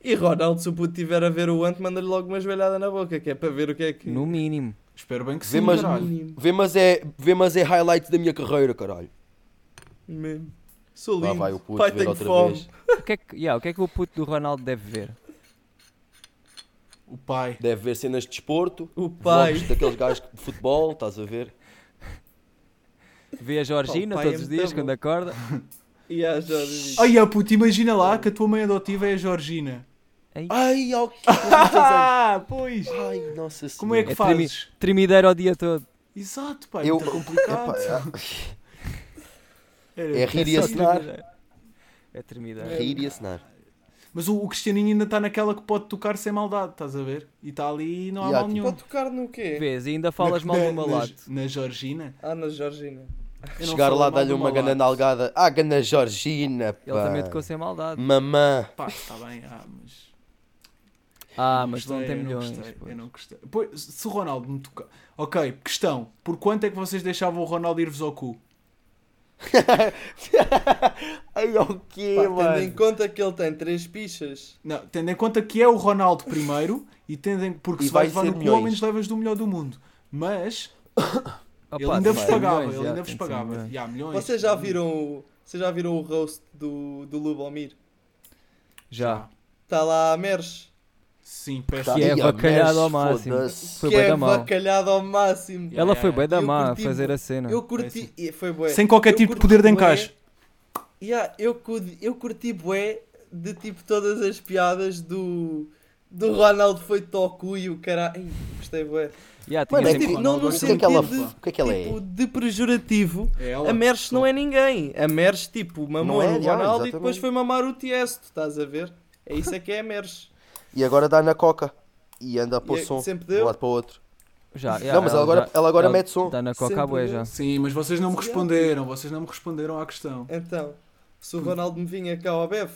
[SPEAKER 2] E Ronaldo, se o puto estiver a ver o Ant, manda-lhe logo uma joelhada na boca, que é para ver o que é que.
[SPEAKER 4] No mínimo.
[SPEAKER 1] Espero bem que
[SPEAKER 3] Vê,
[SPEAKER 1] sim,
[SPEAKER 3] mas-
[SPEAKER 1] caralho.
[SPEAKER 3] Vê mas, é, vê, mas é highlight da minha carreira, caralho.
[SPEAKER 2] Mesmo. Sou
[SPEAKER 3] Lá
[SPEAKER 2] lindo.
[SPEAKER 3] vai o puto
[SPEAKER 2] Pai,
[SPEAKER 3] ver
[SPEAKER 2] tenho
[SPEAKER 3] outra
[SPEAKER 2] fome.
[SPEAKER 3] vez.
[SPEAKER 4] O que, é que, yeah, o que é que o puto do Ronaldo deve ver?
[SPEAKER 1] O pai.
[SPEAKER 3] Deve ver cenas de desporto.
[SPEAKER 2] O pai.
[SPEAKER 3] Vlogs daqueles gajos de futebol, estás a ver?
[SPEAKER 4] Vê a Georgina
[SPEAKER 2] Pá, o pai
[SPEAKER 4] todos
[SPEAKER 2] é
[SPEAKER 4] os
[SPEAKER 2] muito
[SPEAKER 4] dias
[SPEAKER 2] bom.
[SPEAKER 4] quando acorda.
[SPEAKER 2] E a Jorge.
[SPEAKER 1] Ai, ah, puto, imagina lá que a tua mãe adotiva é a Georgina.
[SPEAKER 3] Ai, ao que
[SPEAKER 1] Ah, pois.
[SPEAKER 3] Ai, nossa senhora.
[SPEAKER 1] Como é que
[SPEAKER 4] É
[SPEAKER 1] fazes?
[SPEAKER 4] Trimideiro o dia todo.
[SPEAKER 1] Exato, pá, é
[SPEAKER 3] Eu-
[SPEAKER 1] muito complicado.
[SPEAKER 3] Epá,
[SPEAKER 1] Era
[SPEAKER 3] é rir e assinar.
[SPEAKER 4] É trimideiro.
[SPEAKER 3] Rir e assinar.
[SPEAKER 1] Mas o, o Cristianinho ainda está naquela que pode tocar sem maldade, estás a ver? E está ali e não há
[SPEAKER 3] Yeah,
[SPEAKER 1] mal
[SPEAKER 3] tipo,
[SPEAKER 1] nenhum.
[SPEAKER 2] Pode tocar no quê?
[SPEAKER 4] É. Vês, e ainda falas
[SPEAKER 1] Na-
[SPEAKER 4] mal
[SPEAKER 1] na-
[SPEAKER 4] do malato.
[SPEAKER 1] nas- Na Georgina.
[SPEAKER 2] Ah, na Georgina.
[SPEAKER 1] Eu não
[SPEAKER 3] Chegar
[SPEAKER 1] falo
[SPEAKER 3] lá,
[SPEAKER 1] mal
[SPEAKER 3] dar-lhe
[SPEAKER 1] do
[SPEAKER 3] uma
[SPEAKER 1] Malato.
[SPEAKER 3] gana nalgada. Ah, gana Georgina, pá.
[SPEAKER 4] Ele também tocou sem maldade.
[SPEAKER 3] Mamã.
[SPEAKER 1] Pá, está bem, ah, mas.
[SPEAKER 4] Ah,
[SPEAKER 1] não
[SPEAKER 4] mas não
[SPEAKER 1] gostei,
[SPEAKER 4] tem
[SPEAKER 1] eu
[SPEAKER 4] milhões.
[SPEAKER 1] Não gostei, eu
[SPEAKER 4] pois.
[SPEAKER 1] não gostei. Pois, se o Ronaldo me tocar. Ok, questão. Por quanto é que vocês deixavam o Ronaldo ir-vos ao cu?
[SPEAKER 3] Ai, o quê,
[SPEAKER 2] Pá, tendo em
[SPEAKER 3] mano?
[SPEAKER 2] conta que ele tem três pichas.
[SPEAKER 1] Não, tendo em conta que é o Ronaldo primeiro, e tendo em, porque
[SPEAKER 3] E
[SPEAKER 1] se vais levar
[SPEAKER 3] vai ser
[SPEAKER 1] no cu,
[SPEAKER 3] milhões.
[SPEAKER 1] ao menos levas do melhor do mundo. Mas ele
[SPEAKER 4] Opa,
[SPEAKER 1] ainda
[SPEAKER 4] tem
[SPEAKER 1] vos
[SPEAKER 4] que ser
[SPEAKER 1] pagava, ele
[SPEAKER 4] milhões, já,
[SPEAKER 1] ainda
[SPEAKER 4] tem
[SPEAKER 1] vos
[SPEAKER 4] que ser
[SPEAKER 1] pagava.
[SPEAKER 4] milhões.
[SPEAKER 1] Já, milhões.
[SPEAKER 2] Vocês já viram o. Vocês já viram o roast do, do Lubomir?
[SPEAKER 4] Já.
[SPEAKER 2] Está Tá lá a Merch.
[SPEAKER 1] Sim, peço.
[SPEAKER 3] Tá
[SPEAKER 4] Que é
[SPEAKER 3] aí, ó,
[SPEAKER 4] avacalhado
[SPEAKER 3] mas
[SPEAKER 4] ao máximo.
[SPEAKER 3] foda-se.
[SPEAKER 4] Foi
[SPEAKER 2] que
[SPEAKER 4] bué
[SPEAKER 2] é
[SPEAKER 4] da mal.
[SPEAKER 2] bacalhado ao máximo.
[SPEAKER 1] Yeah,
[SPEAKER 4] assim. Ela
[SPEAKER 1] yeah,
[SPEAKER 4] foi bem da
[SPEAKER 2] Eu
[SPEAKER 4] má a
[SPEAKER 3] tipo,
[SPEAKER 2] curti-
[SPEAKER 4] fazer a cena.
[SPEAKER 2] Eu curti. e Foi bué.
[SPEAKER 1] assim. Sem qualquer
[SPEAKER 2] Eu
[SPEAKER 1] tipo de
[SPEAKER 2] curti
[SPEAKER 1] poder de
[SPEAKER 2] bué-
[SPEAKER 1] encaixe.
[SPEAKER 2] Yeah, eu, cu- eu curti bué de tipo todas as piadas do. Do Ronaldo foi tocu e o cara. Ai, gostei bué.
[SPEAKER 4] Já, tinha
[SPEAKER 3] Mano, é
[SPEAKER 4] sempre-
[SPEAKER 3] tipo,
[SPEAKER 2] não, não
[SPEAKER 3] o que é
[SPEAKER 2] sei
[SPEAKER 3] que ela,
[SPEAKER 2] de-
[SPEAKER 3] o que é que ela é?
[SPEAKER 2] Tipo, de pejorativo.
[SPEAKER 1] É ela.
[SPEAKER 2] A Merch não é ninguém. A Merch, tipo,
[SPEAKER 3] Não
[SPEAKER 2] mamou
[SPEAKER 3] é,
[SPEAKER 2] no
[SPEAKER 3] já,
[SPEAKER 2] Ronaldo e depois
[SPEAKER 3] exatamente.
[SPEAKER 2] foi mamar o Tiesto, estás a ver? É isso é que é a Merch.
[SPEAKER 3] E agora dá na coca. E anda para o
[SPEAKER 2] E é-
[SPEAKER 3] som.
[SPEAKER 2] sempre
[SPEAKER 3] De um
[SPEAKER 2] deu.
[SPEAKER 3] lado para o outro.
[SPEAKER 4] Já, já,
[SPEAKER 3] não, mas ela agora,
[SPEAKER 4] já-
[SPEAKER 3] ela agora
[SPEAKER 4] ela
[SPEAKER 3] mete som.
[SPEAKER 4] Está na
[SPEAKER 2] Sempre
[SPEAKER 4] coca boa já.
[SPEAKER 1] Sim, mas vocês não me
[SPEAKER 2] Yeah.
[SPEAKER 1] responderam, vocês não me responderam à questão.
[SPEAKER 2] Então, se o Ronaldo me vinha cá ao BEF.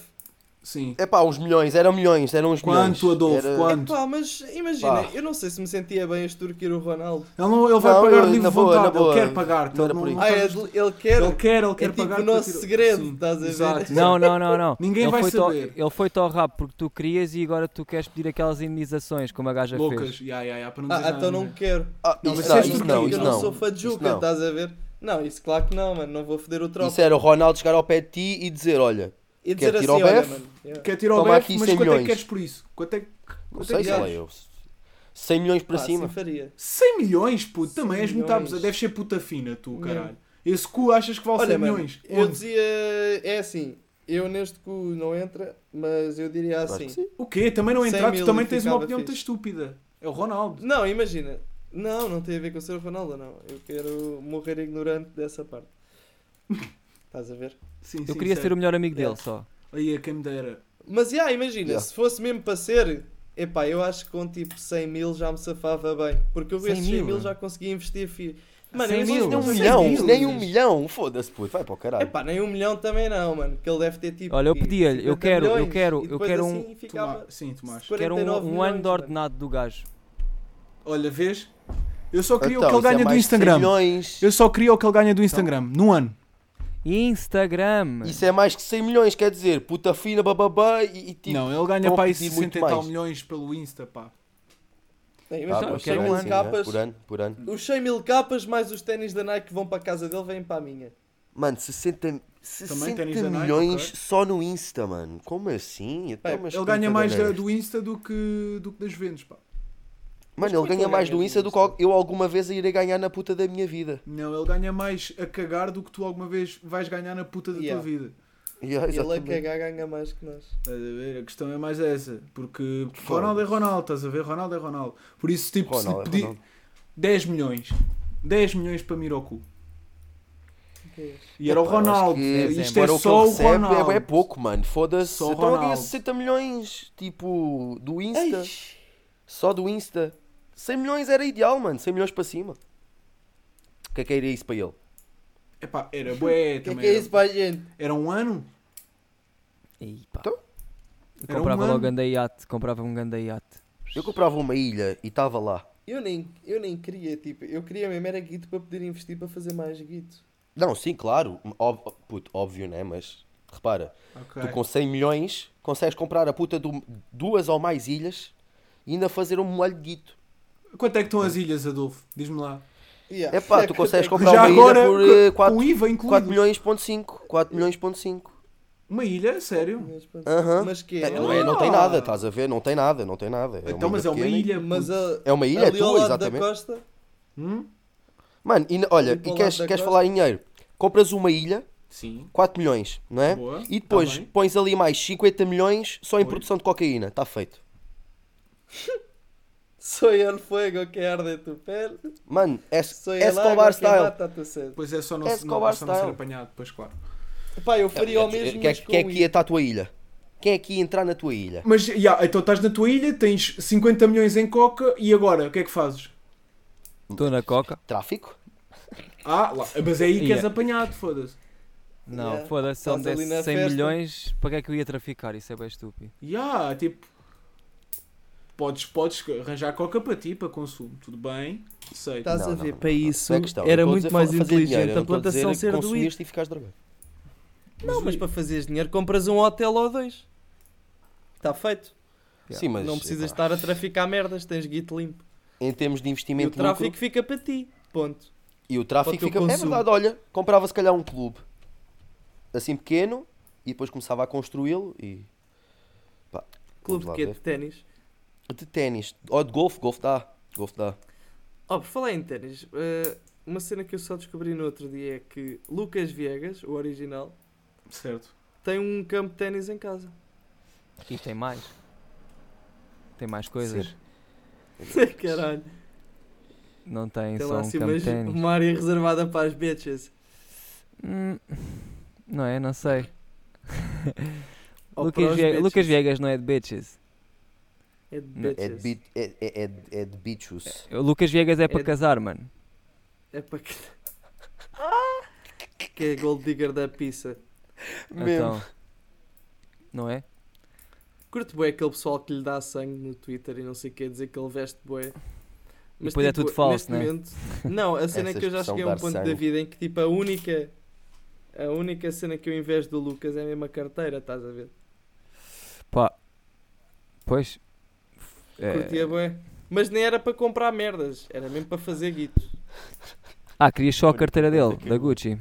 [SPEAKER 1] Sim.
[SPEAKER 3] É pá, uns milhões, eram milhões, eram uns milhões.
[SPEAKER 1] Quanto, Adolfo?
[SPEAKER 3] Era-
[SPEAKER 1] Quanto?
[SPEAKER 2] Pá, mas imagina,
[SPEAKER 3] Pá.
[SPEAKER 2] eu não sei se me sentia bem a extorquir o Ronaldo.
[SPEAKER 1] Ele, não, ele vai
[SPEAKER 3] Não,
[SPEAKER 1] pagar
[SPEAKER 3] eu-
[SPEAKER 1] o livro
[SPEAKER 3] na
[SPEAKER 1] de
[SPEAKER 3] boa,
[SPEAKER 1] vontade,
[SPEAKER 3] na
[SPEAKER 1] ele
[SPEAKER 3] boa.
[SPEAKER 1] quer pagar.
[SPEAKER 3] Não era
[SPEAKER 1] ele
[SPEAKER 3] por aí.
[SPEAKER 2] Ah, é, de- ele quer.
[SPEAKER 1] Ele quer, ele quer
[SPEAKER 2] tipo
[SPEAKER 1] pagar.
[SPEAKER 2] o
[SPEAKER 1] para
[SPEAKER 2] nosso
[SPEAKER 1] tirar-
[SPEAKER 2] segredo,
[SPEAKER 1] Sim,
[SPEAKER 2] estás a ver?
[SPEAKER 1] Exato.
[SPEAKER 4] Não, não, não, não.
[SPEAKER 1] Ninguém
[SPEAKER 4] ele
[SPEAKER 1] vai
[SPEAKER 4] foi
[SPEAKER 1] saber.
[SPEAKER 4] Ele foi tão rápido porque tu querias e agora tu queres pedir aquelas indenizações como a gaja
[SPEAKER 1] Loucas,
[SPEAKER 4] fez.
[SPEAKER 1] ya, ya, ya, para não dizer
[SPEAKER 2] Ah, então não
[SPEAKER 1] nada.
[SPEAKER 2] quero.
[SPEAKER 3] Ah,
[SPEAKER 1] Não, mas
[SPEAKER 3] isso
[SPEAKER 1] isso
[SPEAKER 3] não,
[SPEAKER 1] é
[SPEAKER 3] isso
[SPEAKER 1] estúpido,
[SPEAKER 3] não,
[SPEAKER 2] eu
[SPEAKER 3] isso
[SPEAKER 2] não,
[SPEAKER 3] não.
[SPEAKER 2] sou fã de
[SPEAKER 3] Isso
[SPEAKER 2] Juca,
[SPEAKER 3] não.
[SPEAKER 2] estás a ver? Não, isso claro que não, mano. Não vou foder o troco.
[SPEAKER 3] Isso era o Ronaldo chegar ao pé de ti e dizer, olha,
[SPEAKER 2] E
[SPEAKER 3] quer
[SPEAKER 2] dizer assim,
[SPEAKER 3] tirar o
[SPEAKER 2] olha,
[SPEAKER 3] BF?
[SPEAKER 2] mano. yeah.
[SPEAKER 1] Quer tirar o
[SPEAKER 3] Toma
[SPEAKER 1] BF,
[SPEAKER 3] aqui
[SPEAKER 1] mas
[SPEAKER 3] 100
[SPEAKER 1] quanto é que
[SPEAKER 3] milhões.
[SPEAKER 1] queres por isso? Quanto é que...
[SPEAKER 3] não
[SPEAKER 1] quanto é
[SPEAKER 3] sei
[SPEAKER 1] que
[SPEAKER 3] se
[SPEAKER 1] queres?
[SPEAKER 3] lá eu. 100 milhões para
[SPEAKER 2] Pá,
[SPEAKER 3] cima.
[SPEAKER 2] Assim faria.
[SPEAKER 1] 100 milhões, puto, também
[SPEAKER 2] 100
[SPEAKER 1] és muito abusado.
[SPEAKER 2] milhões.
[SPEAKER 1] Deves ser puta fina, tu, caralho. Esse cu achas que vale 100
[SPEAKER 2] Olha, mano,
[SPEAKER 1] milhões?
[SPEAKER 2] eu
[SPEAKER 1] Onde?
[SPEAKER 2] dizia. É assim, eu neste cu não entra, mas eu diria
[SPEAKER 3] Acho
[SPEAKER 2] assim.
[SPEAKER 3] que sim.
[SPEAKER 1] O quê? Também não
[SPEAKER 2] 100
[SPEAKER 1] entrar, tu
[SPEAKER 2] mil
[SPEAKER 1] também tens uma
[SPEAKER 2] ficava
[SPEAKER 1] opinião
[SPEAKER 2] fixe.
[SPEAKER 1] muito estúpida. É o Ronaldo.
[SPEAKER 2] Não, imagina. Não, não tem a ver com ser o Ronaldo, não. Eu quero morrer ignorante dessa parte. Estás a ver?
[SPEAKER 1] Sim, É.
[SPEAKER 4] Eu queria ser o melhor amigo dele
[SPEAKER 2] Yeah.
[SPEAKER 4] só.
[SPEAKER 1] Aí a quem me dera.
[SPEAKER 2] Mas, yeah, imagina,
[SPEAKER 3] Yeah.
[SPEAKER 2] se fosse mesmo para ser, epá, eu acho que com tipo 100 mil já me safava bem. Porque eu
[SPEAKER 4] 100
[SPEAKER 2] esses 100 mil
[SPEAKER 4] mil?
[SPEAKER 2] já conseguia investir, filho. Mano,
[SPEAKER 4] 100
[SPEAKER 2] eu
[SPEAKER 4] mil?
[SPEAKER 2] nem
[SPEAKER 3] Nem um
[SPEAKER 4] Cem
[SPEAKER 3] milhão, nem um
[SPEAKER 2] mas-
[SPEAKER 3] milhão. Foda-se, puto, vai para o caralho.
[SPEAKER 2] Epá, nem um milhão também não, mano. Que ele deve ter tipo.
[SPEAKER 4] Olha, eu
[SPEAKER 2] quê?
[SPEAKER 4] pedia-lhe, eu
[SPEAKER 2] 50
[SPEAKER 4] quero, eu
[SPEAKER 2] milhões,
[SPEAKER 4] quero,
[SPEAKER 2] e
[SPEAKER 4] eu
[SPEAKER 2] depois
[SPEAKER 4] quero um-
[SPEAKER 2] assim ficava
[SPEAKER 1] Toma... Sim, Tomás.
[SPEAKER 2] 49
[SPEAKER 4] Quero um, um ano
[SPEAKER 2] milhões,
[SPEAKER 4] de
[SPEAKER 2] mano.
[SPEAKER 4] ordenado do gajo.
[SPEAKER 1] Olha, vês? Eu só queria o
[SPEAKER 3] Então,
[SPEAKER 1] que ele
[SPEAKER 3] isso é
[SPEAKER 1] ganha do
[SPEAKER 3] mais de 100
[SPEAKER 1] Instagram.
[SPEAKER 3] milhões. Então,
[SPEAKER 1] Eu só queria o que ele ganha do Instagram, num ano.
[SPEAKER 4] Instagram!
[SPEAKER 3] Isso é mais que 100 milhões, quer dizer, puta fina, bababá e, e tipo...
[SPEAKER 1] não, ele ganha
[SPEAKER 3] estão a
[SPEAKER 1] para aí
[SPEAKER 3] pedir
[SPEAKER 1] 60 e
[SPEAKER 3] muito
[SPEAKER 1] tal
[SPEAKER 3] mais.
[SPEAKER 1] milhões pelo Insta, pá.
[SPEAKER 2] Bem,
[SPEAKER 3] Ah,
[SPEAKER 2] mas
[SPEAKER 4] Então,
[SPEAKER 3] pá,
[SPEAKER 4] eu
[SPEAKER 2] os
[SPEAKER 4] quero
[SPEAKER 2] 100
[SPEAKER 4] um
[SPEAKER 2] mil
[SPEAKER 4] ano,
[SPEAKER 3] sim, é,
[SPEAKER 2] capas,
[SPEAKER 3] por ano, por ano.
[SPEAKER 2] os 100 mil capas mais os ténis da Nike que vão para a casa dele vêm para a minha.
[SPEAKER 3] Mano, 60, 60
[SPEAKER 1] ténis da Nike,
[SPEAKER 3] milhões
[SPEAKER 1] ok.
[SPEAKER 3] só no Insta, mano. Como assim? Então,
[SPEAKER 2] Bem,
[SPEAKER 3] mas
[SPEAKER 1] ele
[SPEAKER 3] puta
[SPEAKER 1] ganha
[SPEAKER 3] da
[SPEAKER 1] mais da-
[SPEAKER 3] merda.
[SPEAKER 1] do Insta do que, do que das Juventus, pá.
[SPEAKER 3] Mano,
[SPEAKER 2] Mas
[SPEAKER 3] ele
[SPEAKER 2] quanto
[SPEAKER 3] ganha
[SPEAKER 2] ele
[SPEAKER 3] mais
[SPEAKER 2] ganha
[SPEAKER 3] do
[SPEAKER 2] no
[SPEAKER 3] Insta do
[SPEAKER 2] Insta?
[SPEAKER 3] que eu alguma vez irei ganhar na puta da minha vida.
[SPEAKER 1] Não, ele ganha mais a cagar do que tu alguma vez vais ganhar na puta da
[SPEAKER 2] Yeah.
[SPEAKER 1] tua vida.
[SPEAKER 3] Yeah,
[SPEAKER 2] Ele é
[SPEAKER 3] exatamente.
[SPEAKER 2] que a ganha mais que nós.
[SPEAKER 1] Estás a ver? A questão é mais essa. Porque Ronaldo é Ronaldo, estás a ver? Ronaldo é Ronaldo. Por isso, tipo,
[SPEAKER 3] Ronaldo,
[SPEAKER 1] se
[SPEAKER 3] é
[SPEAKER 1] lhe pedir
[SPEAKER 3] Ronaldo.
[SPEAKER 1] 10 milhões, 10 milhões para Miroku.
[SPEAKER 2] Que é
[SPEAKER 1] E era o
[SPEAKER 3] Epá, eu acho
[SPEAKER 1] Ronaldo.
[SPEAKER 3] que
[SPEAKER 1] Isto é
[SPEAKER 3] agora o que
[SPEAKER 1] só
[SPEAKER 3] ele
[SPEAKER 1] o
[SPEAKER 3] recebe é-
[SPEAKER 1] Ronaldo.
[SPEAKER 3] É, pouco, mano. Foda-se.
[SPEAKER 1] Só o
[SPEAKER 3] Então ele ganha
[SPEAKER 1] Ronaldo.
[SPEAKER 3] 60 milhões, tipo, do Insta.
[SPEAKER 2] isso?
[SPEAKER 3] Só do Insta. 100 milhões era ideal, mano. 100 milhões para cima. O que é que era isso para ele?
[SPEAKER 1] Epá, era bué
[SPEAKER 2] O que é
[SPEAKER 1] também.
[SPEAKER 2] que é
[SPEAKER 1] era-
[SPEAKER 2] isso para a gente?
[SPEAKER 1] Era um ano?
[SPEAKER 4] E pá.
[SPEAKER 3] Então?
[SPEAKER 4] Eu
[SPEAKER 1] Era um
[SPEAKER 4] comprava
[SPEAKER 1] ano.
[SPEAKER 4] logo um iate, comprava um ganda iate.
[SPEAKER 3] Eu comprava uma ilha e estava lá.
[SPEAKER 2] Eu nem, eu nem queria, tipo, eu queria mesmo era guito para poder investir para fazer mais guito.
[SPEAKER 3] Não, sim, claro. Ob- puto, óbvio, né? Mas repara,
[SPEAKER 1] Ok.
[SPEAKER 3] tu com 100 milhões consegues comprar a puta de duas ou mais ilhas e ainda fazer um molho de guito.
[SPEAKER 1] Quanto é que estão as ilhas, Adolfo? Diz-me lá.
[SPEAKER 2] Yeah.
[SPEAKER 3] É pá, tu consegues comprar
[SPEAKER 1] Já
[SPEAKER 3] uma
[SPEAKER 1] agora,
[SPEAKER 3] ilha por
[SPEAKER 1] co-
[SPEAKER 3] eh,
[SPEAKER 1] com
[SPEAKER 3] quatro-
[SPEAKER 1] IVA
[SPEAKER 3] 4
[SPEAKER 1] incluído.
[SPEAKER 3] milhões, ponto 5. 4 milhões, ponto 5.
[SPEAKER 1] Uma ilha? Sério?
[SPEAKER 2] Mas, pá,
[SPEAKER 3] Aham.
[SPEAKER 2] Mas que
[SPEAKER 3] É, não, é, não tem nada, estás a ver? Não tem nada, não tem nada. É
[SPEAKER 1] então, mas é uma
[SPEAKER 3] pequena.
[SPEAKER 1] ilha.
[SPEAKER 2] Mas
[SPEAKER 1] Mas
[SPEAKER 2] a,
[SPEAKER 3] É uma ilha, é
[SPEAKER 2] ali ao
[SPEAKER 3] tua,
[SPEAKER 2] lado da
[SPEAKER 3] exatamente.
[SPEAKER 2] costa,
[SPEAKER 1] Hum?
[SPEAKER 3] Mano, e, na- olha,
[SPEAKER 2] Ali para
[SPEAKER 3] e
[SPEAKER 2] o
[SPEAKER 3] queres,
[SPEAKER 2] lado da
[SPEAKER 3] queres
[SPEAKER 2] costa.
[SPEAKER 3] falar em dinheiro? Compras uma ilha,
[SPEAKER 1] Sim.
[SPEAKER 3] 4 milhões, não é?
[SPEAKER 1] Boa,
[SPEAKER 3] E depois
[SPEAKER 1] tá bem.
[SPEAKER 3] pões ali mais 50 milhões só em
[SPEAKER 1] Oi.
[SPEAKER 3] produção de cocaína. Está feito.
[SPEAKER 2] soy el fuego que arde tu pele,
[SPEAKER 3] Mano, é,
[SPEAKER 2] soy
[SPEAKER 3] é
[SPEAKER 2] el
[SPEAKER 3] Escobar
[SPEAKER 2] agua que
[SPEAKER 3] style.
[SPEAKER 2] mata tu sede.
[SPEAKER 1] Pois é, só não,
[SPEAKER 3] É
[SPEAKER 1] se- não,
[SPEAKER 3] Escobar
[SPEAKER 1] é só não ser
[SPEAKER 3] style.
[SPEAKER 1] apanhado, pois claro.
[SPEAKER 2] Pá, eu faria o
[SPEAKER 3] É,
[SPEAKER 2] mesmo,
[SPEAKER 3] que é,
[SPEAKER 2] mas
[SPEAKER 3] que é
[SPEAKER 2] com
[SPEAKER 3] que ia
[SPEAKER 2] isso.
[SPEAKER 3] estar a tua ilha? quem é que ia entrar na tua ilha?
[SPEAKER 1] Mas, já, então estás na tua ilha, tens 50 milhões em coca e agora, o que é que fazes?
[SPEAKER 4] Estou na coca?
[SPEAKER 3] Tráfico?
[SPEAKER 1] Ah, lá, mas é aí que és
[SPEAKER 4] Yeah.
[SPEAKER 1] apanhado, foda-se.
[SPEAKER 4] Não,
[SPEAKER 2] Yeah.
[SPEAKER 4] foda-se, se eu me
[SPEAKER 2] Estás ali
[SPEAKER 4] desse
[SPEAKER 2] na
[SPEAKER 4] 100
[SPEAKER 2] festa.
[SPEAKER 4] milhões, para que é que eu ia traficar? Isso é bem estúpido.
[SPEAKER 1] Ya, tipo. Podes, podes arranjar coca para ti, para consumo, tudo bem, sei.
[SPEAKER 2] Estás
[SPEAKER 3] Não,
[SPEAKER 2] a
[SPEAKER 3] não,
[SPEAKER 2] ver,
[SPEAKER 3] não,
[SPEAKER 2] para
[SPEAKER 3] não.
[SPEAKER 2] isso
[SPEAKER 3] Não é questão. Eu
[SPEAKER 2] era
[SPEAKER 3] estou a
[SPEAKER 2] muito
[SPEAKER 3] dizer
[SPEAKER 2] mais
[SPEAKER 3] fa- fazer
[SPEAKER 2] inteligente
[SPEAKER 3] dinheiro, eu
[SPEAKER 2] a
[SPEAKER 3] não estou dizer
[SPEAKER 2] plantação ser
[SPEAKER 3] que
[SPEAKER 2] do
[SPEAKER 3] consumiste e ficaste drogado.
[SPEAKER 2] Não, mas para fazeres dinheiro compras um hotel ou dois. Está feito.
[SPEAKER 4] Yeah.
[SPEAKER 3] Sim, mas
[SPEAKER 2] não precisas
[SPEAKER 3] epá,
[SPEAKER 2] estar a traficar merdas, tens guito limpo.
[SPEAKER 3] em termos de
[SPEAKER 2] E o
[SPEAKER 3] investimento
[SPEAKER 2] tráfico
[SPEAKER 3] lucro,
[SPEAKER 2] fica para ti. Ponto.
[SPEAKER 3] e o tráfico
[SPEAKER 2] para o
[SPEAKER 3] fica...
[SPEAKER 2] teu
[SPEAKER 3] É
[SPEAKER 2] consumo.
[SPEAKER 3] verdade, olha, comprava se calhar um clube assim pequeno e depois começava a construí-lo e... Pá,
[SPEAKER 2] Clube
[SPEAKER 3] vamos lá
[SPEAKER 2] de quê?
[SPEAKER 3] ver.
[SPEAKER 2] De ténis?
[SPEAKER 3] De ténis. Ou de golfe, golfe dá. Golfe dá.
[SPEAKER 2] Oh, por falar em ténis, eh, uma cena que eu só descobri no outro dia é que Lucas Viegas, o original,
[SPEAKER 1] Certo.
[SPEAKER 2] tem um campo de ténis em casa.
[SPEAKER 4] E tem mais. Tem mais coisas.
[SPEAKER 2] Caralho.
[SPEAKER 4] Não tem,
[SPEAKER 2] Tem
[SPEAKER 4] só
[SPEAKER 2] lá
[SPEAKER 4] um
[SPEAKER 2] assim
[SPEAKER 4] campo
[SPEAKER 2] uma,
[SPEAKER 4] de ténis.
[SPEAKER 2] uma área reservada para as bitches.
[SPEAKER 4] Hum, não é? Não sei.
[SPEAKER 2] Ou para
[SPEAKER 4] Lucas,
[SPEAKER 2] os
[SPEAKER 4] Vie-
[SPEAKER 2] bitches.
[SPEAKER 4] Lucas Viegas não é de bitches.
[SPEAKER 2] É de
[SPEAKER 4] Não,
[SPEAKER 3] É de,
[SPEAKER 2] bitches.
[SPEAKER 3] bit- é, é, é, de- é de bichos.
[SPEAKER 4] O Lucas Viegas é, para
[SPEAKER 2] de-
[SPEAKER 4] casar, mano.
[SPEAKER 2] É para que. que é Gold Digger da pizza.
[SPEAKER 4] Então. Não é?
[SPEAKER 2] Curto bué aquele pessoal que lhe dá sangue no Twitter e não sei o que, dizer que ele veste bué. tipo,
[SPEAKER 4] depois é tudo falso,
[SPEAKER 2] neste
[SPEAKER 4] né?
[SPEAKER 2] momento- Não, a cena é
[SPEAKER 3] Essa
[SPEAKER 2] que eu já
[SPEAKER 3] expressão
[SPEAKER 2] cheguei a um
[SPEAKER 3] dar
[SPEAKER 2] ponto
[SPEAKER 3] sangue.
[SPEAKER 2] da vida em que tipo a única a única cena que eu invejo do Lucas é mesmo a carteira, estás a ver?
[SPEAKER 4] Pá. Pois. É,
[SPEAKER 2] Curtia bué. Mas nem era para comprar merdas, era mesmo para fazer guito.
[SPEAKER 4] Ah, queria só a
[SPEAKER 1] Olha,
[SPEAKER 4] carteira
[SPEAKER 1] olha
[SPEAKER 4] dele,
[SPEAKER 1] que
[SPEAKER 4] da
[SPEAKER 1] eu-
[SPEAKER 4] Gucci.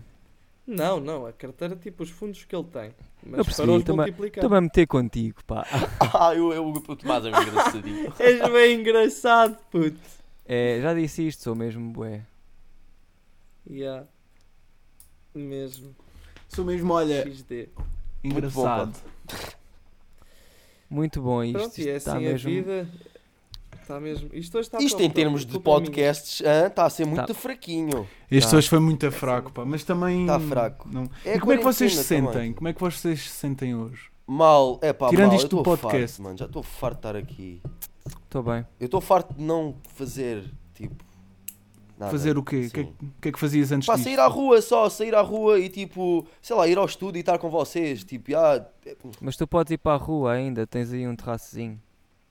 [SPEAKER 2] Não, não, a carteira tipo os fundos que ele tem. Mas
[SPEAKER 4] Eu percebi,
[SPEAKER 2] para os
[SPEAKER 4] também-
[SPEAKER 2] multiplicar.
[SPEAKER 4] Estou-me a meter contigo, pá.
[SPEAKER 3] Ah, eu, eu, o Tomás é bem engraçadinho.
[SPEAKER 2] És bem engraçado, puto.
[SPEAKER 4] É, já disse isto, sou mesmo bué.
[SPEAKER 2] Yeah. Mesmo.
[SPEAKER 1] Sou mesmo, olha,
[SPEAKER 2] XD.
[SPEAKER 3] Muito bom, pá.
[SPEAKER 1] engraçado.
[SPEAKER 4] Muito bom isto.
[SPEAKER 2] Pronto,
[SPEAKER 4] isto
[SPEAKER 2] e é
[SPEAKER 4] está
[SPEAKER 2] assim
[SPEAKER 4] mesmo...
[SPEAKER 2] a vida. Está mesmo. Isto hoje está um
[SPEAKER 3] Isto
[SPEAKER 2] top,
[SPEAKER 3] em termos de
[SPEAKER 2] Tá culpa é minha.
[SPEAKER 3] podcasts hã, está a ser muito
[SPEAKER 4] Tá.
[SPEAKER 3] fraquinho.
[SPEAKER 1] Este
[SPEAKER 4] Tá.
[SPEAKER 1] hoje foi muito fraco, pá, mas também.
[SPEAKER 3] Tá fraco.
[SPEAKER 1] não-
[SPEAKER 3] É
[SPEAKER 1] e como é que vocês se
[SPEAKER 3] quarentena
[SPEAKER 1] sentem?
[SPEAKER 3] também.
[SPEAKER 1] Como é que vocês se sentem hoje?
[SPEAKER 3] Mal, é pá,
[SPEAKER 1] Tirando
[SPEAKER 3] mal,
[SPEAKER 1] isto
[SPEAKER 3] eu estou
[SPEAKER 1] do podcast.
[SPEAKER 3] farto, mano, já estou farto de estar aqui.
[SPEAKER 4] Estou bem.
[SPEAKER 3] Eu estou farto de não fazer, tipo, nada.
[SPEAKER 1] Fazer o quê? O que, é
[SPEAKER 3] Tá Sim.
[SPEAKER 1] que- o que é que fazias antes
[SPEAKER 3] Pá,
[SPEAKER 1] disto?
[SPEAKER 3] sair à rua só, sair à rua e tipo, sei lá, ir ao estúdio e estar com vocês, tipo, ah, é-
[SPEAKER 4] Mas tu podes ir para a rua ainda, tens aí um terraçozinho.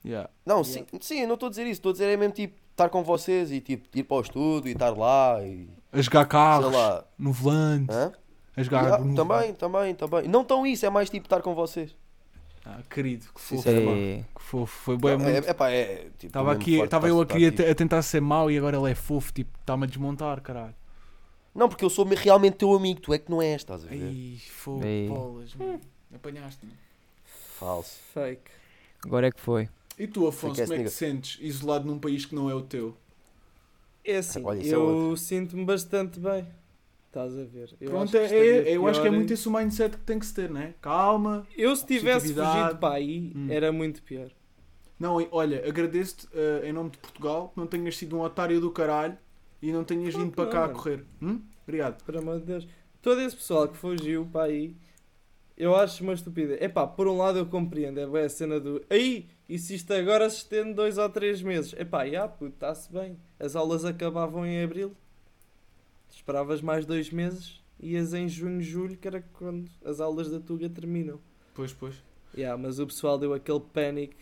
[SPEAKER 1] Yeah.
[SPEAKER 3] Não, sim, sim, eu não estou a dizer isso, estou a dizer é mesmo tipo estar com vocês e tipo ir para o estúdio e estar lá e
[SPEAKER 1] A jogar carros,
[SPEAKER 3] sei lá.
[SPEAKER 1] no volante,
[SPEAKER 3] Hã?
[SPEAKER 1] a jogar.
[SPEAKER 3] Yeah,
[SPEAKER 1] no-
[SPEAKER 3] também, também, também. Não tão isso, é mais tipo estar com vocês.
[SPEAKER 1] Ah, querido, que fofo.
[SPEAKER 3] Sincero.
[SPEAKER 1] pá,
[SPEAKER 4] É,
[SPEAKER 1] Que fofo. Foi bem.
[SPEAKER 3] é, é, pá, é, tipo,
[SPEAKER 1] Estava
[SPEAKER 3] mesmo
[SPEAKER 1] aqui,
[SPEAKER 3] forte
[SPEAKER 1] estava
[SPEAKER 3] estar-
[SPEAKER 1] eu a,
[SPEAKER 3] estar,
[SPEAKER 1] queria
[SPEAKER 3] tipo-
[SPEAKER 1] te- a tentar ser mau e agora ele é fofo, tipo, está-me a desmontar, caralho.
[SPEAKER 3] Não, porque eu sou realmente teu amigo, tu é que não és, estás a ver? Hum.
[SPEAKER 1] Ai, fogo,
[SPEAKER 4] Ei.
[SPEAKER 1] bolas, mano. Apanhaste-me.
[SPEAKER 3] Falso.
[SPEAKER 2] Fake.
[SPEAKER 4] agora é que foi.
[SPEAKER 1] E tu, Afonso, como
[SPEAKER 3] Fiquei
[SPEAKER 1] é que
[SPEAKER 3] nigga.
[SPEAKER 1] te sentes isolado num país que não é o teu?
[SPEAKER 2] É assim,
[SPEAKER 3] Olha, isso é
[SPEAKER 2] eu
[SPEAKER 3] outro.
[SPEAKER 2] sinto-me bastante bem. Estás a ver? Eu
[SPEAKER 1] Pronto,
[SPEAKER 2] acho que
[SPEAKER 1] é,
[SPEAKER 2] estaria
[SPEAKER 1] é- eu acho que é
[SPEAKER 2] pior.
[SPEAKER 1] muito esse o mindset que tem que se ter, né? Calma.
[SPEAKER 2] Eu se tivesse
[SPEAKER 1] Positividade.
[SPEAKER 2] fugido para aí,
[SPEAKER 1] Hum.
[SPEAKER 2] era muito pior.
[SPEAKER 1] Não, e- olha, agradeço-te eh, em nome de Portugal que não tenhas sido um otário do caralho e não tenhas
[SPEAKER 2] Claro
[SPEAKER 1] vindo
[SPEAKER 2] que
[SPEAKER 1] para
[SPEAKER 2] não,
[SPEAKER 1] cá a
[SPEAKER 2] mano.
[SPEAKER 1] correr. Hum? Obrigado.
[SPEAKER 2] Pelo amor de Deus. Todo esse pessoal que fugiu para aí, eu acho uma estupidez. Epá, por um lado eu compreendo, é bem a cena do. Aí, e se isto agora se estende dois ou três meses? Epá, já, puto, está-se bem. As aulas acabavam em abril. Esperavas mais dois meses, ias em junho, julho, que era quando as aulas da Tuga terminam.
[SPEAKER 1] Pois, pois.
[SPEAKER 2] Yeah, mas o pessoal deu aquele pânico.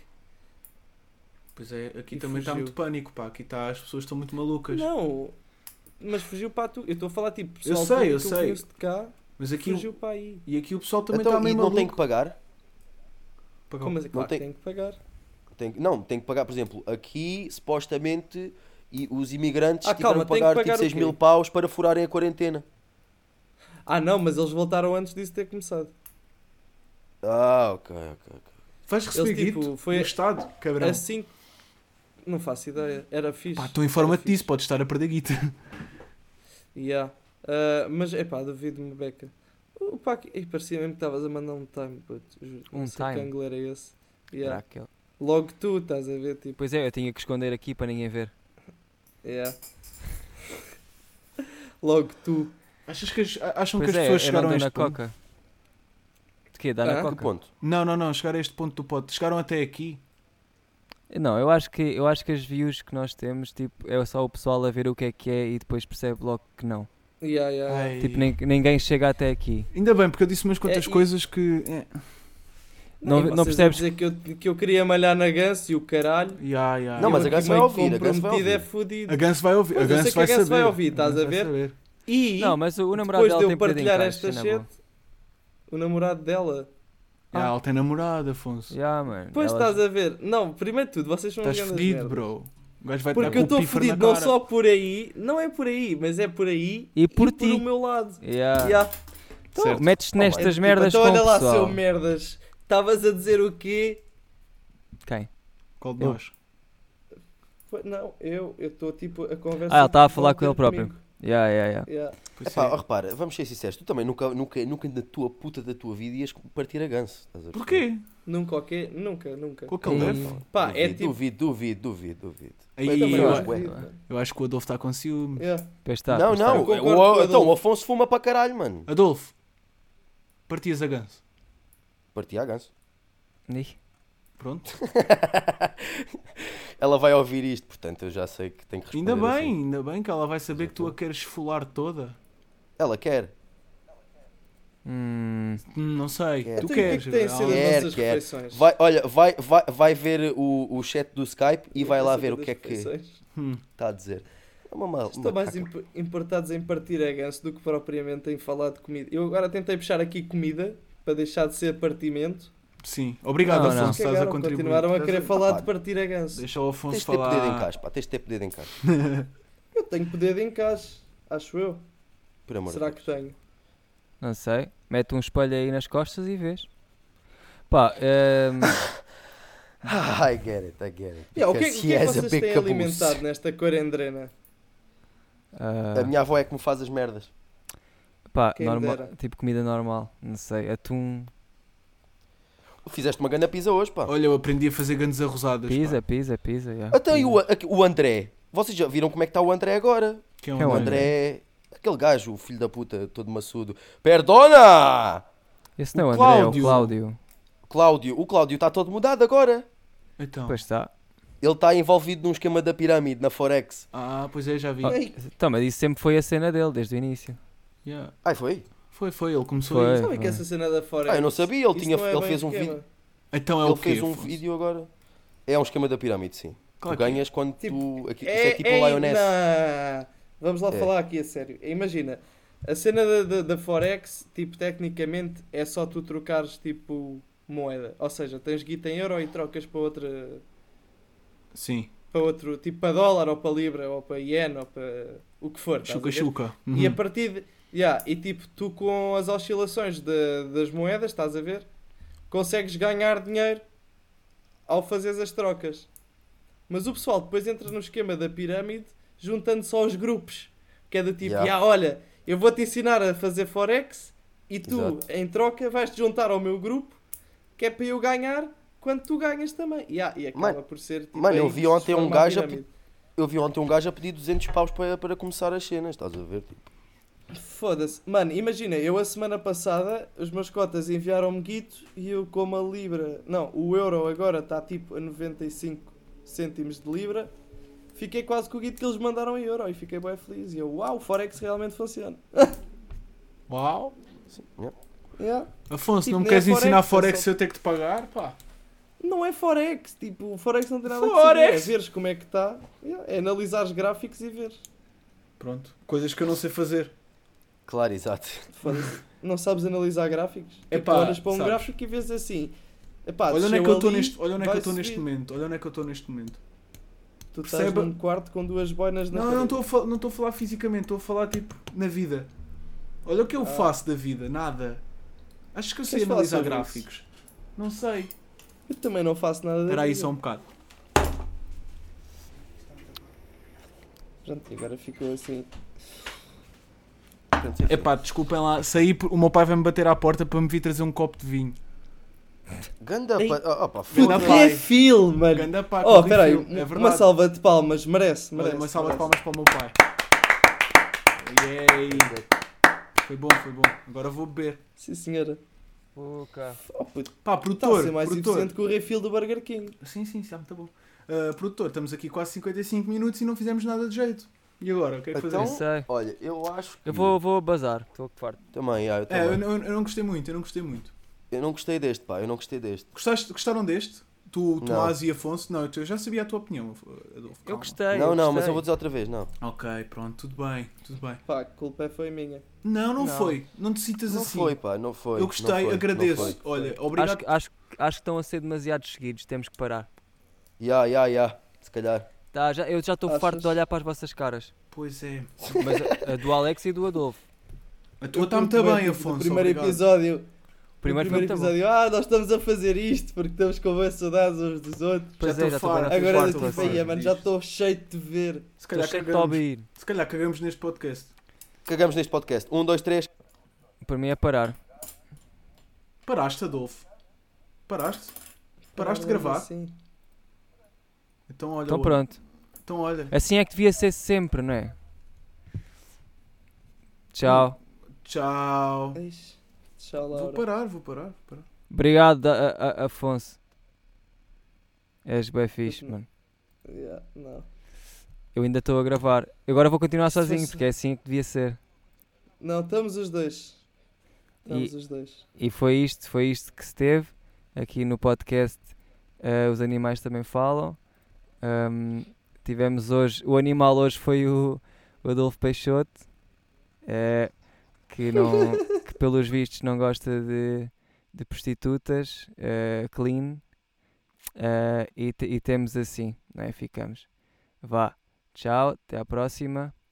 [SPEAKER 1] Pois é, aqui
[SPEAKER 2] E
[SPEAKER 1] também está
[SPEAKER 2] fugiu.
[SPEAKER 1] muito pânico, pá. Aqui está, as pessoas estão muito malucas.
[SPEAKER 2] Não, mas fugiu para a Tuga. Eu estou a falar tipo, pessoal
[SPEAKER 1] sei,
[SPEAKER 2] que
[SPEAKER 1] eu
[SPEAKER 2] tu
[SPEAKER 1] sei.
[SPEAKER 2] conheces de cá,
[SPEAKER 1] Mas aqui, o-
[SPEAKER 2] fugiu para aí.
[SPEAKER 1] e aqui o pessoal também está
[SPEAKER 2] tá
[SPEAKER 3] então, e
[SPEAKER 1] meio
[SPEAKER 3] não
[SPEAKER 1] maluco.
[SPEAKER 3] tem que pagar?
[SPEAKER 1] Pagão.
[SPEAKER 2] Como assim? Claro,
[SPEAKER 3] tem-
[SPEAKER 2] tem que pagar.
[SPEAKER 3] Tem que- não, tem que pagar, por exemplo, aqui supostamente e os imigrantes
[SPEAKER 2] Ah,
[SPEAKER 3] tiveram
[SPEAKER 2] calma,
[SPEAKER 3] que
[SPEAKER 2] tem que
[SPEAKER 3] pagar,
[SPEAKER 2] pagar
[SPEAKER 3] tipo
[SPEAKER 2] o
[SPEAKER 3] 6 mil
[SPEAKER 2] quê?
[SPEAKER 3] paus para furarem a quarentena.
[SPEAKER 2] Ah não, mas eles voltaram antes disso ter começado.
[SPEAKER 3] Ah, ok, ok, ok.
[SPEAKER 1] Vais receber
[SPEAKER 2] Eles, tipo,
[SPEAKER 1] guito
[SPEAKER 2] foi-
[SPEAKER 1] do Estado, cabrão.
[SPEAKER 2] Assim. Não faço ideia. Era fixe.
[SPEAKER 1] Pá, estou em forma
[SPEAKER 2] Era fixe.
[SPEAKER 1] disso, podes estar a perder guita.
[SPEAKER 2] Yeah. Ah, mas é pá, duvido-me, Beca. O Pac. Ih, parecia mesmo que estavas a mandar um time, puto. Juro. Não
[SPEAKER 4] Um
[SPEAKER 2] sei que
[SPEAKER 4] time?
[SPEAKER 2] ângulo era esse.
[SPEAKER 4] Era
[SPEAKER 2] Yeah.
[SPEAKER 4] aquele.
[SPEAKER 2] Logo tu estás a ver, tipo.
[SPEAKER 4] Pois é, eu tinha que esconder aqui para ninguém ver.
[SPEAKER 2] Yeah. Logo tu.
[SPEAKER 1] Achas que as- acham
[SPEAKER 4] pois
[SPEAKER 1] que as
[SPEAKER 4] é,
[SPEAKER 1] pessoas
[SPEAKER 4] eu
[SPEAKER 1] chegaram
[SPEAKER 4] não
[SPEAKER 1] a
[SPEAKER 4] dou
[SPEAKER 1] este
[SPEAKER 4] na
[SPEAKER 1] ponto?
[SPEAKER 4] coca. De quê? Dar
[SPEAKER 2] Ah,
[SPEAKER 4] na
[SPEAKER 2] que
[SPEAKER 4] coca?
[SPEAKER 3] Que ponto?
[SPEAKER 1] Não, não, não, chegaram a este ponto do pote. Chegaram até aqui.
[SPEAKER 4] Não, eu acho, que, eu acho que as views que nós temos, tipo, é só o pessoal a ver o que é que é e depois percebe logo que não.
[SPEAKER 2] Yeah, yeah.
[SPEAKER 1] Ai.
[SPEAKER 4] Tipo, nin- ninguém chega até aqui.
[SPEAKER 1] Ainda bem, porque eu disse umas quantas
[SPEAKER 2] É, e-
[SPEAKER 1] coisas que. É.
[SPEAKER 4] Não- não
[SPEAKER 2] E vocês a
[SPEAKER 4] percebes-
[SPEAKER 2] dizer que eu, que eu queria malhar na Gans e o caralho.
[SPEAKER 1] Ya, ya.
[SPEAKER 3] Não,
[SPEAKER 2] Eu
[SPEAKER 3] mas a
[SPEAKER 2] aqui
[SPEAKER 3] Gans vai
[SPEAKER 2] meio
[SPEAKER 3] ouvir, a Gans vai
[SPEAKER 2] comprometido é
[SPEAKER 3] ouvir.
[SPEAKER 2] fudido.
[SPEAKER 1] A Gans vai ouvir. A
[SPEAKER 2] Pois, eu sei
[SPEAKER 1] Gans
[SPEAKER 2] que a
[SPEAKER 1] vai
[SPEAKER 2] Gans
[SPEAKER 1] saber.
[SPEAKER 2] vai ouvir, estás
[SPEAKER 1] Gans
[SPEAKER 2] a
[SPEAKER 1] vai
[SPEAKER 2] ver?
[SPEAKER 1] saber.
[SPEAKER 2] E
[SPEAKER 4] Não, mas o, o namorado
[SPEAKER 2] depois
[SPEAKER 4] dela
[SPEAKER 2] de eu
[SPEAKER 4] tem bocadinho
[SPEAKER 2] partilhar
[SPEAKER 4] caixa,
[SPEAKER 2] esta
[SPEAKER 4] na
[SPEAKER 2] shit,
[SPEAKER 4] boa.
[SPEAKER 2] o namorado dela. Ah.
[SPEAKER 1] Ya, ela tem namorado, Afonso.
[SPEAKER 4] Yeah, mano.
[SPEAKER 2] Depois
[SPEAKER 4] Ela-
[SPEAKER 2] estás a ver. Não, primeiro de tudo, vocês são
[SPEAKER 1] Estás
[SPEAKER 2] grandes
[SPEAKER 1] fedido,
[SPEAKER 2] merdas.
[SPEAKER 1] bro. O gajo vai te dar
[SPEAKER 2] Porque
[SPEAKER 1] com
[SPEAKER 2] eu
[SPEAKER 1] o
[SPEAKER 2] estou
[SPEAKER 1] pífaro na
[SPEAKER 2] fedido não
[SPEAKER 1] cara.
[SPEAKER 2] só por aí, não é por aí, mas é por aí
[SPEAKER 4] E por ti.
[SPEAKER 2] o meu lado.
[SPEAKER 4] Yeah.
[SPEAKER 2] Yeah.
[SPEAKER 4] Então,
[SPEAKER 3] Certo.
[SPEAKER 4] metes-te nestas merdas
[SPEAKER 2] então
[SPEAKER 4] com
[SPEAKER 2] olha
[SPEAKER 4] o
[SPEAKER 2] lá,
[SPEAKER 4] pessoal.
[SPEAKER 2] seu merdas. Estavas a dizer o quê?
[SPEAKER 4] Quem?
[SPEAKER 1] Qual de
[SPEAKER 4] Eu.
[SPEAKER 1] nós?
[SPEAKER 2] Pô, Não, eu eu estou tipo a conversa.
[SPEAKER 4] Ah, ele estava a
[SPEAKER 2] não
[SPEAKER 4] falar com
[SPEAKER 2] tem
[SPEAKER 4] ele próprio.
[SPEAKER 2] comigo.
[SPEAKER 4] Yeah, yeah, yeah.
[SPEAKER 2] Yeah.
[SPEAKER 1] Pois
[SPEAKER 3] Epá,
[SPEAKER 1] é.
[SPEAKER 3] ó, repara, vamos ser sinceros, tu também nunca, nunca, nunca na tua puta da tua vida ias partir a ganso. Estás a perceber?
[SPEAKER 1] Porquê?
[SPEAKER 2] Nunca, ok? Nunca, nunca.
[SPEAKER 1] Com aquele
[SPEAKER 4] Hum.
[SPEAKER 1] leve?
[SPEAKER 2] Pá,
[SPEAKER 3] duvido,
[SPEAKER 2] é tipo.
[SPEAKER 3] duvido, duvido, duvido, duvido.
[SPEAKER 1] Aí,
[SPEAKER 3] Eu também
[SPEAKER 1] eu,
[SPEAKER 3] acho, ué.
[SPEAKER 1] eu acho que o Adolfo está com ciúme.
[SPEAKER 2] Yeah.
[SPEAKER 4] Pois está, Tá,
[SPEAKER 3] não,
[SPEAKER 4] pois
[SPEAKER 3] não,
[SPEAKER 4] está.
[SPEAKER 2] Eu concordo
[SPEAKER 3] o-
[SPEAKER 2] com
[SPEAKER 3] então
[SPEAKER 2] o Adolfo.
[SPEAKER 3] o Afonso fuma para caralho, mano.
[SPEAKER 1] Adolfo, partias a ganso.
[SPEAKER 3] Partia a ganso.
[SPEAKER 4] Ih,
[SPEAKER 1] Pronto.
[SPEAKER 3] Ela vai ouvir isto, portanto eu já sei que tem que responder.
[SPEAKER 1] Ainda bem,
[SPEAKER 3] assim.
[SPEAKER 1] ainda bem que ela vai saber que tu a queres esfolar toda.
[SPEAKER 3] Ela quer.
[SPEAKER 4] Hum,
[SPEAKER 1] Hum, Não sei.
[SPEAKER 3] Quer.
[SPEAKER 1] Tu
[SPEAKER 2] Então, o que é
[SPEAKER 1] queres.
[SPEAKER 2] que tem
[SPEAKER 1] Gabriel?
[SPEAKER 2] sido
[SPEAKER 3] Quer,
[SPEAKER 2] as nossas
[SPEAKER 3] quer.
[SPEAKER 2] refeições?
[SPEAKER 3] Vai, olha, vai, vai, vai ver o, o chat do Skype e vai lá ver o que é que
[SPEAKER 2] Refeições?
[SPEAKER 1] Hum.
[SPEAKER 3] está a dizer. É uma, mal- uma
[SPEAKER 2] Estão mais
[SPEAKER 3] caca.
[SPEAKER 2] imp- importados em partir a ganso do que propriamente em falar de comida. Eu agora tentei puxar aqui comida para deixar de ser partimento.
[SPEAKER 1] Sim. Obrigado,
[SPEAKER 4] Não, não.
[SPEAKER 1] Afonso. Estás a
[SPEAKER 2] Cagaram,
[SPEAKER 1] contribuir.
[SPEAKER 2] continuaram a
[SPEAKER 1] Estás
[SPEAKER 2] querer falar
[SPEAKER 3] Pá,
[SPEAKER 2] de partir a ganso.
[SPEAKER 1] Deixa o Afonso
[SPEAKER 3] Tens de ter
[SPEAKER 1] falar.
[SPEAKER 3] poder em casa, pá, tens de ter poder em casa.
[SPEAKER 2] Eu tenho poder de encaixe, acho eu.
[SPEAKER 3] Por amor de
[SPEAKER 2] Será
[SPEAKER 3] Deus.
[SPEAKER 2] que tenho?
[SPEAKER 4] não sei. Mete um espelho aí nas costas e vês. Pá, ehm,
[SPEAKER 3] Ah, I get it, I get it.
[SPEAKER 2] tá? Yeah, o que, é- o
[SPEAKER 3] Because
[SPEAKER 2] que
[SPEAKER 3] he
[SPEAKER 2] é que
[SPEAKER 3] has a
[SPEAKER 2] vocês
[SPEAKER 3] big
[SPEAKER 2] têm
[SPEAKER 3] caboose.
[SPEAKER 2] alimentado nesta quarentena?
[SPEAKER 4] ah,
[SPEAKER 3] A minha avó é que me faz as merdas.
[SPEAKER 4] pá,
[SPEAKER 2] quem
[SPEAKER 4] normal-
[SPEAKER 2] dera.
[SPEAKER 4] tipo comida normal. Não sei, atum,
[SPEAKER 3] Fizeste uma grande pizza hoje, pá.
[SPEAKER 1] Olha, eu aprendi a fazer grandes arrosadas.
[SPEAKER 4] pizza,
[SPEAKER 1] pá.
[SPEAKER 4] pizza, pizza. yeah,
[SPEAKER 3] Até e
[SPEAKER 4] pizza.
[SPEAKER 3] o, aqui- o André. Vocês já viram como é que está o André agora?
[SPEAKER 1] Que é um
[SPEAKER 4] É um
[SPEAKER 3] O
[SPEAKER 4] Olha.
[SPEAKER 3] André, aquele gajo, o filho da puta, todo maçudo. Perdona!
[SPEAKER 4] Esse não é
[SPEAKER 1] o
[SPEAKER 4] o André, é o
[SPEAKER 1] Cláudio.
[SPEAKER 4] Cláudio.
[SPEAKER 3] Cláudio, o Cláudio está todo mudado agora.
[SPEAKER 1] Então.
[SPEAKER 4] Pois tá. está.
[SPEAKER 3] Ele está envolvido num esquema da pirâmide na Forex.
[SPEAKER 1] Ah, pois é, já vi.
[SPEAKER 2] Ei,
[SPEAKER 4] Então, mas isso sempre foi a cena dele, desde o início.
[SPEAKER 1] Yeah.
[SPEAKER 3] Ai, foi?
[SPEAKER 1] Foi, foi, ele começou
[SPEAKER 4] Foi.
[SPEAKER 1] aí.
[SPEAKER 2] Sabem que essa cena da fora.
[SPEAKER 3] Ah, eu não sabia, ele,
[SPEAKER 2] Isso
[SPEAKER 3] tinha,
[SPEAKER 2] não é
[SPEAKER 3] ele
[SPEAKER 2] bem
[SPEAKER 3] fez um
[SPEAKER 2] esquema.
[SPEAKER 3] vídeo.
[SPEAKER 1] Então é
[SPEAKER 3] Ele
[SPEAKER 1] o quê?
[SPEAKER 3] fez um
[SPEAKER 1] Afonso?
[SPEAKER 3] vídeo agora. É um esquema da pirâmide, sim.
[SPEAKER 1] Claro
[SPEAKER 3] tu
[SPEAKER 1] que é.
[SPEAKER 3] ganhas quando
[SPEAKER 2] Tipo,
[SPEAKER 3] tu. Aqui, isso
[SPEAKER 2] É,
[SPEAKER 3] é tipo
[SPEAKER 2] é,
[SPEAKER 3] um Lioness.
[SPEAKER 2] não. Vamos lá
[SPEAKER 3] É.
[SPEAKER 2] falar aqui a sério. Imagina, a cena da, da, da Forex, tipo, tecnicamente é só tu trocares, tipo, moeda. Ou seja, tens guita em euro e trocas para outra.
[SPEAKER 1] Sim.
[SPEAKER 2] para outro, tipo, para dólar ou para libra ou para iene ou para o que for. estás a ver?
[SPEAKER 1] Chuca-chuca.
[SPEAKER 2] E a
[SPEAKER 3] Uhum.
[SPEAKER 2] partir de. Yeah, e tipo, tu com as oscilações da- das moedas, estás a ver? Consegues ganhar dinheiro ao fazeres as trocas. Mas o pessoal depois entra no esquema da pirâmide juntando só os grupos. Que é do tipo,
[SPEAKER 3] Yeah.
[SPEAKER 2] "Ya, olha, eu vou-te ensinar a fazer Forex e tu,
[SPEAKER 3] Exato.
[SPEAKER 2] em troca, vais-te juntar ao meu grupo que é para eu ganhar quando tu ganhas também. Yeah, e acaba
[SPEAKER 3] Mano,
[SPEAKER 2] por ser tipo.
[SPEAKER 3] mano,
[SPEAKER 2] aí
[SPEAKER 3] eu
[SPEAKER 2] que
[SPEAKER 3] vi
[SPEAKER 2] se
[SPEAKER 3] ontem um
[SPEAKER 2] forma a
[SPEAKER 3] gajo a
[SPEAKER 2] pirâmide.
[SPEAKER 3] Eu vi ontem um gajo a pedir 200 paus para, para começar as cenas, estás a ver? Tipo,
[SPEAKER 2] Foda-se. Mano, imagina, eu a semana passada, os meus cotas enviaram-me guito e eu como a libra... Não, o euro agora está tipo a 95 cêntimos de libra. Fiquei quase com o guito que eles mandaram em euro e fiquei bem feliz. E eu, uau, o Forex realmente funciona.
[SPEAKER 1] Uau.
[SPEAKER 2] Yeah.
[SPEAKER 1] Afonso,
[SPEAKER 2] Tipo,
[SPEAKER 1] não me
[SPEAKER 2] nem
[SPEAKER 1] queres
[SPEAKER 2] é Forex,
[SPEAKER 1] ensinar
[SPEAKER 2] é
[SPEAKER 1] Forex
[SPEAKER 2] só-
[SPEAKER 1] eu tenho que te pagar? Pá.
[SPEAKER 2] Não é Forex, tipo, o Forex não tem nada a
[SPEAKER 1] Forex!
[SPEAKER 2] ver. É veres como é que está, yeah, é analisar os gráficos e ver.
[SPEAKER 1] Pronto. Coisas que eu não sei fazer.
[SPEAKER 3] claro, exato.
[SPEAKER 2] Foda-se. Não sabes analisar gráficos? Tipo,
[SPEAKER 1] Epá,
[SPEAKER 2] tu olhas para um
[SPEAKER 1] sabes.
[SPEAKER 2] gráfico e vês assim... Epá,
[SPEAKER 1] Olha onde é que
[SPEAKER 2] desceu
[SPEAKER 1] eu estou
[SPEAKER 2] ali,
[SPEAKER 1] neste, olha onde é que eu
[SPEAKER 2] vai
[SPEAKER 1] estou neste
[SPEAKER 2] subir.
[SPEAKER 1] momento. Olha onde é que eu estou neste momento.
[SPEAKER 2] Tu estás
[SPEAKER 1] Perceba-
[SPEAKER 2] num quarto com duas boinas na
[SPEAKER 1] Não, eu não estou
[SPEAKER 2] parede.
[SPEAKER 1] a fal- não estou a falar fisicamente, estou a falar tipo na vida. Olha o que eu
[SPEAKER 2] Ah.
[SPEAKER 1] faço da vida, nada. Acho que eu sei
[SPEAKER 2] Queres falar
[SPEAKER 1] analisar
[SPEAKER 2] sobre
[SPEAKER 1] gráficos. Não sei.
[SPEAKER 2] Eu também não faço nada da
[SPEAKER 1] Espera aí
[SPEAKER 2] vida.
[SPEAKER 1] só um bocado.
[SPEAKER 2] Pronto, e agora ficou assim.
[SPEAKER 3] Portanto, sim, sim.
[SPEAKER 1] Epá, desculpem lá, saí, por- o meu pai vai-me bater à porta para me vir trazer um copo de vinho.
[SPEAKER 3] Ganda
[SPEAKER 2] Ei.
[SPEAKER 3] pa... oh, oh, pá,
[SPEAKER 1] Ganda
[SPEAKER 3] foda-se.
[SPEAKER 1] pai.
[SPEAKER 2] Refil, é mano!
[SPEAKER 1] Ganda pá,
[SPEAKER 2] Oh,
[SPEAKER 1] com
[SPEAKER 2] peraí,
[SPEAKER 1] refil, é
[SPEAKER 2] uma
[SPEAKER 1] verdade.
[SPEAKER 2] salva de palmas, merece,
[SPEAKER 1] Olha,
[SPEAKER 2] merece.
[SPEAKER 1] uma salva de
[SPEAKER 2] merece.
[SPEAKER 1] palmas para o meu pai. Yay. Foi bom, foi bom. Agora vou beber.
[SPEAKER 2] Sim, senhora.
[SPEAKER 4] Pouca.
[SPEAKER 2] Oh, puto,
[SPEAKER 1] Pá,
[SPEAKER 2] está a
[SPEAKER 1] produtor,
[SPEAKER 2] ser mais
[SPEAKER 1] produtor.
[SPEAKER 2] eficiente que o refill do Burger King.
[SPEAKER 1] Sim, sim, está muito bom. Ah, produtor, estamos aqui quase 55 minutos e não fizemos nada de jeito. E agora, o que é que
[SPEAKER 3] Então,
[SPEAKER 4] Não
[SPEAKER 1] fazemos?
[SPEAKER 4] sei.
[SPEAKER 3] Olha, eu acho que.
[SPEAKER 4] Eu vou, vou bazar, estou farto.
[SPEAKER 3] Também, ah, eu,
[SPEAKER 1] É,
[SPEAKER 3] também.
[SPEAKER 1] eu,
[SPEAKER 3] eu, não...
[SPEAKER 1] não- eu não gostei muito, eu não gostei muito.
[SPEAKER 3] gostei deste, pá, eu não gostei deste.
[SPEAKER 1] Gostaste, gostaram deste? Tu,
[SPEAKER 3] Não.
[SPEAKER 1] Tomás e Afonso? Não, eu já sabia a tua opinião, Adolfo.
[SPEAKER 4] Eu
[SPEAKER 1] calma.
[SPEAKER 4] gostei.
[SPEAKER 3] não, não, mas
[SPEAKER 4] gostei.
[SPEAKER 3] eu vou dizer outra vez, não.
[SPEAKER 1] Ok, pronto, tudo bem, tudo bem.
[SPEAKER 2] Pá, a culpa é, foi minha.
[SPEAKER 1] Não, não,
[SPEAKER 4] Não.
[SPEAKER 1] foi. Não te sintas
[SPEAKER 3] Não
[SPEAKER 1] assim.
[SPEAKER 3] foi, pá, não foi.
[SPEAKER 1] eu
[SPEAKER 3] não
[SPEAKER 1] gostei,
[SPEAKER 3] foi, não
[SPEAKER 1] agradeço.
[SPEAKER 3] foi.
[SPEAKER 1] Olha,
[SPEAKER 4] Acho,
[SPEAKER 1] obrigado.
[SPEAKER 4] que- acho, que- acho que estão a ser demasiado seguidos, temos que parar.
[SPEAKER 3] Ya, ya, ya, se calhar.
[SPEAKER 4] Tá, já, eu já estou
[SPEAKER 2] Achas?
[SPEAKER 4] farto de olhar para as vossas caras.
[SPEAKER 1] Pois é.
[SPEAKER 4] Mas a, a do Alex e do Adolfo.
[SPEAKER 1] A tua está
[SPEAKER 2] Eu curto
[SPEAKER 1] Então, tá muito
[SPEAKER 2] tipo,
[SPEAKER 1] bem,
[SPEAKER 2] do
[SPEAKER 1] Afonso.
[SPEAKER 2] primeiro
[SPEAKER 1] obrigado.
[SPEAKER 2] episódio.
[SPEAKER 4] O
[SPEAKER 2] Primeiro,
[SPEAKER 4] primeiro foi
[SPEAKER 2] primeiro
[SPEAKER 4] muito bom.
[SPEAKER 2] episódio, ah, nós estamos a fazer isto porque estamos com boas saudades uns dos outros.
[SPEAKER 4] Pois
[SPEAKER 1] Já
[SPEAKER 4] é,
[SPEAKER 1] estou
[SPEAKER 4] já estou bem
[SPEAKER 1] farto.
[SPEAKER 4] na
[SPEAKER 1] Estou
[SPEAKER 2] Agora
[SPEAKER 1] farto,
[SPEAKER 2] tipo,
[SPEAKER 1] estou farto
[SPEAKER 2] aí, mano, já
[SPEAKER 1] disto.
[SPEAKER 2] estou cheio de te ver.
[SPEAKER 1] Se
[SPEAKER 4] Estou
[SPEAKER 1] calhar,
[SPEAKER 4] cheio de Toby.
[SPEAKER 1] cagamos,
[SPEAKER 4] ir.
[SPEAKER 1] se calhar cagamos neste podcast.
[SPEAKER 3] Cagamos neste podcast. Um, dois, três.
[SPEAKER 4] Para mim é parar.
[SPEAKER 1] Paraste, Adolfo. Paraste? Paraste de
[SPEAKER 2] Ah,
[SPEAKER 1] gravar?
[SPEAKER 2] Sim.
[SPEAKER 1] Então olha.
[SPEAKER 4] Então
[SPEAKER 1] olha.
[SPEAKER 4] pronto.
[SPEAKER 1] Então olha.
[SPEAKER 4] Assim é que devia ser sempre, não é? Tchau.
[SPEAKER 1] Tchau.
[SPEAKER 2] Eish, Tchau,
[SPEAKER 1] Vou
[SPEAKER 2] Laura.
[SPEAKER 1] parar, vou parar, vou parar.
[SPEAKER 4] Obrigado, a, a- a- Afonso. És bem fixe,
[SPEAKER 2] Uhum.
[SPEAKER 4] mano.
[SPEAKER 2] Yeah, não.
[SPEAKER 4] Eu ainda estou a gravar. Eu agora vou continuar
[SPEAKER 2] Se
[SPEAKER 4] sozinho,
[SPEAKER 2] fosse-
[SPEAKER 4] porque é assim que devia ser.
[SPEAKER 2] não, estamos os dois. Estamos
[SPEAKER 4] E-
[SPEAKER 2] os dois.
[SPEAKER 4] E foi isto, foi isto que se teve. Aqui no podcast eh, os animais também falam. Ahm, tivemos hoje, o animal hoje foi o, o Adolfo Peixoto, eh, que, não, que pelos vistos não gosta de, de prostitutas, eh, clean. Eh, e, te- e temos assim, não é? Ficamos. Vá, tchau, até à próxima.